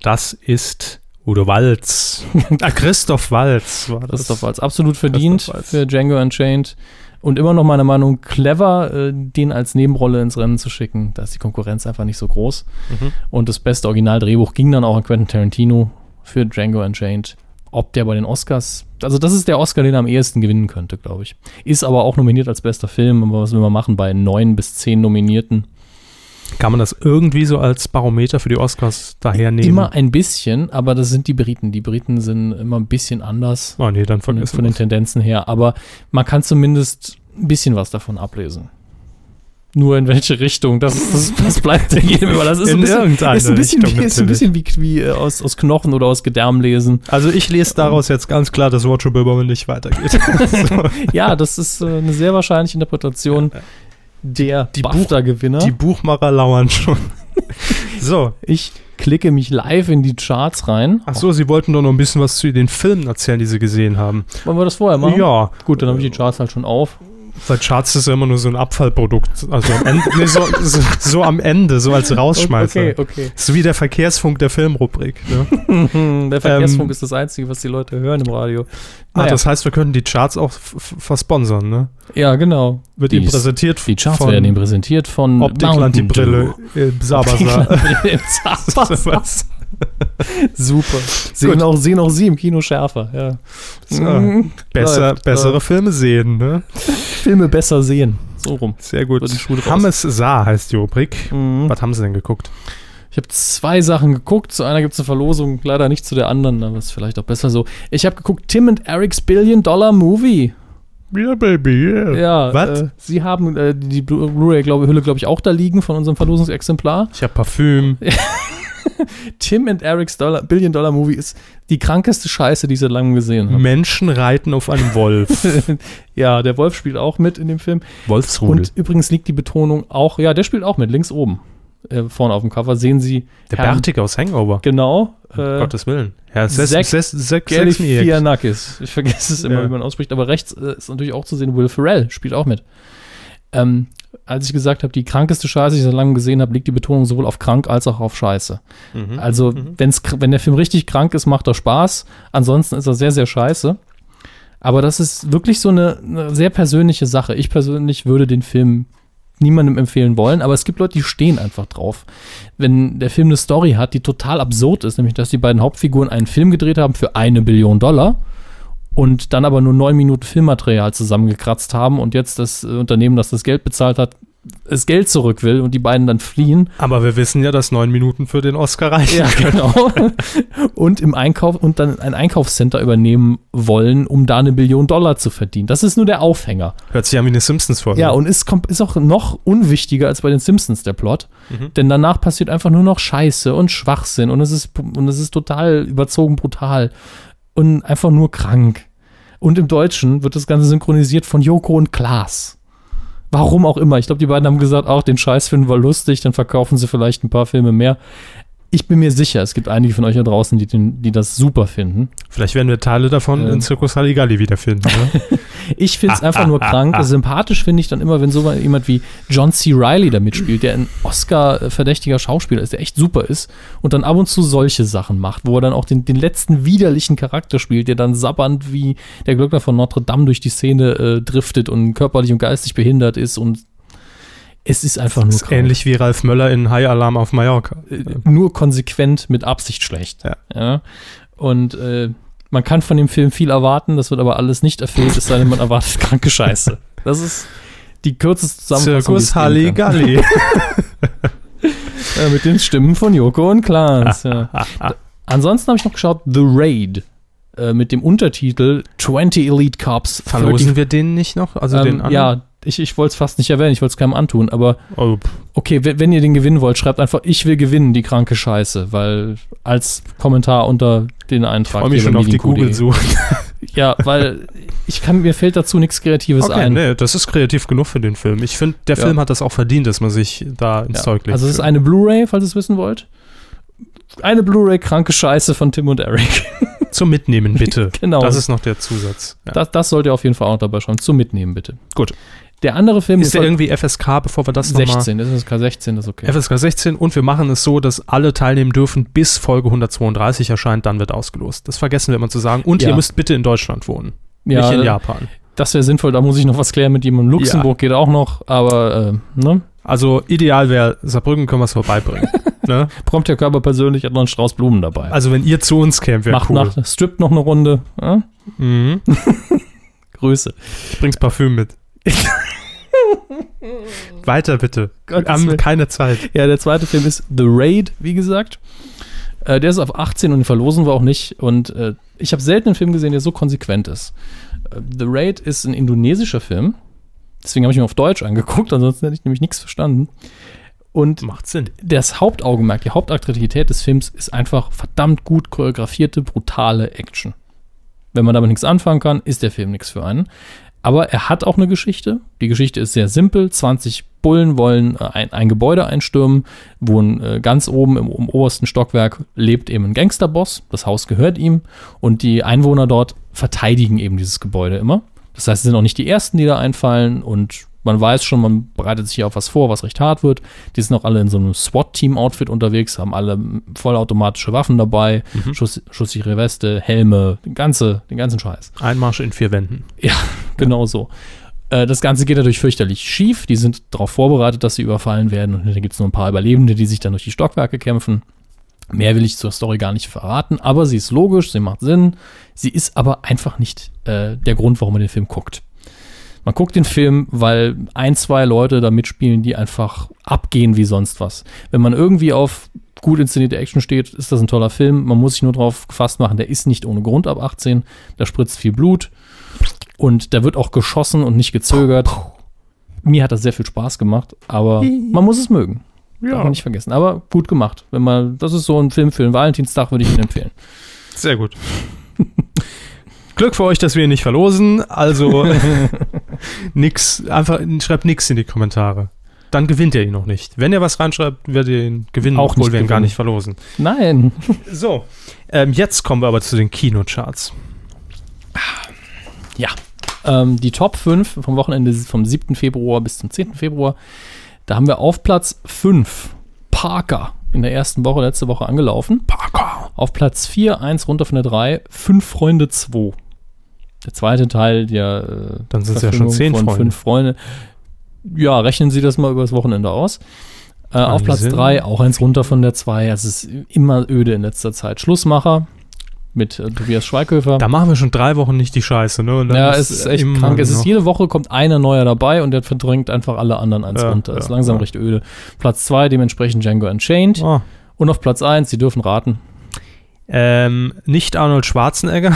A: Das ist Udo
B: <laughs>
A: Walz. ah, Christoph Walz war das.
B: Christoph Waltz absolut verdient
A: Christoph Waltz.
B: für Django Unchained. Und immer noch meiner Meinung clever, äh, den als Nebenrolle ins Rennen zu schicken. Da ist die Konkurrenz einfach nicht so groß.
A: Mhm.
B: Und das beste Originaldrehbuch ging dann auch an Quentin Tarantino für Django Unchained. Ob der bei den Oscars, also das ist der Oscar, den er am ehesten gewinnen könnte, glaube ich. Ist aber auch nominiert als bester Film. Aber was will man machen bei neun bis zehn Nominierten?
A: Kann man das irgendwie so als Barometer für die Oscars dahernehmen?
B: Immer ein bisschen, aber das sind die Briten. Die Briten sind immer ein bisschen anders.
A: Oh nee, dann
B: von, den-
A: vergessen
B: von den
A: wir's.
B: Tendenzen her. Aber man kann zumindest ein bisschen was davon ablesen. Nur in welche Richtung, das, das, das bleibt ja jedem über. Das ist
A: In
B: ein bisschen,
A: irgendeine
B: ist ein bisschen,
A: Richtung
B: wie, ist ein bisschen wie, wie äh, aus, aus Knochen oder aus Gedärm lesen.
A: Also ich lese daraus jetzt ganz klar, dass Roger Bilberman nicht <laughs> weitergeht. so. <laughs>
B: Ja, das ist äh, eine sehr wahrscheinliche Interpretation der
A: Die Buch-
B: BAFTA-Gewinner.
A: Die Buchmacher lauern schon. so.
B: Ich klicke mich live in die Charts rein.
A: Ach so, Sie wollten doch noch ein bisschen was zu den Filmen erzählen, die Sie gesehen haben.
B: Wollen wir das vorher machen?
A: Ja.
B: Gut, dann habe ich die Charts halt schon auf.
A: Weil Charts ist ja immer nur so ein Abfallprodukt. Also am Ende, nee, so, so, so am Ende, so als Rausschmeißer.
B: Okay, okay.
A: Ist wie der Verkehrsfunk der Filmrubrik. Ne?
B: Hm, Der Verkehrsfunk ist das Einzige, was die Leute hören im Radio.
A: Ah,
B: Naja.
A: das heißt, wir können die Charts auch f- f- versponsern, ne?
B: Ja, genau.
A: Wird
B: Die
A: Ihnen
B: ist-
A: präsentiert
B: Die Charts
A: von
B: werden Ihnen präsentiert von
A: Optikland, die
B: Mountain Dew.
A: Brille, äh, Sabasa.
B: Optikland im Sabasa. <laughs> Super. Sehen
A: Gut.
B: auch, sehen auch Sie im Kino schärfer. Ja.
A: So. Besser,
B: Mhm. Läuft,
A: bessere
B: läuft.
A: Filme sehen, ne?
B: Filme besser sehen. So rum.
A: Sehr gut.
B: Wird ein Schuh draus.
A: Hammes Saar heißt die Rubrik.
B: Mhm.
A: Was haben Sie denn geguckt?
B: Ich habe zwei Sachen geguckt. Zu einer gibt es eine Verlosung, leider nicht zu der anderen, aber ist vielleicht auch besser so. Ich habe geguckt Tim and Eric's Billion Dollar Movie.
A: Yeah, baby, yeah.
B: Ja,
A: Was?
B: Äh, Sie haben äh, die Blu- Blu-ray glaub- Hülle, glaube ich, auch da liegen von unserem Verlosungsexemplar.
A: Ich habe Parfüm.
B: Tim and Eric's Dollar, Billion Dollar Movie ist die krankeste Scheiße, die ich seit langem gesehen habe.
A: Menschen reiten auf einem
B: <laughs>
A: Wolf.
B: ja, der Wolf spielt auch mit in dem Film.
A: Wolfsrudel.
B: Und übrigens liegt die Betonung auch, ja, der spielt auch mit, links oben. Äh, vorne auf dem Cover sehen Sie
A: der
B: Herrn-
A: Bärtige aus Hangover. Um
B: Genau. Äh,
A: Gottes Willen. Herr
B: Zack-
A: Sechsniak.
B: Galifianakis. Ich vergesse es immer,
A: Ja.
B: wie man ausspricht. Aber rechts äh, ist natürlich auch zu sehen, Will Ferrell spielt auch mit. Ähm, als ich gesagt habe, die krankeste Scheiße, die ich seit langem gesehen habe, liegt die Betonung sowohl auf krank als auch auf Scheiße. Also, wenn's, kr- wenn der Film richtig krank ist, macht er Spaß. Ansonsten ist er sehr, sehr scheiße. Aber das ist wirklich so eine, eine sehr persönliche Sache. Ich persönlich würde den Film niemandem empfehlen wollen, aber es gibt Leute, die stehen einfach drauf. Wenn der Film eine Story hat, die total absurd ist, nämlich dass die beiden Hauptfiguren einen Film gedreht haben für eine Billion Dollar und dann aber nur neun Minuten Filmmaterial zusammengekratzt haben und jetzt das äh, Unternehmen, das das Geld bezahlt hat, das Geld zurück will und die beiden dann fliehen.
A: Aber wir wissen ja, dass neun Minuten für den Oscar reichen.
B: <laughs> genau. und im Einkauf und dann ein Einkaufscenter übernehmen wollen, um da eine Billion Dollar zu verdienen. Das ist nur der Aufhänger.
A: Hört sich an wie eine simpsons folge
B: Ja, und ist, komp- ist auch noch unwichtiger als bei den Simpsons der Plot. Denn danach passiert einfach nur noch Scheiße und Schwachsinn und es ist, und es ist total überzogen brutal und einfach nur krank. Und im Deutschen wird das Ganze synchronisiert von Joko und Klaas. Warum auch immer. Ich glaube, die beiden haben gesagt, auch den Scheiß finden wir lustig, dann verkaufen sie vielleicht ein paar Filme mehr. Ich bin mir sicher, es gibt einige von euch da draußen, die, den, die das super finden.
A: Vielleicht werden wir Teile davon
B: Ähm.
A: in Circus Halligalli wiederfinden.
B: <laughs>
A: Ne?
B: Ich finde es einfach nur krank. Sympathisch finde ich dann immer, wenn so jemand wie John C. Riley da mitspielt, der ein Oscar-verdächtiger Schauspieler ist, der echt super ist und dann ab und zu solche Sachen macht, wo er dann auch den, den letzten widerlichen Charakter spielt, der dann sabbernd wie der Glöckner von Notre Dame durch die Szene äh, driftet und körperlich und geistig behindert ist und es ist einfach nur
A: ist ähnlich wie Ralf Möller in High Alarm auf Mallorca.
B: nur konsequent mit Absicht schlecht.
A: Ja.
B: Und äh, Man kann von dem Film viel erwarten, das wird aber alles nicht erfüllt, es sei denn, man erwartet <laughs> kranke Scheiße. Das ist die kürzeste Zusammenfassung. die es
A: Zirkus
B: geben kann.
A: <laughs> Halligalli.
B: Äh, mit den Stimmen von Joko und
A: <laughs>
B: Klaas. ja. D- Ansonsten habe ich noch geschaut The Raid äh, mit dem Untertitel 20 Elite Cops
A: Verlosen wir den nicht noch? Also den
B: Ähm,
A: anderen?
B: ja, ich, ich wollte es fast nicht erwähnen, ich wollte es keinem antun, aber
A: Oh, pff.
B: okay, wenn, wenn ihr den gewinnen wollt, schreibt einfach, ich will gewinnen, die kranke Scheiße, weil als Kommentar unter den Eintrag.
A: freue mich
B: hier
A: schon
B: bei
A: auf die
B: medienq.de.
A: Google-Suche.
B: Ja, weil <laughs> ich kann, mir fällt dazu nichts
A: <laughs>
B: Kreatives
A: Okay,
B: ein.
A: nee, das ist kreativ genug für den Film. Ich finde, der
B: Ja.
A: Film hat das auch verdient, dass man sich da ins
B: Ja.
A: Zeug legt.
B: Also es ist eine Blu-ray, falls ihr es wissen wollt. Eine Blu-ray kranke Scheiße von Tim
A: <laughs>
B: und Eric.
A: Zum Mitnehmen, bitte.
B: <laughs> Genau.
A: Das ist noch der Zusatz. Ja.
B: Das, das sollt ihr auf jeden Fall auch noch dabei schreiben. Zum Mitnehmen bitte.
A: Gut.
B: Der andere Film
A: Ist der irgendwie FSK, bevor wir das nochmal...
B: 16, das ist K16, das ist okay.
A: FSK 16 und wir machen es so, dass alle teilnehmen dürfen, bis Folge 132 erscheint, dann wird ausgelost. Das vergessen wir immer zu sagen. Und
B: Ja.
A: ihr müsst bitte in Deutschland wohnen,
B: ja, äh,
A: nicht in Japan.
B: das wäre sinnvoll, da muss ich noch was klären mit jemandem. Luxemburg geht auch noch, aber äh, ne?
A: Also ideal wäre, Saarbrücken können wir es
B: <laughs>
A: vorbeibringen. ne?
B: prompt der Körper persönlich hat noch einen Strauß Blumen dabei.
A: Also wenn ihr zu uns kämt, wäre
B: Macht
A: cool.
B: nach, strippt noch eine Runde. Ja? <laughs>
A: Mhm.
B: Grüße.
A: Ich bring's Parfüm mit. Weiter bitte. Wir
B: Gottes
A: haben
B: Willen.
A: keine Zeit.
B: Ja, der zweite Film ist The Raid, wie gesagt. Äh, der ist auf 18 und den verlosen wir auch nicht. Und äh, ich habe selten einen Film gesehen, der so konsequent ist. Äh, The Raid ist ein indonesischer Film. Deswegen habe ich ihn auf Deutsch angeguckt, ansonsten hätte ich nämlich nichts verstanden. Und
A: Macht Sinn.
B: das Hauptaugenmerk, die Hauptattraktivität des Films ist einfach verdammt gut choreografierte, brutale Action. Wenn man damit nichts anfangen kann, ist der Film nichts für einen. Aber er hat auch eine Geschichte. Die Geschichte ist sehr simpel. 20 Bullen wollen äh, ein, ein Gebäude einstürmen, wo ein, äh, ganz oben im, im obersten Stockwerk lebt eben ein Gangsterboss. Das Haus gehört ihm. Und die Einwohner dort verteidigen eben dieses Gebäude immer. Das heißt, es sind auch nicht die Ersten, die da einfallen. Und man weiß schon, man bereitet sich hier auf was vor, was recht hart wird. Die sind auch alle in so einem SWAT-Team-Outfit unterwegs, haben alle mm, vollautomatische Waffen dabei, Schuss, schusssichere Weste, Helme, den, ganze, den ganzen Scheiß.
A: Einmarsch in vier Wänden.
B: Ja, <laughs> genau so. Äh, Das Ganze geht natürlich fürchterlich schief. Die sind darauf vorbereitet, dass sie überfallen werden. Und da gibt es nur ein paar Überlebende, die sich dann durch die Stockwerke kämpfen. Mehr will ich zur Story gar nicht verraten, aber sie ist logisch, sie macht Sinn. Sie ist aber einfach nicht äh, der Grund, warum man den Film guckt. Man guckt den Film, weil ein, zwei Leute da mitspielen, die einfach abgehen wie sonst was. Wenn man irgendwie auf gut inszenierte Action steht, ist das ein toller Film. Man muss sich nur drauf gefasst machen, der ist nicht ohne Grund ab 18. Da spritzt viel Blut und da wird auch geschossen und nicht gezögert. Mir hat das sehr viel Spaß gemacht, aber man muss es mögen. Darf man nicht vergessen. Aber gut gemacht. Wenn man, das ist so ein Film für den Valentinstag, würde ich ihn empfehlen.
A: Sehr gut. Glück für euch, dass wir ihn nicht verlosen. Also
B: <laughs>
A: nix, einfach schreibt nix in die Kommentare. Dann gewinnt ihr ihn noch nicht. Wenn ihr was reinschreibt, werdet ihr ihn gewinnen,
B: Auch
A: obwohl
B: nicht
A: wir ihn gar
B: gewinnen.
A: nicht verlosen.
B: Nein.
A: So, ähm, jetzt kommen wir aber zu den Kinocharts.
B: Ja. Ähm, die Top 5 vom Wochenende vom 7. Februar bis zum 10. Februar. Da haben wir auf Platz 5 Parker in der ersten Woche, letzte Woche angelaufen. Parker. Auf Platz 4, 1 runter von der 3, 5 Freunde 2. Der zweite Teil der äh,
A: Dann sind's ja
B: Verfilmung
A: schon zehn
B: von
A: Freunde.
B: fünf Freunde. Ja, rechnen Sie das mal übers Wochenende aus. Äh, auf Platz
A: Wahnsinn.
B: 3, auch eins runter von der 2. Es ist immer öde in letzter Zeit. Schlussmacher mit äh, Tobias Schweighöfer.
A: Da machen wir schon drei Wochen nicht die Scheiße, ne? Und dann
B: Ja, es ist echt
A: immer
B: krank. Es
A: noch-
B: ist jede Woche kommt einer neuer dabei und der verdrängt einfach alle anderen eins
A: Ja,
B: runter.
A: ja,
B: ist langsam
A: ja.
B: recht öde. Platz 2 dementsprechend Django Unchained.
A: Oh.
B: Und auf Platz 1, Sie dürfen raten.
A: Ähm, nicht Arnold
B: <laughs>
A: Schwarzenegger.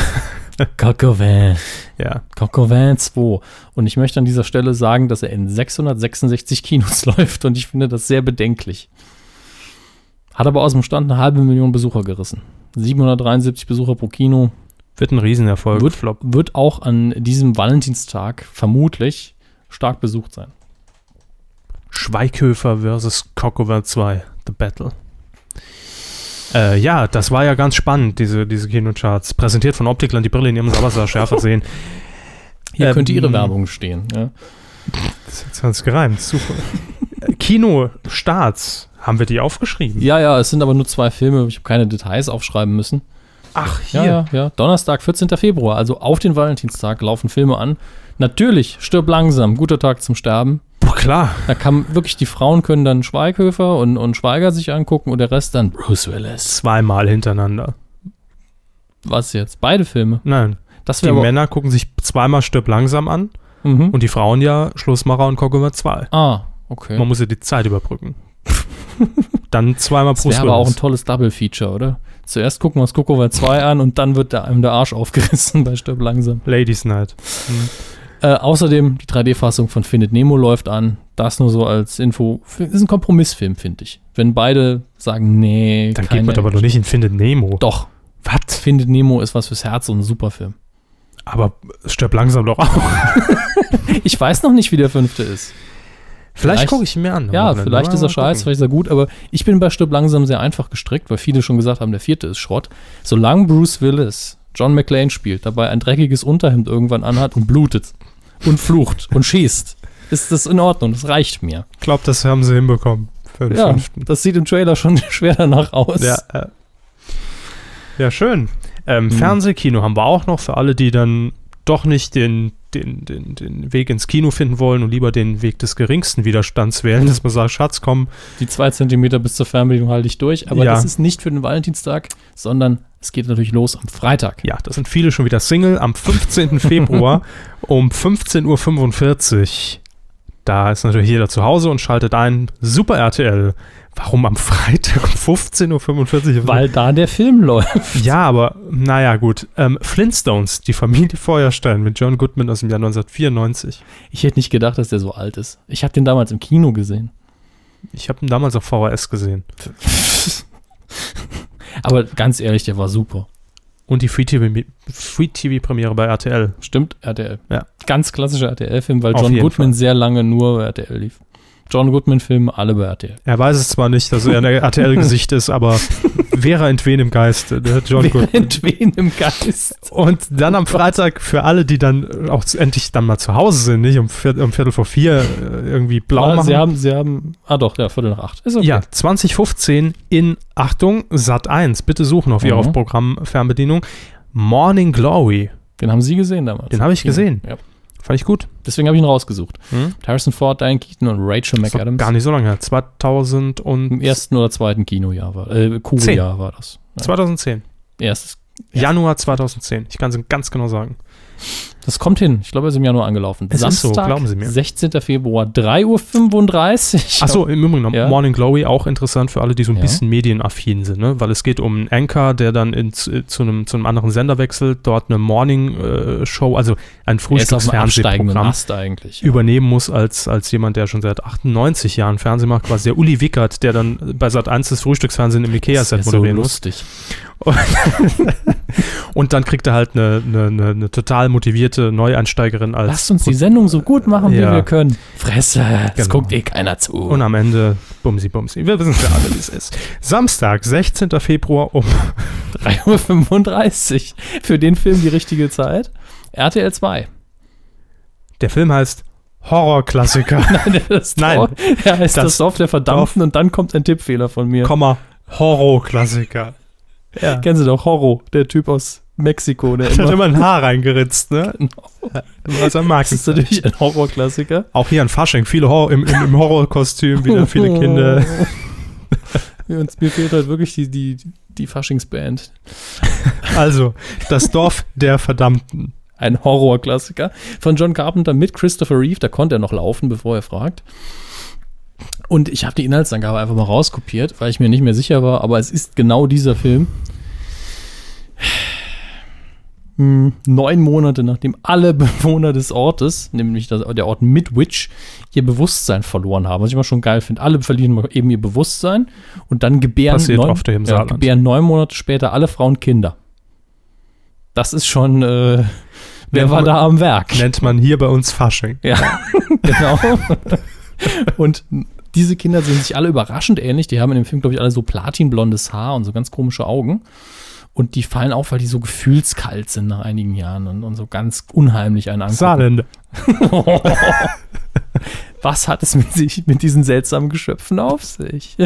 B: Cocovan.
A: ja.
B: Cocovan 2. Und ich möchte an dieser Stelle sagen, dass er in 666 Kinos <laughs> läuft und ich finde das sehr bedenklich. Hat aber aus dem Stand eine halbe Million Besucher gerissen. 773 Besucher pro Kino.
A: Wird ein Riesenerfolg.
B: Wird, wird auch an diesem Valentinstag vermutlich stark besucht sein.
A: Schweighöfer versus Cockover 2, The Battle. Äh, ja, das war ja ganz spannend, diese, diese Kinocharts. Präsentiert von Optiklern, die Brille in ihrem Sabbatsaar
B: <laughs>
A: schärfer sehen.
B: Hier
A: Ähm,
B: könnte Ihre Werbung stehen. Ja.
A: Das hat gereimt,
B: <laughs>
A: super. Äh, Kinostarts, haben wir die aufgeschrieben?
B: ja, ja, es sind aber nur zwei Filme. Ich habe keine Details aufschreiben müssen.
A: Ach,
B: Ja, ja, ja. Donnerstag, 14. Februar, also auf den Valentinstag, laufen Filme an. Natürlich, stirb langsam, guter Tag zum Sterben.
A: Boah, klar.
B: Da kann wirklich, die Frauen können dann Schweighöfer und, und Schweiger sich angucken und der Rest dann Bruce Willis.
A: Zweimal hintereinander.
B: Was jetzt? Beide Filme?
A: Nein.
B: Das
A: Die
B: wäre aber-
A: Männer gucken sich zweimal Stirb langsam an
B: Mhm.
A: und die Frauen ja Schlussmacher und Koguma 2.
B: Ah, okay.
A: Man muss ja die Zeit überbrücken. <laughs> Dann zweimal
B: Das wäre
A: Bruce
B: aber auch ein
A: Willis.
B: tolles Double-Feature, oder? Zuerst gucken wir uns Kokowa 2 an und dann wird da einem der Arsch aufgerissen bei Stirb langsam.
A: Ladies Night.
B: Äh, außerdem, die 3D-Fassung von Findet Nemo läuft an. Das nur so als Info. F- Ist ein Kompromissfilm, finde ich. Wenn beide sagen, nee,
A: Dann geht man aber doch nicht in Findet Nemo.
B: Doch.
A: Was?
B: Findet Nemo ist was fürs Herz und ein super Film.
A: Aber Stirb langsam doch auch.
B: Ich weiß noch nicht, wie der fünfte ist.
A: <laughs> Vielleicht
B: Vielleicht-
A: gucke ich ihn mir an.
B: Ja,
A: Wochenende.
B: vielleicht
A: Mal
B: ist er
A: gucken.
B: scheiße, vielleicht ist er gut, aber ich bin bei Stirb langsam sehr einfach gestrickt, weil viele schon gesagt haben, der vierte ist Schrott. Solange Bruce Willis John McClane spielt, dabei ein dreckiges Unterhemd irgendwann anhat und blutet und flucht und schießt, ist das in Ordnung, das reicht mir.
A: Ich glaube, das haben sie hinbekommen für den
B: Ja,
A: fünften.
B: das sieht im Trailer schon <laughs> schwer danach aus.
A: Ja, äh, ja schön. Ähm, Fernsehkino haben wir auch noch für alle, die dann doch nicht den, den, den, den Weg ins Kino finden wollen und lieber den Weg des geringsten Widerstands wählen, dass man sagt, Schatz, komm,
B: Die zwei Zentimeter bis zur Fernbedienung halte ich durch, aber
A: Ja.
B: das ist nicht für den Valentinstag, sondern es geht natürlich los am Freitag.
A: ja, das sind viele schon wieder Single, am 15. Februar um 15.45 Uhr. Da ist natürlich jeder zu Hause und schaltet ein, Super RTL. Warum am Freitag um 15.45 Uhr?
B: Weil da der Film <laughs> läuft.
A: Ja, aber naja, gut. Ähm, Flintstones, die Familie Feuerstein mit John Goodman aus dem Jahr 1994.
B: Ich hätte nicht gedacht, dass der so alt ist. Ich habe den damals im Kino gesehen.
A: Ich habe ihn damals auf VHS gesehen.
B: Aber ganz ehrlich, der war super.
A: Und die Free-TV-Premiere bei RTL.
B: Stimmt, RTL.
A: Ja.
B: Ganz klassischer RTL-Film, weil
A: Auf
B: John
A: jeden
B: Goodman
A: Fall.
B: sehr lange nur bei RTL lief. John Goodman-Filme, alle bei RTL.
A: Er weiß es zwar nicht, dass er ein RTL-Gesicht ist, aber wäre entwen im Geiste, ne? John
B: <laughs>
A: Goodman.
B: Entwen im Geist.
A: Und dann am Freitag für alle, die dann äh, auch zu- endlich dann mal zu Hause sind, nicht um Viertel, um Viertel vor vier äh, irgendwie blau
B: Ah,
A: machen.
B: sie haben, sie haben, ah doch, ja, Viertel nach acht. Ist okay.
A: Ja, 2015 in, Achtung, Sat 1. Bitte suchen auf ihr
B: Mhm.
A: auf Programm Fernbedienung. Morning Glory.
B: Den haben sie gesehen damals.
A: Den habe ich
B: Ja.
A: gesehen.
B: Ja.
A: Fand ich gut.
B: Deswegen habe ich ihn rausgesucht.
A: Hm?
B: Harrison Ford, Diane Keaton und Rachel
A: Ist doch
B: McAdams.
A: Gar nicht so lange her. 2000
B: Im
A: und
B: ersten oder zweiten Kinojahr war, äh, Kugeljahr war das. Ja.
A: 2010.
B: Erstes.
A: Januar 2010. Ich kann es ganz genau sagen.
B: Das kommt hin. Ich glaube, er ist im Januar angelaufen.
A: Es ist so, glauben Sie mir.
B: 16. Februar, 3.35 Uhr.
A: Achso, im Übrigen noch
B: Ja.
A: Morning Glory auch interessant für alle, die so ein
B: Ja.
A: bisschen medienaffin sind, ne? weil es geht um einen Anchor, der dann in, zu, zu einem, zu einem anderen Sender wechselt, dort eine Morning-Show, also ein
B: <laughs> Er ist auf dem ne? absteigenden
A: Frühstücksfernsehprogramm
B: Ast eigentlich.
A: übernehmen muss als, als jemand, der schon seit 98 Jahren Fernsehen macht, quasi der Uli Wickert, der dann bei Sat 1 das Frühstücksfernsehen im
B: wär
A: Ikea-Set
B: so
A: halt moderieren ne? muss.
B: lustig.
A: Und dann kriegt er halt eine, eine, eine, eine total motivierte Neueinsteigerin als
B: Lasst uns die Sendung so gut machen,
A: Ja.
B: wie wir können. Fresse, es
A: Genau.
B: guckt eh keiner zu.
A: Und am Ende bumsi bumsi. Wir wissen ja alle, wie es ist. Samstag, 16. Februar um
B: 3.35 Uhr. <laughs> Für den Film die richtige Zeit. RTL 2.
A: Der Film heißt
B: <laughs>
A: Horrorklassiker,
B: Das
A: Nein.
B: Tor- Ja, ist das,
A: Das
B: Dorf der Verdammten und dann kommt ein Tippfehler von mir.
A: Komma, Horrorklassiker. Ja.
B: Kennen Sie doch Horror, der Typ aus
A: <laughs>
B: Mexiko, der
A: Der hat
B: immer.
A: immer ein Haar reingeritzt, ne? Was er mag.
B: Genau. Das ist natürlich ein Horrorklassiker.
A: Auch hier ein Fasching, viele Horror, im, im, im Horrorkostüm, wieder viele
B: <laughs>
A: Kinder.
B: Mir- uns- mir fehlt halt wirklich die, die, die Faschingsband.
A: Also, das Dorf der Verdammten.
B: Ein Horrorklassiker von John Carpenter mit Christopher Reeve. Da konnte er noch laufen, bevor er fragt. Und ich habe die Inhaltsangabe einfach mal rauskopiert, weil ich mir nicht mehr sicher war, aber es ist genau dieser Film. Hm, Neun Monate nachdem alle <laughs> Bewohner des Ortes, nämlich das, der Ort Midwich, ihr Bewusstsein verloren haben, was ich immer schon geil finde. Alle verlieren mal eben ihr Bewusstsein und dann gebären,
A: Passiert
B: neun,
A: oft im
B: ja,
A: Saarland.
B: gebären neun Monate später alle Frauen Kinder. Das ist schon, äh, wer
A: Nennt
B: war
A: man-
B: da am Werk?
A: Nennt man hier bei uns Fasching.
B: Ja, <laughs> genau. und diese Kinder sehen sich alle überraschend ähnlich. Die haben in dem Film, glaube ich, alle so platinblondes Haar und so ganz komische Augen. Und die fallen auf, weil die so gefühlskalt sind nach einigen Jahren und, und so ganz unheimlich einen angucken.
A: Saarländer.
B: <laughs> Was hat es mit sich, mit diesen seltsamen Geschöpfen auf sich?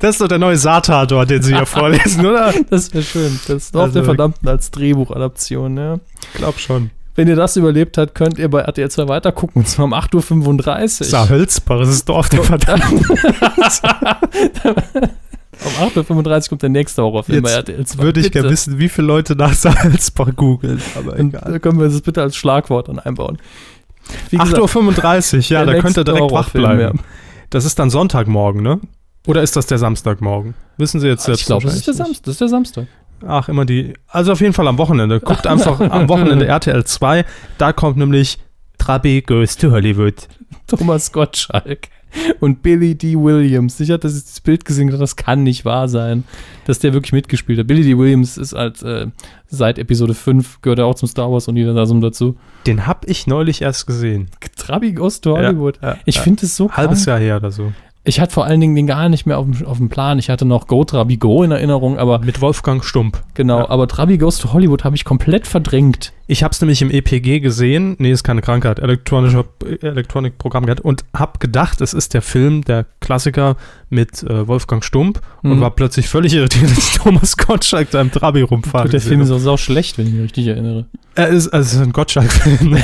A: Das ist doch der neue Satan-Dor, den Sie hier
B: <laughs>
A: vorlesen, oder?
B: Das wäre schön. Das ist
A: Also-
B: auf der verdammten als Drehbuchadaption, ja.
A: Glaub schon.
B: Wenn ihr das überlebt habt, könnt ihr bei RTL 2 weitergucken. Und zwar um 8.35 Uhr. <laughs>
A: Saarhölzbach, das ist das Dorf der Verdammten.
B: Um 8.35 Uhr kommt der nächste Horrorfilm bei RTL 2.
A: würde ich gerne
B: Bitte.
A: wissen, wie viele Leute nach Salzburg googeln. Aber
B: Und
A: egal.
B: da können wir das bitte als Schlagwort dann einbauen. Wie gesagt,
A: 8.35 Uhr, ja,
B: der
A: da könnt ihr
B: nächste
A: direkt wach
B: Horrorfilm,
A: bleiben. Das ist dann Sonntagmorgen, ne? Oder ist das der Samstagmorgen? Wissen Sie jetzt
B: ich glaube, das ist der
A: wahrscheinlich
B: Samstag. Das ist der Samstag.
A: nicht. Ach, immer die. Also auf jeden Fall am Wochenende. Guckt einfach am
B: <laughs>
A: Wochenende RTL 2. Da kommt nämlich Trabi Goes to Hollywood.
B: Thomas Gottschalk und Billy D. Williams. Ich hatte das Bild gesehen und dachte, das kann nicht wahr sein, dass der wirklich mitgespielt hat. Billy D. Williams ist als äh, seit Episode 5 gehört er auch zum Star Wars Universum dazu.
A: Den hab ich neulich erst gesehen.
B: Trabi Ghost to
A: Ja,
B: Hollywood.
A: ja,
B: ich
A: ja.
B: finde es so
A: Halbes
B: krank.
A: Jahr her oder so.
B: Ich hatte vor allen Dingen den gar nicht mehr auf dem, auf dem Plan. Ich hatte noch Go Trabi Go in Erinnerung, aber
A: Mit Wolfgang Stump.
B: genau,
A: Ja.
B: aber Trabi Ghost to Hollywood habe ich komplett verdrängt.
A: Ich habe es nämlich im EPG gesehen, nee, ist keine Krankheit, elektronischer Elektronikprogramm gehabt und habe gedacht, es ist der Film, der Klassiker mit äh, Wolfgang Stump und
B: Mhm.
A: war plötzlich völlig irritiert, dass ich Thomas Gottschalk da im Trabi rumfahren.
B: Und der Film ist auch sau schlecht, wenn ich mich richtig erinnere.
A: er ist also ein
B: <laughs>
A: Gottschalk-Film.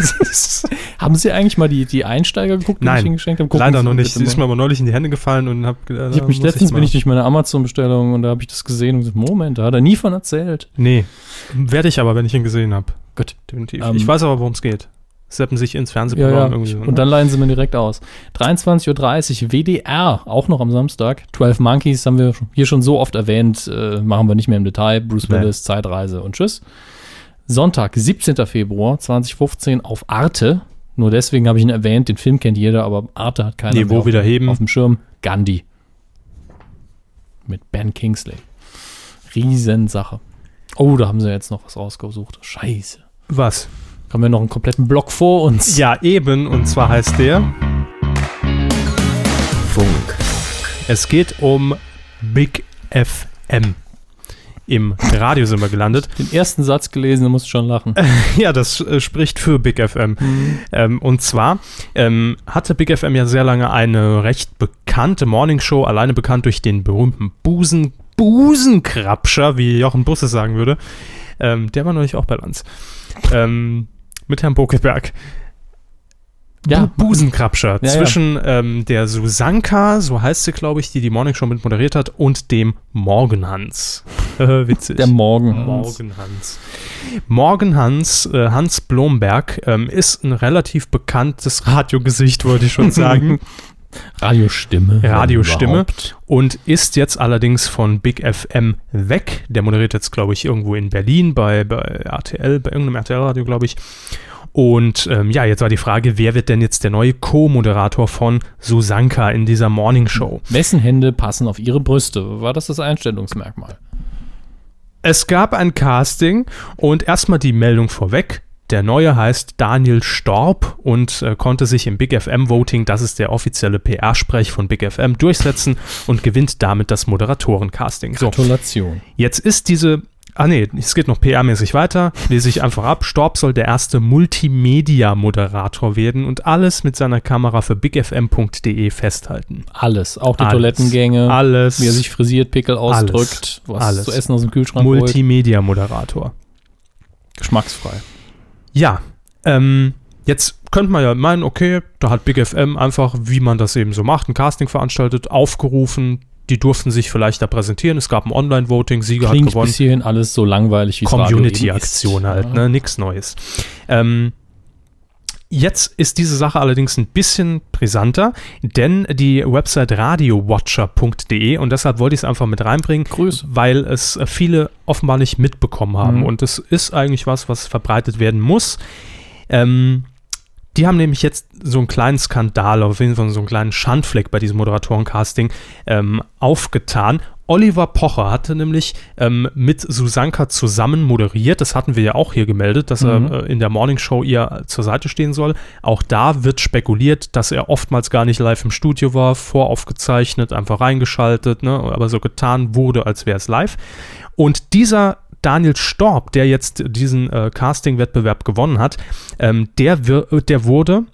A: Es ist-
B: Haben Sie eigentlich mal die, die Einsteiger geguckt, die
A: Nein,
B: ich Ihnen geschenkt habe? Gucken
A: Leider
B: Sie
A: noch nicht.
B: bitte
A: Sie ist
B: mal.
A: mir aber neulich in die Hände gefallen und habe gedacht,
B: Ich habe mich
A: muss
B: letztens
A: mal-
B: bin ich durch meine Amazon-Bestellung und da habe ich das gesehen und gesagt, Moment, da hat er nie von erzählt.
A: Nee, werde ich aber, wenn ich ihn gesehen habe.
B: Gut.
A: Definitiv.
B: Ähm,
A: ich weiß aber, worum es geht. Seppen sich ins
B: Ja,
A: Fernsehprogramm
B: ja.
A: irgendwie. so, ne?
B: Und dann leihen sie mir direkt aus. 23.30 Uhr WDR, auch noch am Samstag. 12 Monkeys haben wir hier schon so oft erwähnt, äh, machen wir nicht mehr im Detail. Bruce
A: Nee.
B: Willis, Zeitreise und tschüss. Sonntag, 17. Februar 2015 auf Arte. Nur deswegen habe ich ihn erwähnt, den Film kennt jeder, aber Arte hat keinen
A: Niveau wieder heben.
B: auf dem Schirm. Gandhi. Mit Ben Kingsley. Riesensache. Oh, da haben sie jetzt noch was rausgesucht. Scheiße.
A: Was?
B: Haben wir noch einen kompletten Block vor uns?
A: Ja, eben. Und zwar heißt der.
C: Funk.
A: Es geht um Big FM. Im Radio sind wir gelandet.
B: Den ersten Satz gelesen, da musst du schon lachen.
A: <laughs> Ja, das äh, spricht für Big FM.
B: Mhm.
A: Ähm, und zwar ähm, hatte Big FM ja sehr lange eine recht bekannte Morningshow, alleine bekannt durch den berühmten Busen, Busenkrabscher, wie Jochen Busse sagen würde. Ähm, der war neulich auch bei Lanz. Ähm, mit Herrn Bokeberg.
B: Ja,
A: Bu- Busenkrabscher
B: Ja, ja.
A: zwischen Ähm, der Susanka, so heißt sie, glaube ich, die die Morning Show mit moderiert hat, und dem Morgenhans. <laughs> Äh, witzig.
B: der Morgen.
A: Morgenhans. Morgenhans, äh, Hans Blomberg, ähm, ist ein relativ bekanntes Radiogesicht, wollte ich schon sagen.
B: Radiostimme.
A: Radiostimme. Und ist jetzt allerdings von Big FM weg. Der moderiert jetzt, glaube ich, irgendwo in Berlin bei, bei RTL, bei irgendeinem RTL-Radio, glaube ich. Und ähm, ja, jetzt war die Frage, wer wird denn jetzt der neue Co-Moderator von Susanka in dieser Morning Show?
B: Wessen Hände passen auf ihre Brüste? War das das Einstellungsmerkmal?
A: Es gab ein Casting und erstmal die Meldung vorweg. Der neue heißt Daniel Storb und äh, konnte sich im Big FM Voting, das ist der offizielle PR-Sprech von Big FM, durchsetzen und gewinnt damit das Moderatoren-Casting. So,
B: Gratulation.
A: Jetzt ist diese. Ah nee, es geht noch PR-mäßig weiter. Lese ich einfach ab. Storb soll der erste Multimedia-Moderator werden und alles mit seiner Kamera für bigfm.de e festhalten.
B: Alles. Auch die
A: Alles.
B: Toilettengänge.
A: Alles.
B: Wie er sich frisiert, Pickel
A: Alles.
B: ausdrückt. Was
A: Alles.
B: zu essen aus dem Kühlschrank holt.
A: Multimedia-Moderator.
B: Geschmacksfrei.
A: Ja, ähm, jetzt könnte man ja meinen, okay, da hat Big FM einfach, wie man das eben so macht, ein Casting veranstaltet, aufgerufen. Die durften sich vielleicht da präsentieren. Es gab ein Online-Voting, Sieger
B: Klingt
A: hat gewonnen.
B: bis hierhin alles so langweilig wie es Radio eben ist.
A: Community-Aktion halt, ne? Nichts Neues. Ähm, jetzt ist diese Sache allerdings ein bisschen brisanter, denn die Website radiowatcher.de und deshalb wollte ich es einfach mit reinbringen,
B: Grüße.
A: weil es äh, viele offenbar nicht mitbekommen haben. Und es ist eigentlich was, was verbreitet werden muss. Ähm, die haben nämlich jetzt so einen kleinen Skandal, auf jeden Fall so einen kleinen Schandfleck bei diesem Moderatorencasting ähm, aufgetan. Oliver Pocher hatte nämlich ähm, mit Susanka zusammen moderiert. Das hatten wir ja auch hier gemeldet, dass er äh, in der Morningshow ihr zur Seite stehen soll. Auch da wird spekuliert, dass er oftmals gar nicht live im Studio war, voraufgezeichnet, einfach reingeschaltet, ne? aber so getan wurde, als wäre es live. Und dieser Daniel Storb, der jetzt diesen äh, Casting-Wettbewerb gewonnen hat, ähm, der, wir, der wurde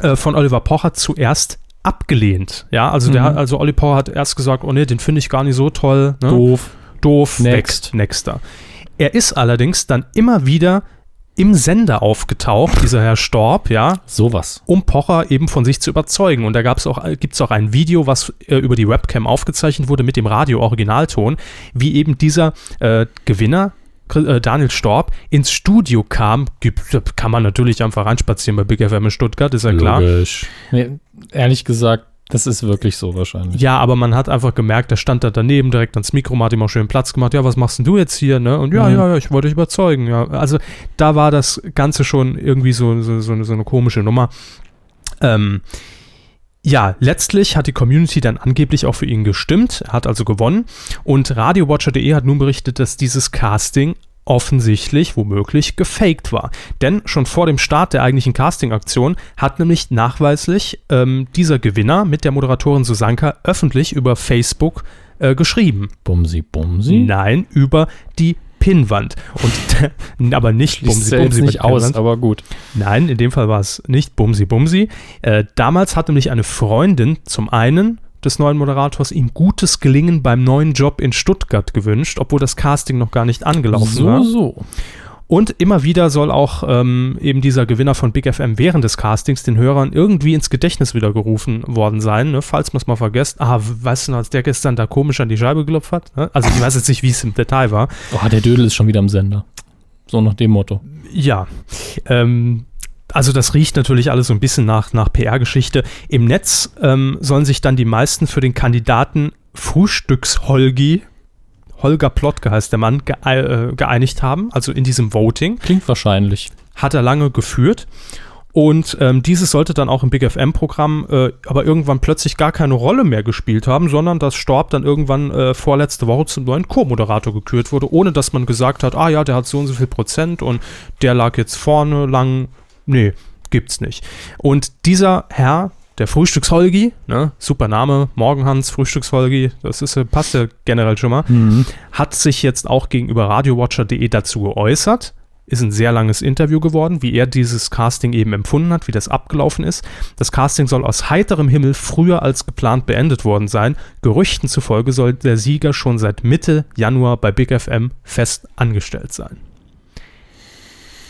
A: äh, von Oliver Pocher zuerst abgelehnt. Ja, also
B: Mhm.
A: der, hat- also Oliver Pocher hat erst gesagt, oh nee, den finde ich gar nicht so toll. Ne?
B: Doof.
A: Doof.
B: Next.
A: Weg, Nexter. Er ist allerdings dann immer wieder im Sender aufgetaucht, dieser Herr Storb, ja,
B: Sowas.
A: um Pocher eben von sich zu überzeugen. Und da gab's auch, gibt es auch ein Video, was äh, über die Webcam aufgezeichnet wurde mit dem Radio-Originalton, wie eben dieser äh, Gewinner, Kr- äh, Daniel Storb, ins Studio kam. Gibt, kann man natürlich einfach reinspazieren bei Big FM in Stuttgart, ist ja klar.
B: Nee, ehrlich gesagt, das ist wirklich so wahrscheinlich.
A: Ja, aber man hat einfach gemerkt, der stand da daneben direkt ans Mikro, man hat ihm auch schön Platz gemacht. Ja, was machst denn du jetzt hier? Ne? Und ja, ja, ja, ich wollte dich überzeugen. Ja. Also da war das Ganze schon irgendwie so, so, so, eine- so eine komische Nummer. Ähm, ja, letztlich hat die Community dann angeblich auch für ihn gestimmt, hat also gewonnen. Und RadioWatcher.de hat nun berichtet, dass dieses Casting offensichtlich womöglich gefaked war. Denn schon vor dem Start der eigentlichen Casting-Aktion hat nämlich nachweislich ähm, dieser Gewinner mit der Moderatorin Susanka öffentlich über Facebook äh, geschrieben.
B: Bumsi, bumsi.
A: Nein, über die Pinnwand. Und <laughs> aber nicht um
B: Schließt ja jetzt
A: über
B: nicht
A: die
B: aus,
A: Pinnwand.
B: aber gut.
A: Nein, in dem Fall war es nicht Bumsi Bumsi. Äh, damals hat nämlich eine Freundin zum einen des neuen Moderators ihm gutes Gelingen beim neuen Job in Stuttgart gewünscht, obwohl das Casting noch gar nicht angelaufen war.
B: So, so.
A: Und immer wieder soll auch ähm, eben dieser Gewinner von Big FM während des Castings den Hörern irgendwie ins Gedächtnis wieder gerufen worden sein, ne? falls man es mal vergisst. Ah, weißt du noch, als der gestern da komisch an die Scheibe geklopft hat? Ne? Also ich weiß jetzt nicht, wie es im Detail war.
B: Oh, der Dödel ist schon wieder am Sender. So nach dem Motto.
A: Ja, ähm, also das riecht natürlich alles so ein bisschen nach, nach PR-Geschichte. Im Netz ähm, sollen sich dann die meisten für den Kandidaten Frühstücks-Holgi, Holger Plotke heißt der Mann, gee- äh, geeinigt haben, also in diesem Voting
B: Klingt wahrscheinlich.
A: hat er lange geführt. Und ähm, dieses sollte dann auch im Big FM-Programm äh, aber irgendwann plötzlich gar keine Rolle mehr gespielt haben, sondern dass Storb dann irgendwann äh, vorletzte Woche zum neuen Co-Moderator gekürt wurde, ohne dass man gesagt hat, ah ja, der hat so und so viel Prozent und der lag jetzt vorne lang. Nee, gibt's nicht. Und dieser Herr, der Frühstücksholgi, ne, super Name, Morgenhans, Frühstücksholgi, das ist, äh, passt ja generell schon mal, hat sich jetzt auch gegenüber radiowatcher.de E dazu geäußert ist ein sehr langes Interview geworden, wie er dieses Casting eben empfunden hat, wie das abgelaufen ist. Das Casting soll aus heiterem Himmel früher als geplant beendet worden sein. Gerüchten zufolge soll der Sieger schon seit Mitte Januar bei Big FM fest angestellt sein.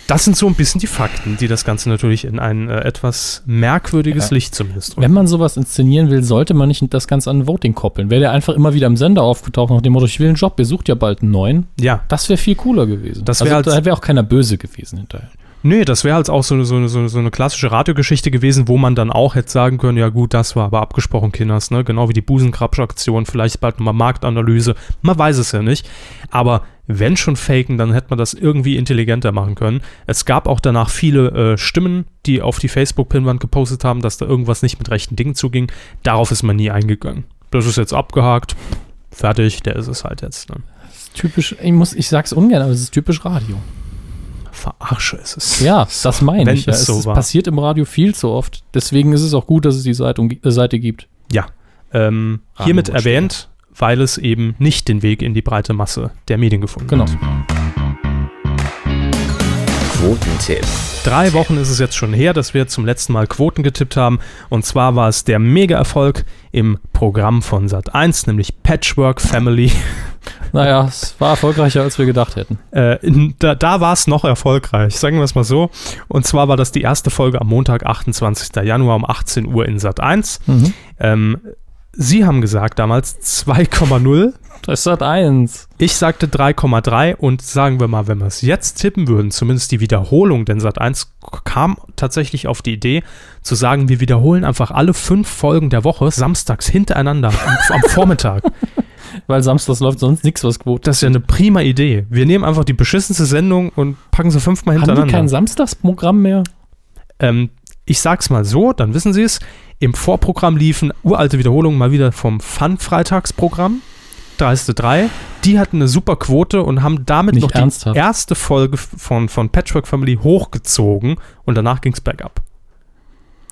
A: Das sind so ein bisschen die Fakten, die das Ganze natürlich in ein äh, etwas merkwürdiges Licht zumindest.
B: Wenn man sowas inszenieren will, sollte man nicht das Ganze an Voting koppeln. Wäre der einfach immer wieder am Sender aufgetaucht, nach dem Motto, ich will einen Job, ihr sucht ja bald einen neuen.
A: ja,
B: Das wäre viel cooler gewesen.
A: Das
B: Also,
A: wär als-
B: da wäre auch keiner böse gewesen hinterher.
A: Nee, das wäre halt auch so, so, so, so eine klassische Radiogeschichte gewesen, wo man dann auch hätte sagen können, ja gut, das war aber abgesprochen, Kinders, ne? Genau wie die Busenkrabsch-Aktion, vielleicht bald nochmal Marktanalyse, man weiß es ja nicht. Aber wenn schon faken, dann hätte man das irgendwie intelligenter machen können. Es gab auch danach viele äh, Stimmen, die auf die Facebook-Pinwand gepostet haben, dass da irgendwas nicht mit rechten Dingen zuging. Darauf ist man nie eingegangen. Das ist jetzt abgehakt, fertig, der ist es halt jetzt. Ne?
B: Das ist typisch, ich, muss, ich sag's ungern, aber es ist typisch Radio.
A: Verarsche ist es.
B: Ja, das meine
A: wenn
B: ich. Ja.
A: es
B: Es,
A: so
B: es
A: war.
B: passiert im Radio viel zu oft. Deswegen ist es auch gut, dass es die Seite, äh, Seite gibt.
A: Ja, ähm, hiermit
B: Rahmenwurst,
A: erwähnt, weil es eben nicht den Weg in die breite Masse der Medien gefunden
B: Genau.
A: hat.
C: Quotentipp.
A: Drei Wochen ist es jetzt schon her, dass wir zum letzten Mal Quoten getippt haben. Und zwar war es der Mega-Erfolg im Programm von Sat1, nämlich Patchwork Family. <laughs>
B: Naja, es war erfolgreicher, als wir gedacht hätten.
A: Äh, in, da da war es noch erfolgreich, sagen wir es mal so. Und zwar war das die erste Folge am Montag, 28. Januar um 18 Uhr in Sat1. Ähm, Sie haben gesagt damals 2,0.
B: Das ist Sat 1.
A: Ich sagte 3,3 und sagen wir mal, wenn wir es jetzt tippen würden, zumindest die Wiederholung, denn Sat1 kam tatsächlich auf die Idee zu sagen, wir wiederholen einfach alle fünf Folgen der Woche samstags hintereinander am, am Vormittag.
B: Weil samstags läuft sonst nichts, was Quote
A: Das ist ja eine prima Idee. Wir nehmen einfach die beschissenste Sendung und packen sie fünfmal
B: Haben die kein
A: hintereinander.
B: Samstagsprogramm mehr?
A: Ähm, ich sag's mal so, dann wissen Sie es. Im Vorprogramm liefen uralte Wiederholungen mal wieder vom Fun-Freitagsprogramm. dreiste drei. Die hatten eine super Quote und haben damit
B: Nicht
A: noch
B: ernsthaft.
A: die erste Folge von, von Patchwork Family hochgezogen und danach ging's bergab.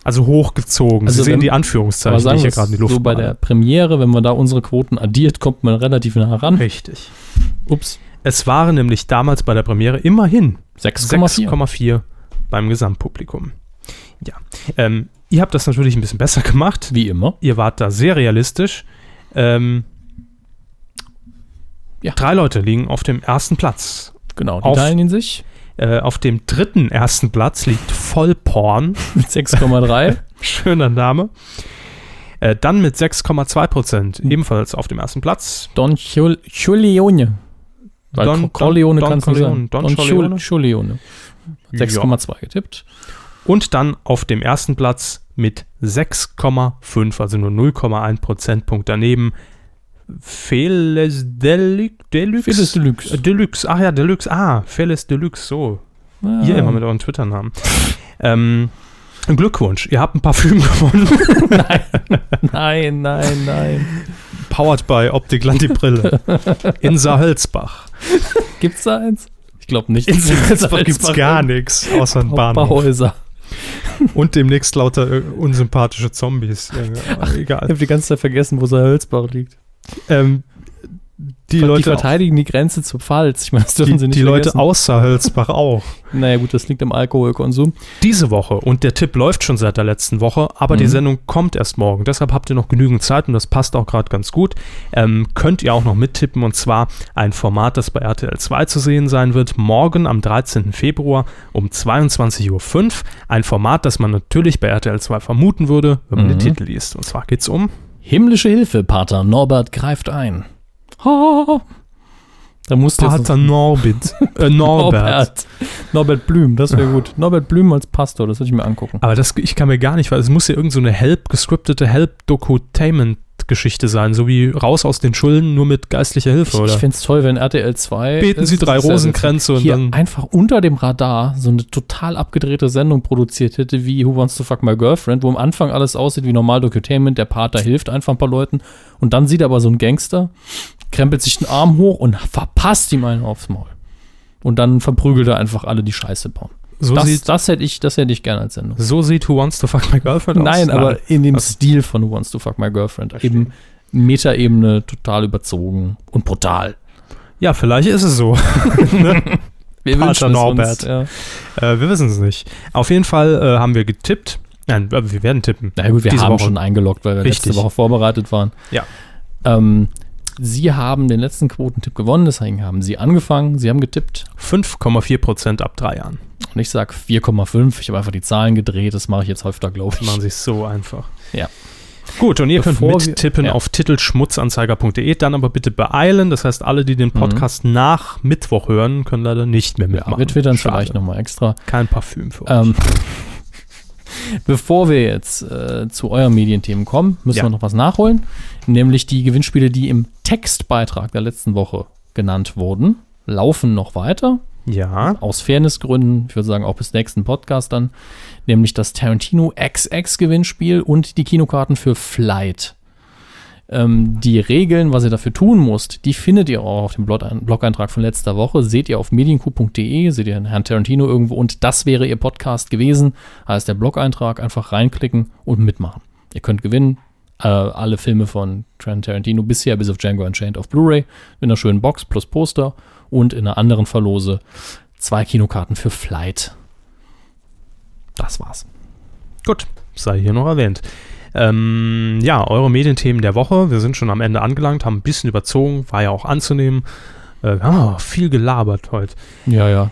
A: Also hochgezogen.
B: Also
A: Sie sehen
B: wenn-
A: die
B: Aber
A: Anführungszeichen, die
B: sagen
A: ich
B: wir
A: hier
B: es
A: gerade in die Luft
B: so bei
A: male.
B: der Premiere, wenn man da unsere Quoten addiert, kommt man relativ nah ran.
A: Richtig.
B: Ups,
A: Es waren nämlich damals bei der Premiere immerhin
B: 6,4.
A: 6,4 beim Gesamtpublikum. Ja. Ähm, ihr habt das natürlich ein bisschen besser gemacht.
B: Wie immer.
A: Ihr wart da sehr realistisch. Ähm,
B: Ja.
A: Drei Leute liegen auf dem ersten Platz.
B: Genau, die
A: Auf-
B: teilen ihn sich.
A: Äh, auf dem dritten ersten Platz liegt Vollporn. <laughs>
B: Mit 6,3.
A: Schöner Name. Äh, dann mit 6,2 Prozent, ebenfalls auf dem ersten Platz.
B: Don Chul- Chulione. Weil
A: Don-
B: Don, Corleone
A: Don-
B: kannst du nicht
A: Corleone,
B: sagen.
A: Don
B: Chul-
A: Corleone.
B: Chulione. 6,2 getippt.
A: Und dann auf dem ersten Platz mit 6,5, also nur 0,1 Prozentpunkt daneben. Feles Deluxe. Deluxe?
B: Feles Deluxe.
A: Äh, Deluxe. Ach ja, Deluxe. Ah, Feles Deluxe. So. Ihr immer mit euren Twitter-Namen. ähm, Glückwunsch. Ihr habt ein Parfüm <laughs> gewonnen.
B: Ah, Nein, nein, nein.
A: Powered by Optikland die Brille. In Saarhölzbach.
B: Gibt's da eins? Ich glaube nicht.
A: In Saarhölzbach gibt es gar
B: nicht.
A: nichts, außer ein Bahnhof.
B: Bauhäuser.
A: Und demnächst lauter äh, unsympathische Zombies. Äh, egal.
B: Ich habe die ganze Zeit vergessen, wo Saarhölzbach liegt.
A: ähm, die
B: Die
A: Leute,
B: verteidigen die Grenze zur Pfalz. Ich meine, das dürfen
A: die,
B: sie nicht
A: die Leute
B: vergessen.
A: außer Hölzbach auch.
B: Naja gut, das liegt am Alkoholkonsum.
A: Diese Woche, und der Tipp läuft schon seit der letzten Woche, aber die Sendung kommt erst morgen. Deshalb habt ihr noch genügend Zeit und das passt auch gerade ganz gut. Ähm, könnt ihr auch noch mittippen und zwar ein Format, das bei RTL 2 zu sehen sein wird, morgen am 13. Februar um 22.05 Uhr. Ein Format, das man natürlich bei RTL 2 vermuten würde, wenn man den Titel liest. Und zwar geht's um
B: Himmlische Hilfe, Pater Norbert greift ein. Ha. Da musste jetzt noch-
A: Pater Norbit. Äh, Norbert.
B: Norbert. Norbert Blüm, das <laughs> wäre gut. Norbert Blüm als Pastor, das würde ich mir angucken.
A: Aber das, ich kann mir gar nicht, weil es muss ja irgendeine so eine help gescriptete Help-Dokutainment-Geschichte sein, so wie raus aus den Schulden nur mit geistlicher Hilfe,
B: Ich, ich
A: oder?
B: fände es toll, wenn RTL 2.
A: Beten Sie drei
B: das ist ja-
A: Rosenkränze und
B: hier
A: dann-
B: Einfach unter dem Radar so eine total abgedrehte Sendung produziert hätte, wie Who Wants to Fuck My Girlfriend, wo am Anfang alles aussieht wie normal Docutainment, der Pater hilft einfach ein paar Leuten und dann sieht er aber so einen Gangster, krempelt sich den Arm hoch und verpasst ihm einen aufs Maul. Und dann verprügelt er einfach alle, die Scheiße bauen.
A: so,
B: Das,
A: sieht,
B: das hätte ich, das hätte ich gerne als Sendung.
A: so sieht Who Wants to Fuck My Girlfriend aus.
B: Nein, aber in dem
A: Das-
B: Stil von Who Wants to Fuck My Girlfriend. Eben Metaebene total überzogen und brutal.
A: Ja, vielleicht ist es so. <laughs>
B: Wir
A: Pater
B: wünschen es
A: Norbert.
B: Uns, ja.
A: äh, wir wissen es nicht. Auf jeden Fall äh, haben wir getippt. Nein, äh, wir werden tippen.
B: Na gut, wir
A: Diese
B: haben
A: Woche.
B: schon eingeloggt, weil wir
A: Richtig.
B: letzte Woche vorbereitet waren.
A: Ja.
B: Ähm, Sie haben den letzten Quotentipp gewonnen, deswegen haben Sie angefangen, Sie haben getippt
A: 5,4% ab drei Jahren.
B: und ich sage 4,5. Ich habe einfach die Zahlen gedreht, das mache ich jetzt häufiger, glaube ich.
A: Machen sie es so einfach.
B: Ja.
A: Gut, und ihr
B: Bevor
A: könnt
B: wir-
A: mittippen
B: ja.
A: auf titelschmutzanzeiger.de, dann aber bitte beeilen. Das heißt, alle, die den Podcast nach Mittwoch hören, können leider nicht mehr
B: Mhm. Ja,
A: mitmachen.
B: wir twittern
A: Schade.
B: vielleicht nochmal extra.
A: Kein Parfüm für euch.
B: Ähm, bevor wir jetzt äh, zu euren Medienthemen kommen, müssen
A: Ja.
B: wir noch was nachholen. Nämlich die Gewinnspiele, die im Textbeitrag der letzten Woche genannt wurden, laufen noch weiter.
A: Ja,
B: Aus Fairnessgründen, ich würde sagen auch bis nächsten Podcast dann. Nämlich das Tarantino XX Gewinnspiel und die Kinokarten für Flight. Ähm, die Regeln, was ihr dafür tun müsst, die findet ihr auch auf dem Blog- Blog-Eintrag von letzter Woche. Seht ihr auf medienku.de, seht ihr Herrn Tarantino irgendwo und das wäre ihr Podcast gewesen. Heißt der Blog-Eintrag, einfach reinklicken und mitmachen. Ihr könnt gewinnen. Äh, alle Filme von Trent Tarantino bisher, bis auf Django Unchained auf Blu-ray, in einer schönen Box plus Poster und in einer anderen Verlose zwei Kinokarten für Flight. Das war's.
A: gut. Sei hier noch erwähnt. Ähm, ja, eure Medienthemen der Woche. Wir sind schon am Ende angelangt, haben ein bisschen überzogen, war ja auch anzunehmen. Äh, ah, viel gelabert heute.
B: Ja, ja.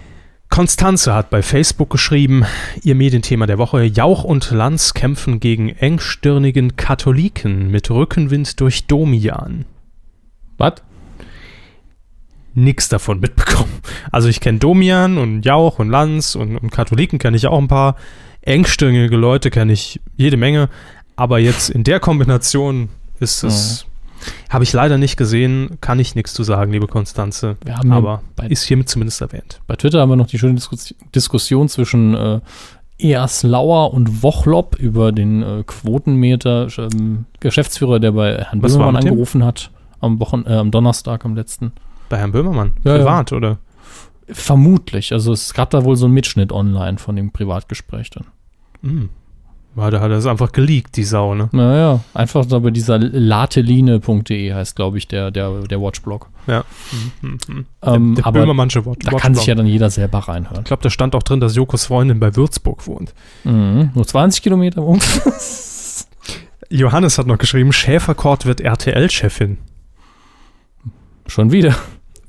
A: Konstanze hat bei Facebook geschrieben, ihr Medienthema der Woche, Jauch und Lanz kämpfen gegen engstirnigen Katholiken mit Rückenwind durch Domian.
B: Was?
A: Nix davon mitbekommen. Also ich kenne Domian und Jauch und Lanz und, und Katholiken kenne ich auch ein paar. Engstirnige Leute kenne ich jede Menge. Aber jetzt in der Kombination ist es,
B: Mhm.
A: habe ich leider nicht gesehen, kann ich nichts zu sagen, liebe Konstanze.
B: Wir haben ja
A: aber
B: bei-
A: ist hiermit zumindest erwähnt.
B: Bei Twitter haben wir noch die schöne Diskus Diskussion zwischen äh, Easlauer und Wochlob über den äh, Quotenmeter, ähm, Geschäftsführer, der bei Herrn
A: Was war
B: Böhmermann
A: mit dem?
B: angerufen hat am, Wochen äh, am Donnerstag, am letzten.
A: Bei Herrn Böhmermann,
B: Ja, ja.
A: privat, oder?
B: Vermutlich. Also es gab da wohl so einen Mitschnitt online von dem Privatgespräch dann.
A: Weil da hat er es einfach geleakt, die Sau, ne?
B: Naja, einfach da bei dieser lateline.de heißt, glaube ich, der, der, der Watchblog.
A: Ja.
B: Ähm,
A: der
B: aber
A: Böhmermannsche Wort.
B: da kann sich ja dann jeder selber reinhören.
A: ich glaube, da stand auch drin, dass Jokos Freundin bei Würzburg wohnt.
B: Mhm. Nur 20 Kilometer
A: <laughs>
B: im Umkreis.
A: Johannes hat noch geschrieben, Schäferkort wird RTL-Chefin.
B: Schon wieder.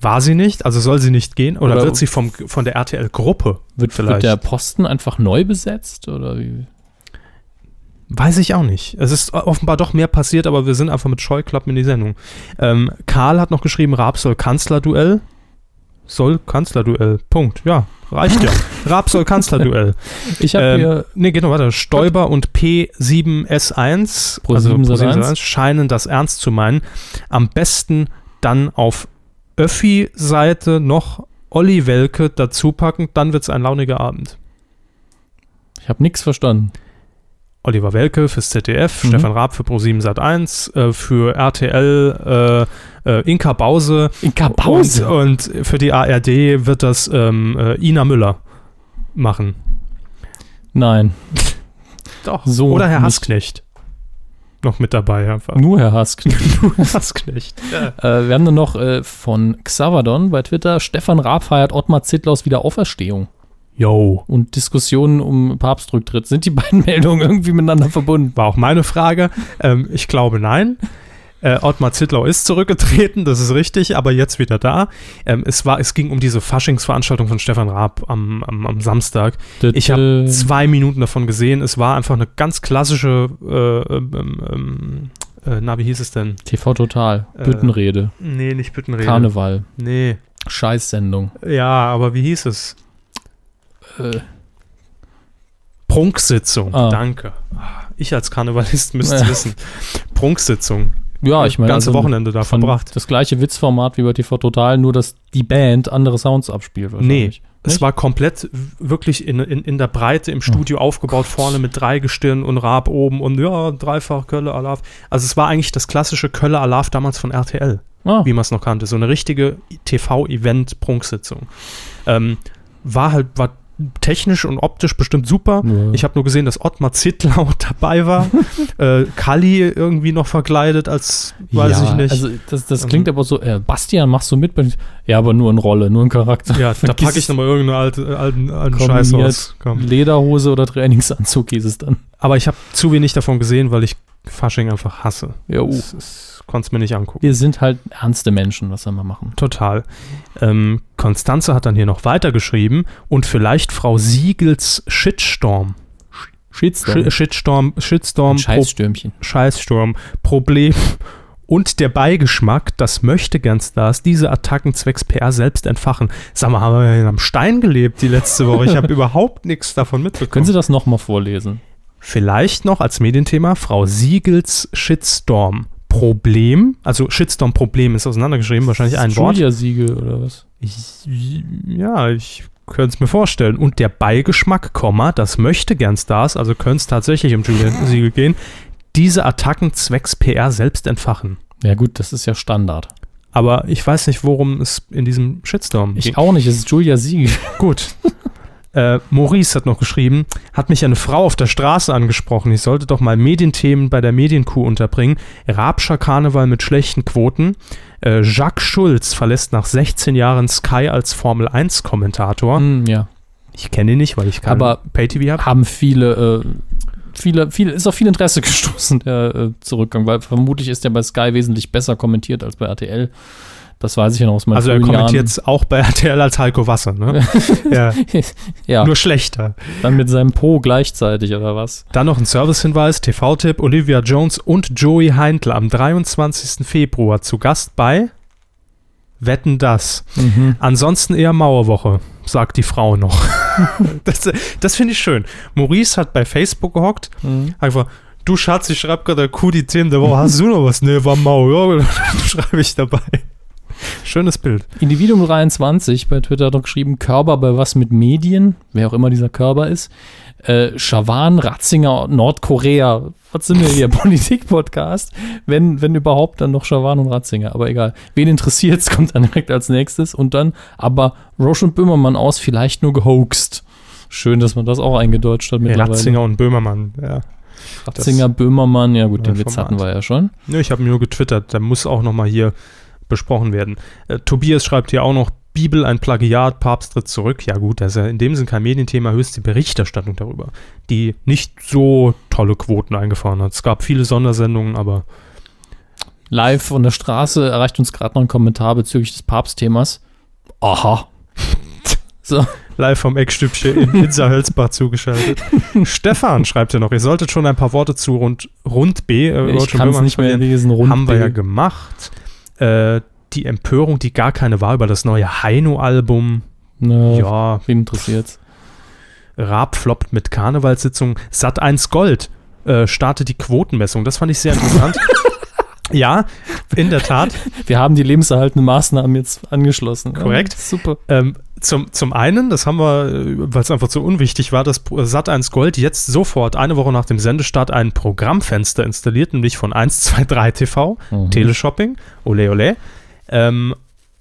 A: War sie nicht? Also soll sie nicht gehen? Oder,
B: Oder-
A: wird sie vom, von der RTL-Gruppe?
B: Wird, wird der Posten einfach neu besetzt? Oder wie?
A: Weiß ich auch nicht. Es ist offenbar doch mehr passiert, aber wir sind einfach mit Scheuklappen in die Sendung. Ähm, Karl hat noch geschrieben, Raab soll Kanzlerduell. Soll Kanzlerduell. Punkt. Ja, reicht
B: <laughs>
A: ja. Raab soll Kanzlerduell.
B: Ich habe
A: ähm,
B: hier
A: nee, geht noch weiter. Stoiber und P7S1,
B: Pro
A: also
B: 7 Sat.
A: Pro7 scheinen das ernst zu meinen. Am besten dann auf Öffi-Seite noch Olli Welke dazu packen, dann wird es ein launiger Abend.
B: ich hab nichts verstanden.
A: Oliver Welke fürs ZDF, Stefan Raab für Pro7 Sat1, äh, für RTL äh, äh, Inka Bause.
B: Inka äh,
A: Und, und für die ARD wird das ähm, äh, Ina Müller machen.
B: Nein,
A: Doch.
B: So
A: Oder Herr
B: nicht.
A: Hassknecht. Noch mit dabei einfach.
B: nur
A: <laughs>
B: Herr Hask. äh,
A: Hassknecht.
B: wir haben dann noch äh, von Xavadon bei Twitter, Stefan Raab feiert Ottmar Zittlaus Wiederauferstehung
A: Yo.
B: und Diskussionen um Papstrücktritt. Sind die beiden <laughs> Meldungen irgendwie miteinander verbunden?
A: War auch meine Frage. Ähm, ich glaube nein. Äh, Ottmar Zittlau ist zurückgetreten, das ist richtig, aber jetzt wieder da. Ähm, es, war, es ging um diese Faschingsveranstaltung von Stefan Raab am, am, am Samstag. Ich habe zwei Minuten davon gesehen. Es war einfach eine ganz klassische, äh, ähm, ähm, äh, na, wie hieß es denn?
B: TV Total,
A: Äh,
B: Büttenrede,
A: Nee, nicht Büttenrede.
B: Karneval,
A: Nee.
B: Scheißsendung.
A: Ja, aber wie hieß es?
B: Äh,
A: Prunksitzung.
B: Ah.
A: Danke. Ich als Karnevalist müsste
B: Ja.
A: wissen. Prunksitzung.
B: ja, ich meine, also
A: Ganze Wochenende da
B: von-
A: verbracht.
B: Das gleiche Witzformat wie bei TV Total, nur dass die Band andere Sounds abspielt.
A: Nee.
B: wahrscheinlich.
A: Es
B: Nicht? Oh
A: war komplett w- wirklich in, in, in der Breite im Studio aufgebaut, vorne mit drei Gestirn und Raab oben und ja, dreifach Kölle Alaf. Also es war eigentlich das klassische Kölle Alaf damals von RTL.
B: Ah,
A: wie man es noch kannte. So eine richtige TV-Event-Prunksitzung. Ähm, war halt, war technisch und optisch bestimmt super.
B: Ja.
A: Ich habe nur gesehen, dass Ottmar Zittlau <laughs> dabei war.
B: <laughs>
A: äh, Kalli irgendwie noch verkleidet als, weiß
B: ja,
A: ich nicht.
B: Also das, das klingt aber so, äh, Bastian, machst du mit? bei- Ja, aber nur in Rolle, nur in Charakter.
A: ja, da
B: Vergiss-
A: packe ich nochmal irgendeinen alten, alten, alten
B: kombiniert
A: Scheiß aus. Komm.
B: Lederhose oder Trainingsanzug hieß es dann.
A: Aber ich habe zu wenig davon gesehen, weil ich Fasching einfach hasse.
B: Ja, uh.
A: Das, das konnte es mir nicht angucken.
B: Wir sind halt ernste Menschen, was soll man machen?
A: Total. Ähm, Konstanze hat dann hier noch weitergeschrieben und vielleicht Frau Siegels Shitstorm.
B: Shitstorm.
A: Sch Shitstorm, Shitstorm, Pro
B: Scheißstürmchen.
A: Scheißsturm, Problem und der Beigeschmack, das möchte gern Stars diese Attacken zwecks PR selbst entfachen. Sag mal, haben wir in einem Stein gelebt die letzte Woche? Ich
B: <laughs>
A: habe überhaupt nichts davon mitbekommen.
B: Können Sie das nochmal vorlesen?
A: Vielleicht noch als Medienthema Frau Siegels Shitstorm. Problem, also Shitstorm-Problem ist auseinandergeschrieben, wahrscheinlich ein Wort.
B: Julia-Siegel oder was?
A: Ich, ja, ich könnte es mir vorstellen. Und der Beigeschmack, Komma, das möchte gern Stars, also könnte es tatsächlich um Julian Siegel gehen, diese Attacken zwecks PR selbst entfachen.
B: Ja gut, das ist ja Standard.
A: Aber ich weiß nicht, worum es in diesem Shitstorm
B: Ich auch nicht, es ist Julia Siegel. <laughs>
A: Gut. <laughs> Äh, Maurice hat noch geschrieben, hat mich eine Frau auf der Straße angesprochen. Ich sollte doch mal Medienthemen bei der Medienkuh unterbringen. Rabscher Karneval mit schlechten Quoten. Äh, Jacques Schulz verlässt nach 16 Jahren Sky als Formel 1-Kommentator.
B: Hm, ja.
A: Ich kenne ihn nicht, weil ich kein
B: Aber-
A: Pay-TV habe.
B: haben viele, äh, viele, viele, ist auf viel Interesse <laughs> gestoßen, der äh, Zurückgang, weil vermutlich ist der bei Sky wesentlich besser kommentiert als bei RTL. Das weiß ich ja noch aus meinen
A: Also er
B: frühen
A: kommentiert es auch bei <laughs> RTL als Heiko Wasser,
B: <laughs>
A: ne? ja,
B: Jahren. ja,
A: nur schlechter.
B: dann mit seinem Po gleichzeitig oder was?
A: Dann noch ein Servicehinweis, TV-Tipp, Olivia Jones und Joey Heindl am 23. Februar zu Gast bei Wetten das.
B: Mhm.
A: Ansonsten eher Mauerwoche, sagt die Frau noch. <laughs> das das finde ich schön. Maurice hat bei Facebook gehockt,
B: Mhm.
A: hat gefragt, du Schatz, ich schreibe gerade Kuh die Themen der Woche, hast du noch was? Nee, war Mau, ja, <laughs> schreibe ich dabei. Schönes Bild.
B: Individuum 23 bei Twitter hat noch geschrieben, Körper bei was mit Medien, wer auch immer dieser Körper ist. Äh, Schawan, Ratzinger, Nordkorea. Was sind wir hier? <laughs> Politik-Podcast. Wenn, wenn überhaupt, dann noch Schawan und Ratzinger. Aber egal. Wen interessiert's, <laughs> kommt dann direkt als nächstes. Und dann aber Roche und Böhmermann aus, vielleicht nur gehoaxt. Schön, dass man das auch eingedeutscht hat mittlerweile.
A: Ratzinger und Böhmermann, ja.
B: Ratzinger Böhmermann. Ja gut, den
A: Ja,
B: Witz
A: Äh, Format.
B: hatten wir ja schon.
A: Ne, ich habe mir nur getwittert, da muss auch nochmal hier besprochen werden. Äh, Tobias schreibt hier auch noch, Bibel ein Plagiat, Papst tritt zurück. Ja gut, das ist ja in dem Sinn kein Medienthema, höchst die Berichterstattung darüber, die nicht so tolle Quoten eingefahren hat. Es gab viele Sondersendungen, aber
B: Live von der Straße erreicht uns gerade noch ein Kommentar bezüglich des Papstthemas. Aha. <laughs> So.
A: Live vom Eckstübchen
B: <laughs>
A: in Pizza Hölzbach zugeschaltet. Stefan schreibt ja noch, ihr solltet schon ein paar Worte zu Rund, Rund B, äh,
B: Ich
A: Roger
B: kann's
A: Böhmermann
B: nicht mehr
A: verlieren.
B: lesen, Rund
A: haben wir
B: B.
A: ja gemacht. Äh, die Empörung, die gar keine war über das neue Heino-Album.
B: Na,
A: Ja,
B: Wen interessiert's?
A: Raab floppt mit Karnevalssitzung. Sat 1 Gold äh, startet die Quotenmessung. Das fand ich sehr
B: <laughs>
A: interessant. ja, in der Tat.
B: Wir haben die lebenserhaltenden Maßnahmen jetzt angeschlossen.
A: Korrekt.
B: Ja, super.
A: Ähm, zum, zum einen, das haben wir, äh, weil es einfach so unwichtig war, dass Sat1 Gold jetzt sofort eine Woche nach dem Sendestart ein Programmfenster installiert, nämlich von 123 TV, Teleshopping, ole ole. Ähm,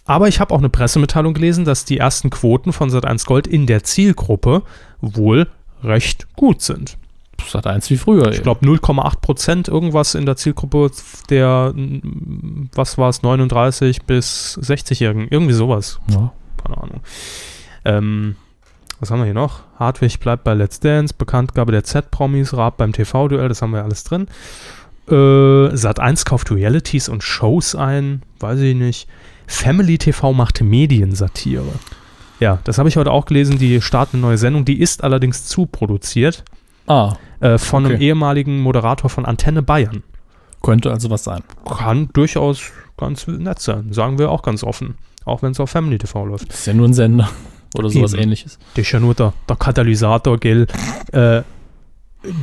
A: aber ich habe auch eine Pressemitteilung gelesen, dass die ersten Quoten von Sat1 Gold in der Zielgruppe wohl recht gut sind.
B: Sat eins wie früher.
A: Ich glaube 0,8 Prozent irgendwas in der Zielgruppe der, mm, was war es, 39 bis 60-Jährigen, irgendwie sowas
B: Ja.
A: keine Ahnung. Ähm, was haben wir hier noch? Hartwig bleibt bei Let's Dance, Bekanntgabe der Z-Promis, Raab beim TV-Duell, das haben wir alles drin. Äh, Sat1 kauft Realities und Shows ein, weiß ich nicht. Family TV macht Mediensatire. Ja, das habe ich heute auch gelesen. Die starten eine neue Sendung, die ist allerdings zuproduziert
B: Ah,
A: äh, von einem
B: Okay.
A: ehemaligen Moderator von Antenne Bayern.
B: könnte also was sein.
A: Kann durchaus ganz nett sein, sagen wir auch ganz offen. Auch wenn es auf Family TV läuft.
B: Das ist ja nur ein Sender <laughs> oder sowas
A: Eben.
B: ähnliches.
A: Das ist ja nur der, der Katalysator, gell? Äh,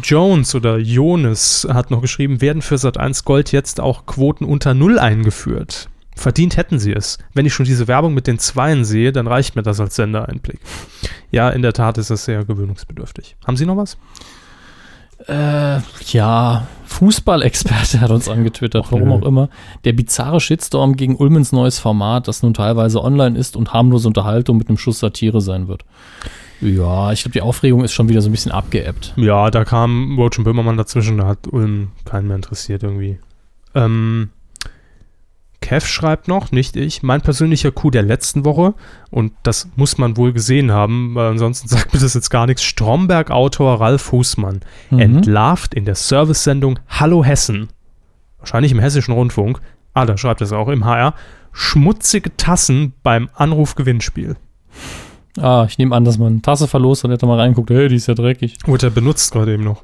A: Jones oder Jones hat noch geschrieben, werden für Sat1 Gold jetzt auch Quoten unter Null eingeführt. Verdient hätten sie es. Wenn ich schon diese Werbung mit den Zweien sehe, dann reicht mir das als Sendereinblick. Ja, in der Tat ist das sehr gewöhnungsbedürftig. Haben Sie noch was?
B: Äh, ja, Fußballexperte <laughs> hat uns angetwittert, warum
A: nö.
B: auch immer. Der bizarre Shitstorm gegen Ulmens neues Format, das nun teilweise online ist und harmlose Unterhaltung mit einem Schuss Satire sein wird. Ja, ich glaube, die Aufregung ist schon wieder so ein bisschen abgeebbt.
A: Ja, da kam Roach und Böhmermann dazwischen, da hat Ulm keinen mehr interessiert irgendwie. Ähm, Kev schreibt noch, nicht ich, mein persönlicher Coup der letzten Woche und das muss man wohl gesehen haben, weil ansonsten <laughs> sagt mir das jetzt gar nichts. Stromberg-Autor Ralf Husmann entlarvt in der Service-Sendung Hallo Hessen, wahrscheinlich im Hessischen Rundfunk, ah, da schreibt es auch im HR, schmutzige Tassen beim Anrufgewinnspiel.
B: Ah, ich nehme an, dass man eine Tasse verlost und hätte mal reinguckt, hey, die ist ja dreckig.
A: Wurde er benutzt gerade eben noch.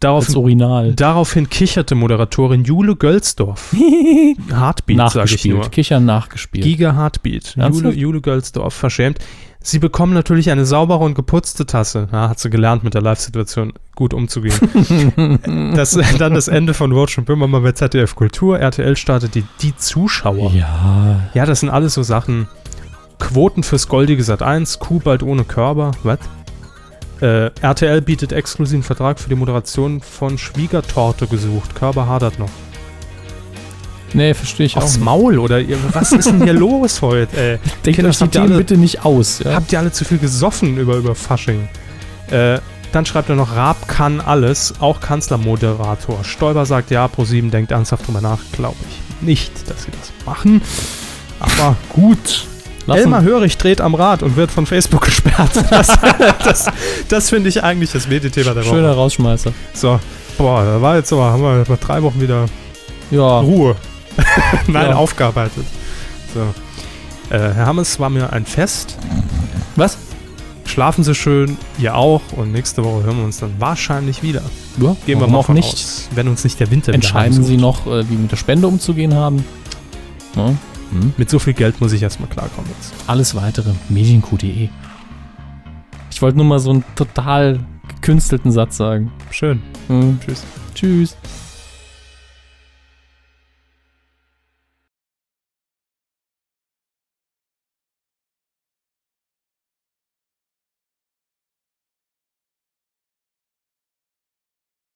A: Darauf,
B: Das Urinal.
A: Daraufhin kicherte Moderatorin Jule
B: <laughs>
A: Gölsdorf. Heartbeat, sag ich nur.
B: nachgespielt. Kichern nachgespielt.
A: Giga Heartbeat. Jule,
B: Ernsthaft?
A: Jule Gölsdorf, verschämt. Sie bekommen natürlich eine saubere und geputzte Tasse. Ja, hat sie gelernt, mit der Live-Situation gut
B: <laughs>
A: umzugehen. das, dann das Ende von Roach und Böhmermann bei ZDF Kultur. RTL startet die, die Zuschauer.
B: ja,
A: Ja, das sind alles so Sachen. Quoten fürs goldige Sat 1, Kuh bald ohne Körper, was? Äh, RTL bietet exklusiven Vertrag für die Moderation von Schwiegertorte gesucht. Körper hadert noch.
B: nee, verstehe ich auch.
A: Aufs
B: nicht.
A: Maul oder ihr- was ist denn hier <laughs> los heute? Ey?
B: Denkt
A: Kinder,
B: euch die
A: habt ihr
B: Themen
A: alle-
B: bitte nicht aus. Ja?
A: Habt ihr alle zu viel gesoffen über, über Fasching? Äh, dann schreibt er noch, Raab kann alles, auch Kanzlermoderator. Stoiber sagt ja, Pro7 denkt ernsthaft drüber nach, glaube ich nicht, dass sie das machen. Aber gut.
B: Lass
A: Elmar
B: uns-
A: Hörig dreht am Rad und wird von Facebook <laughs> gesperrt. Das, das, das finde ich eigentlich das Medienthema der
B: Schöner
A: Woche.
B: Rausschmeißer.
A: So, boah, da war jetzt aber, haben wir nach drei Wochen wieder
B: Ja. <laughs>
A: Ruhe. Nein,
B: Ja.
A: aufgearbeitet. So. Äh, Herr Hammes, war mir ein Fest.
B: Was?
A: Schlafen Sie schön, ihr auch. Und nächste Woche hören wir uns dann wahrscheinlich wieder.
B: Ja,
A: Gehen wir
B: warum
A: mal
B: auch
A: von
B: nicht.
A: Aus, wenn uns nicht der Winter wieder
B: Entscheiden
A: heimsucht.
B: Sie noch, äh, wie mit der Spende umzugehen haben. Ne?
A: Mit so viel Geld muss ich erstmal klarkommen jetzt.
B: Alles weitere medienq.de. Ich wollte nur mal so einen total gekünstelten Satz sagen.
A: Schön.
B: Hm.
A: Tschüss.
B: Tschüss.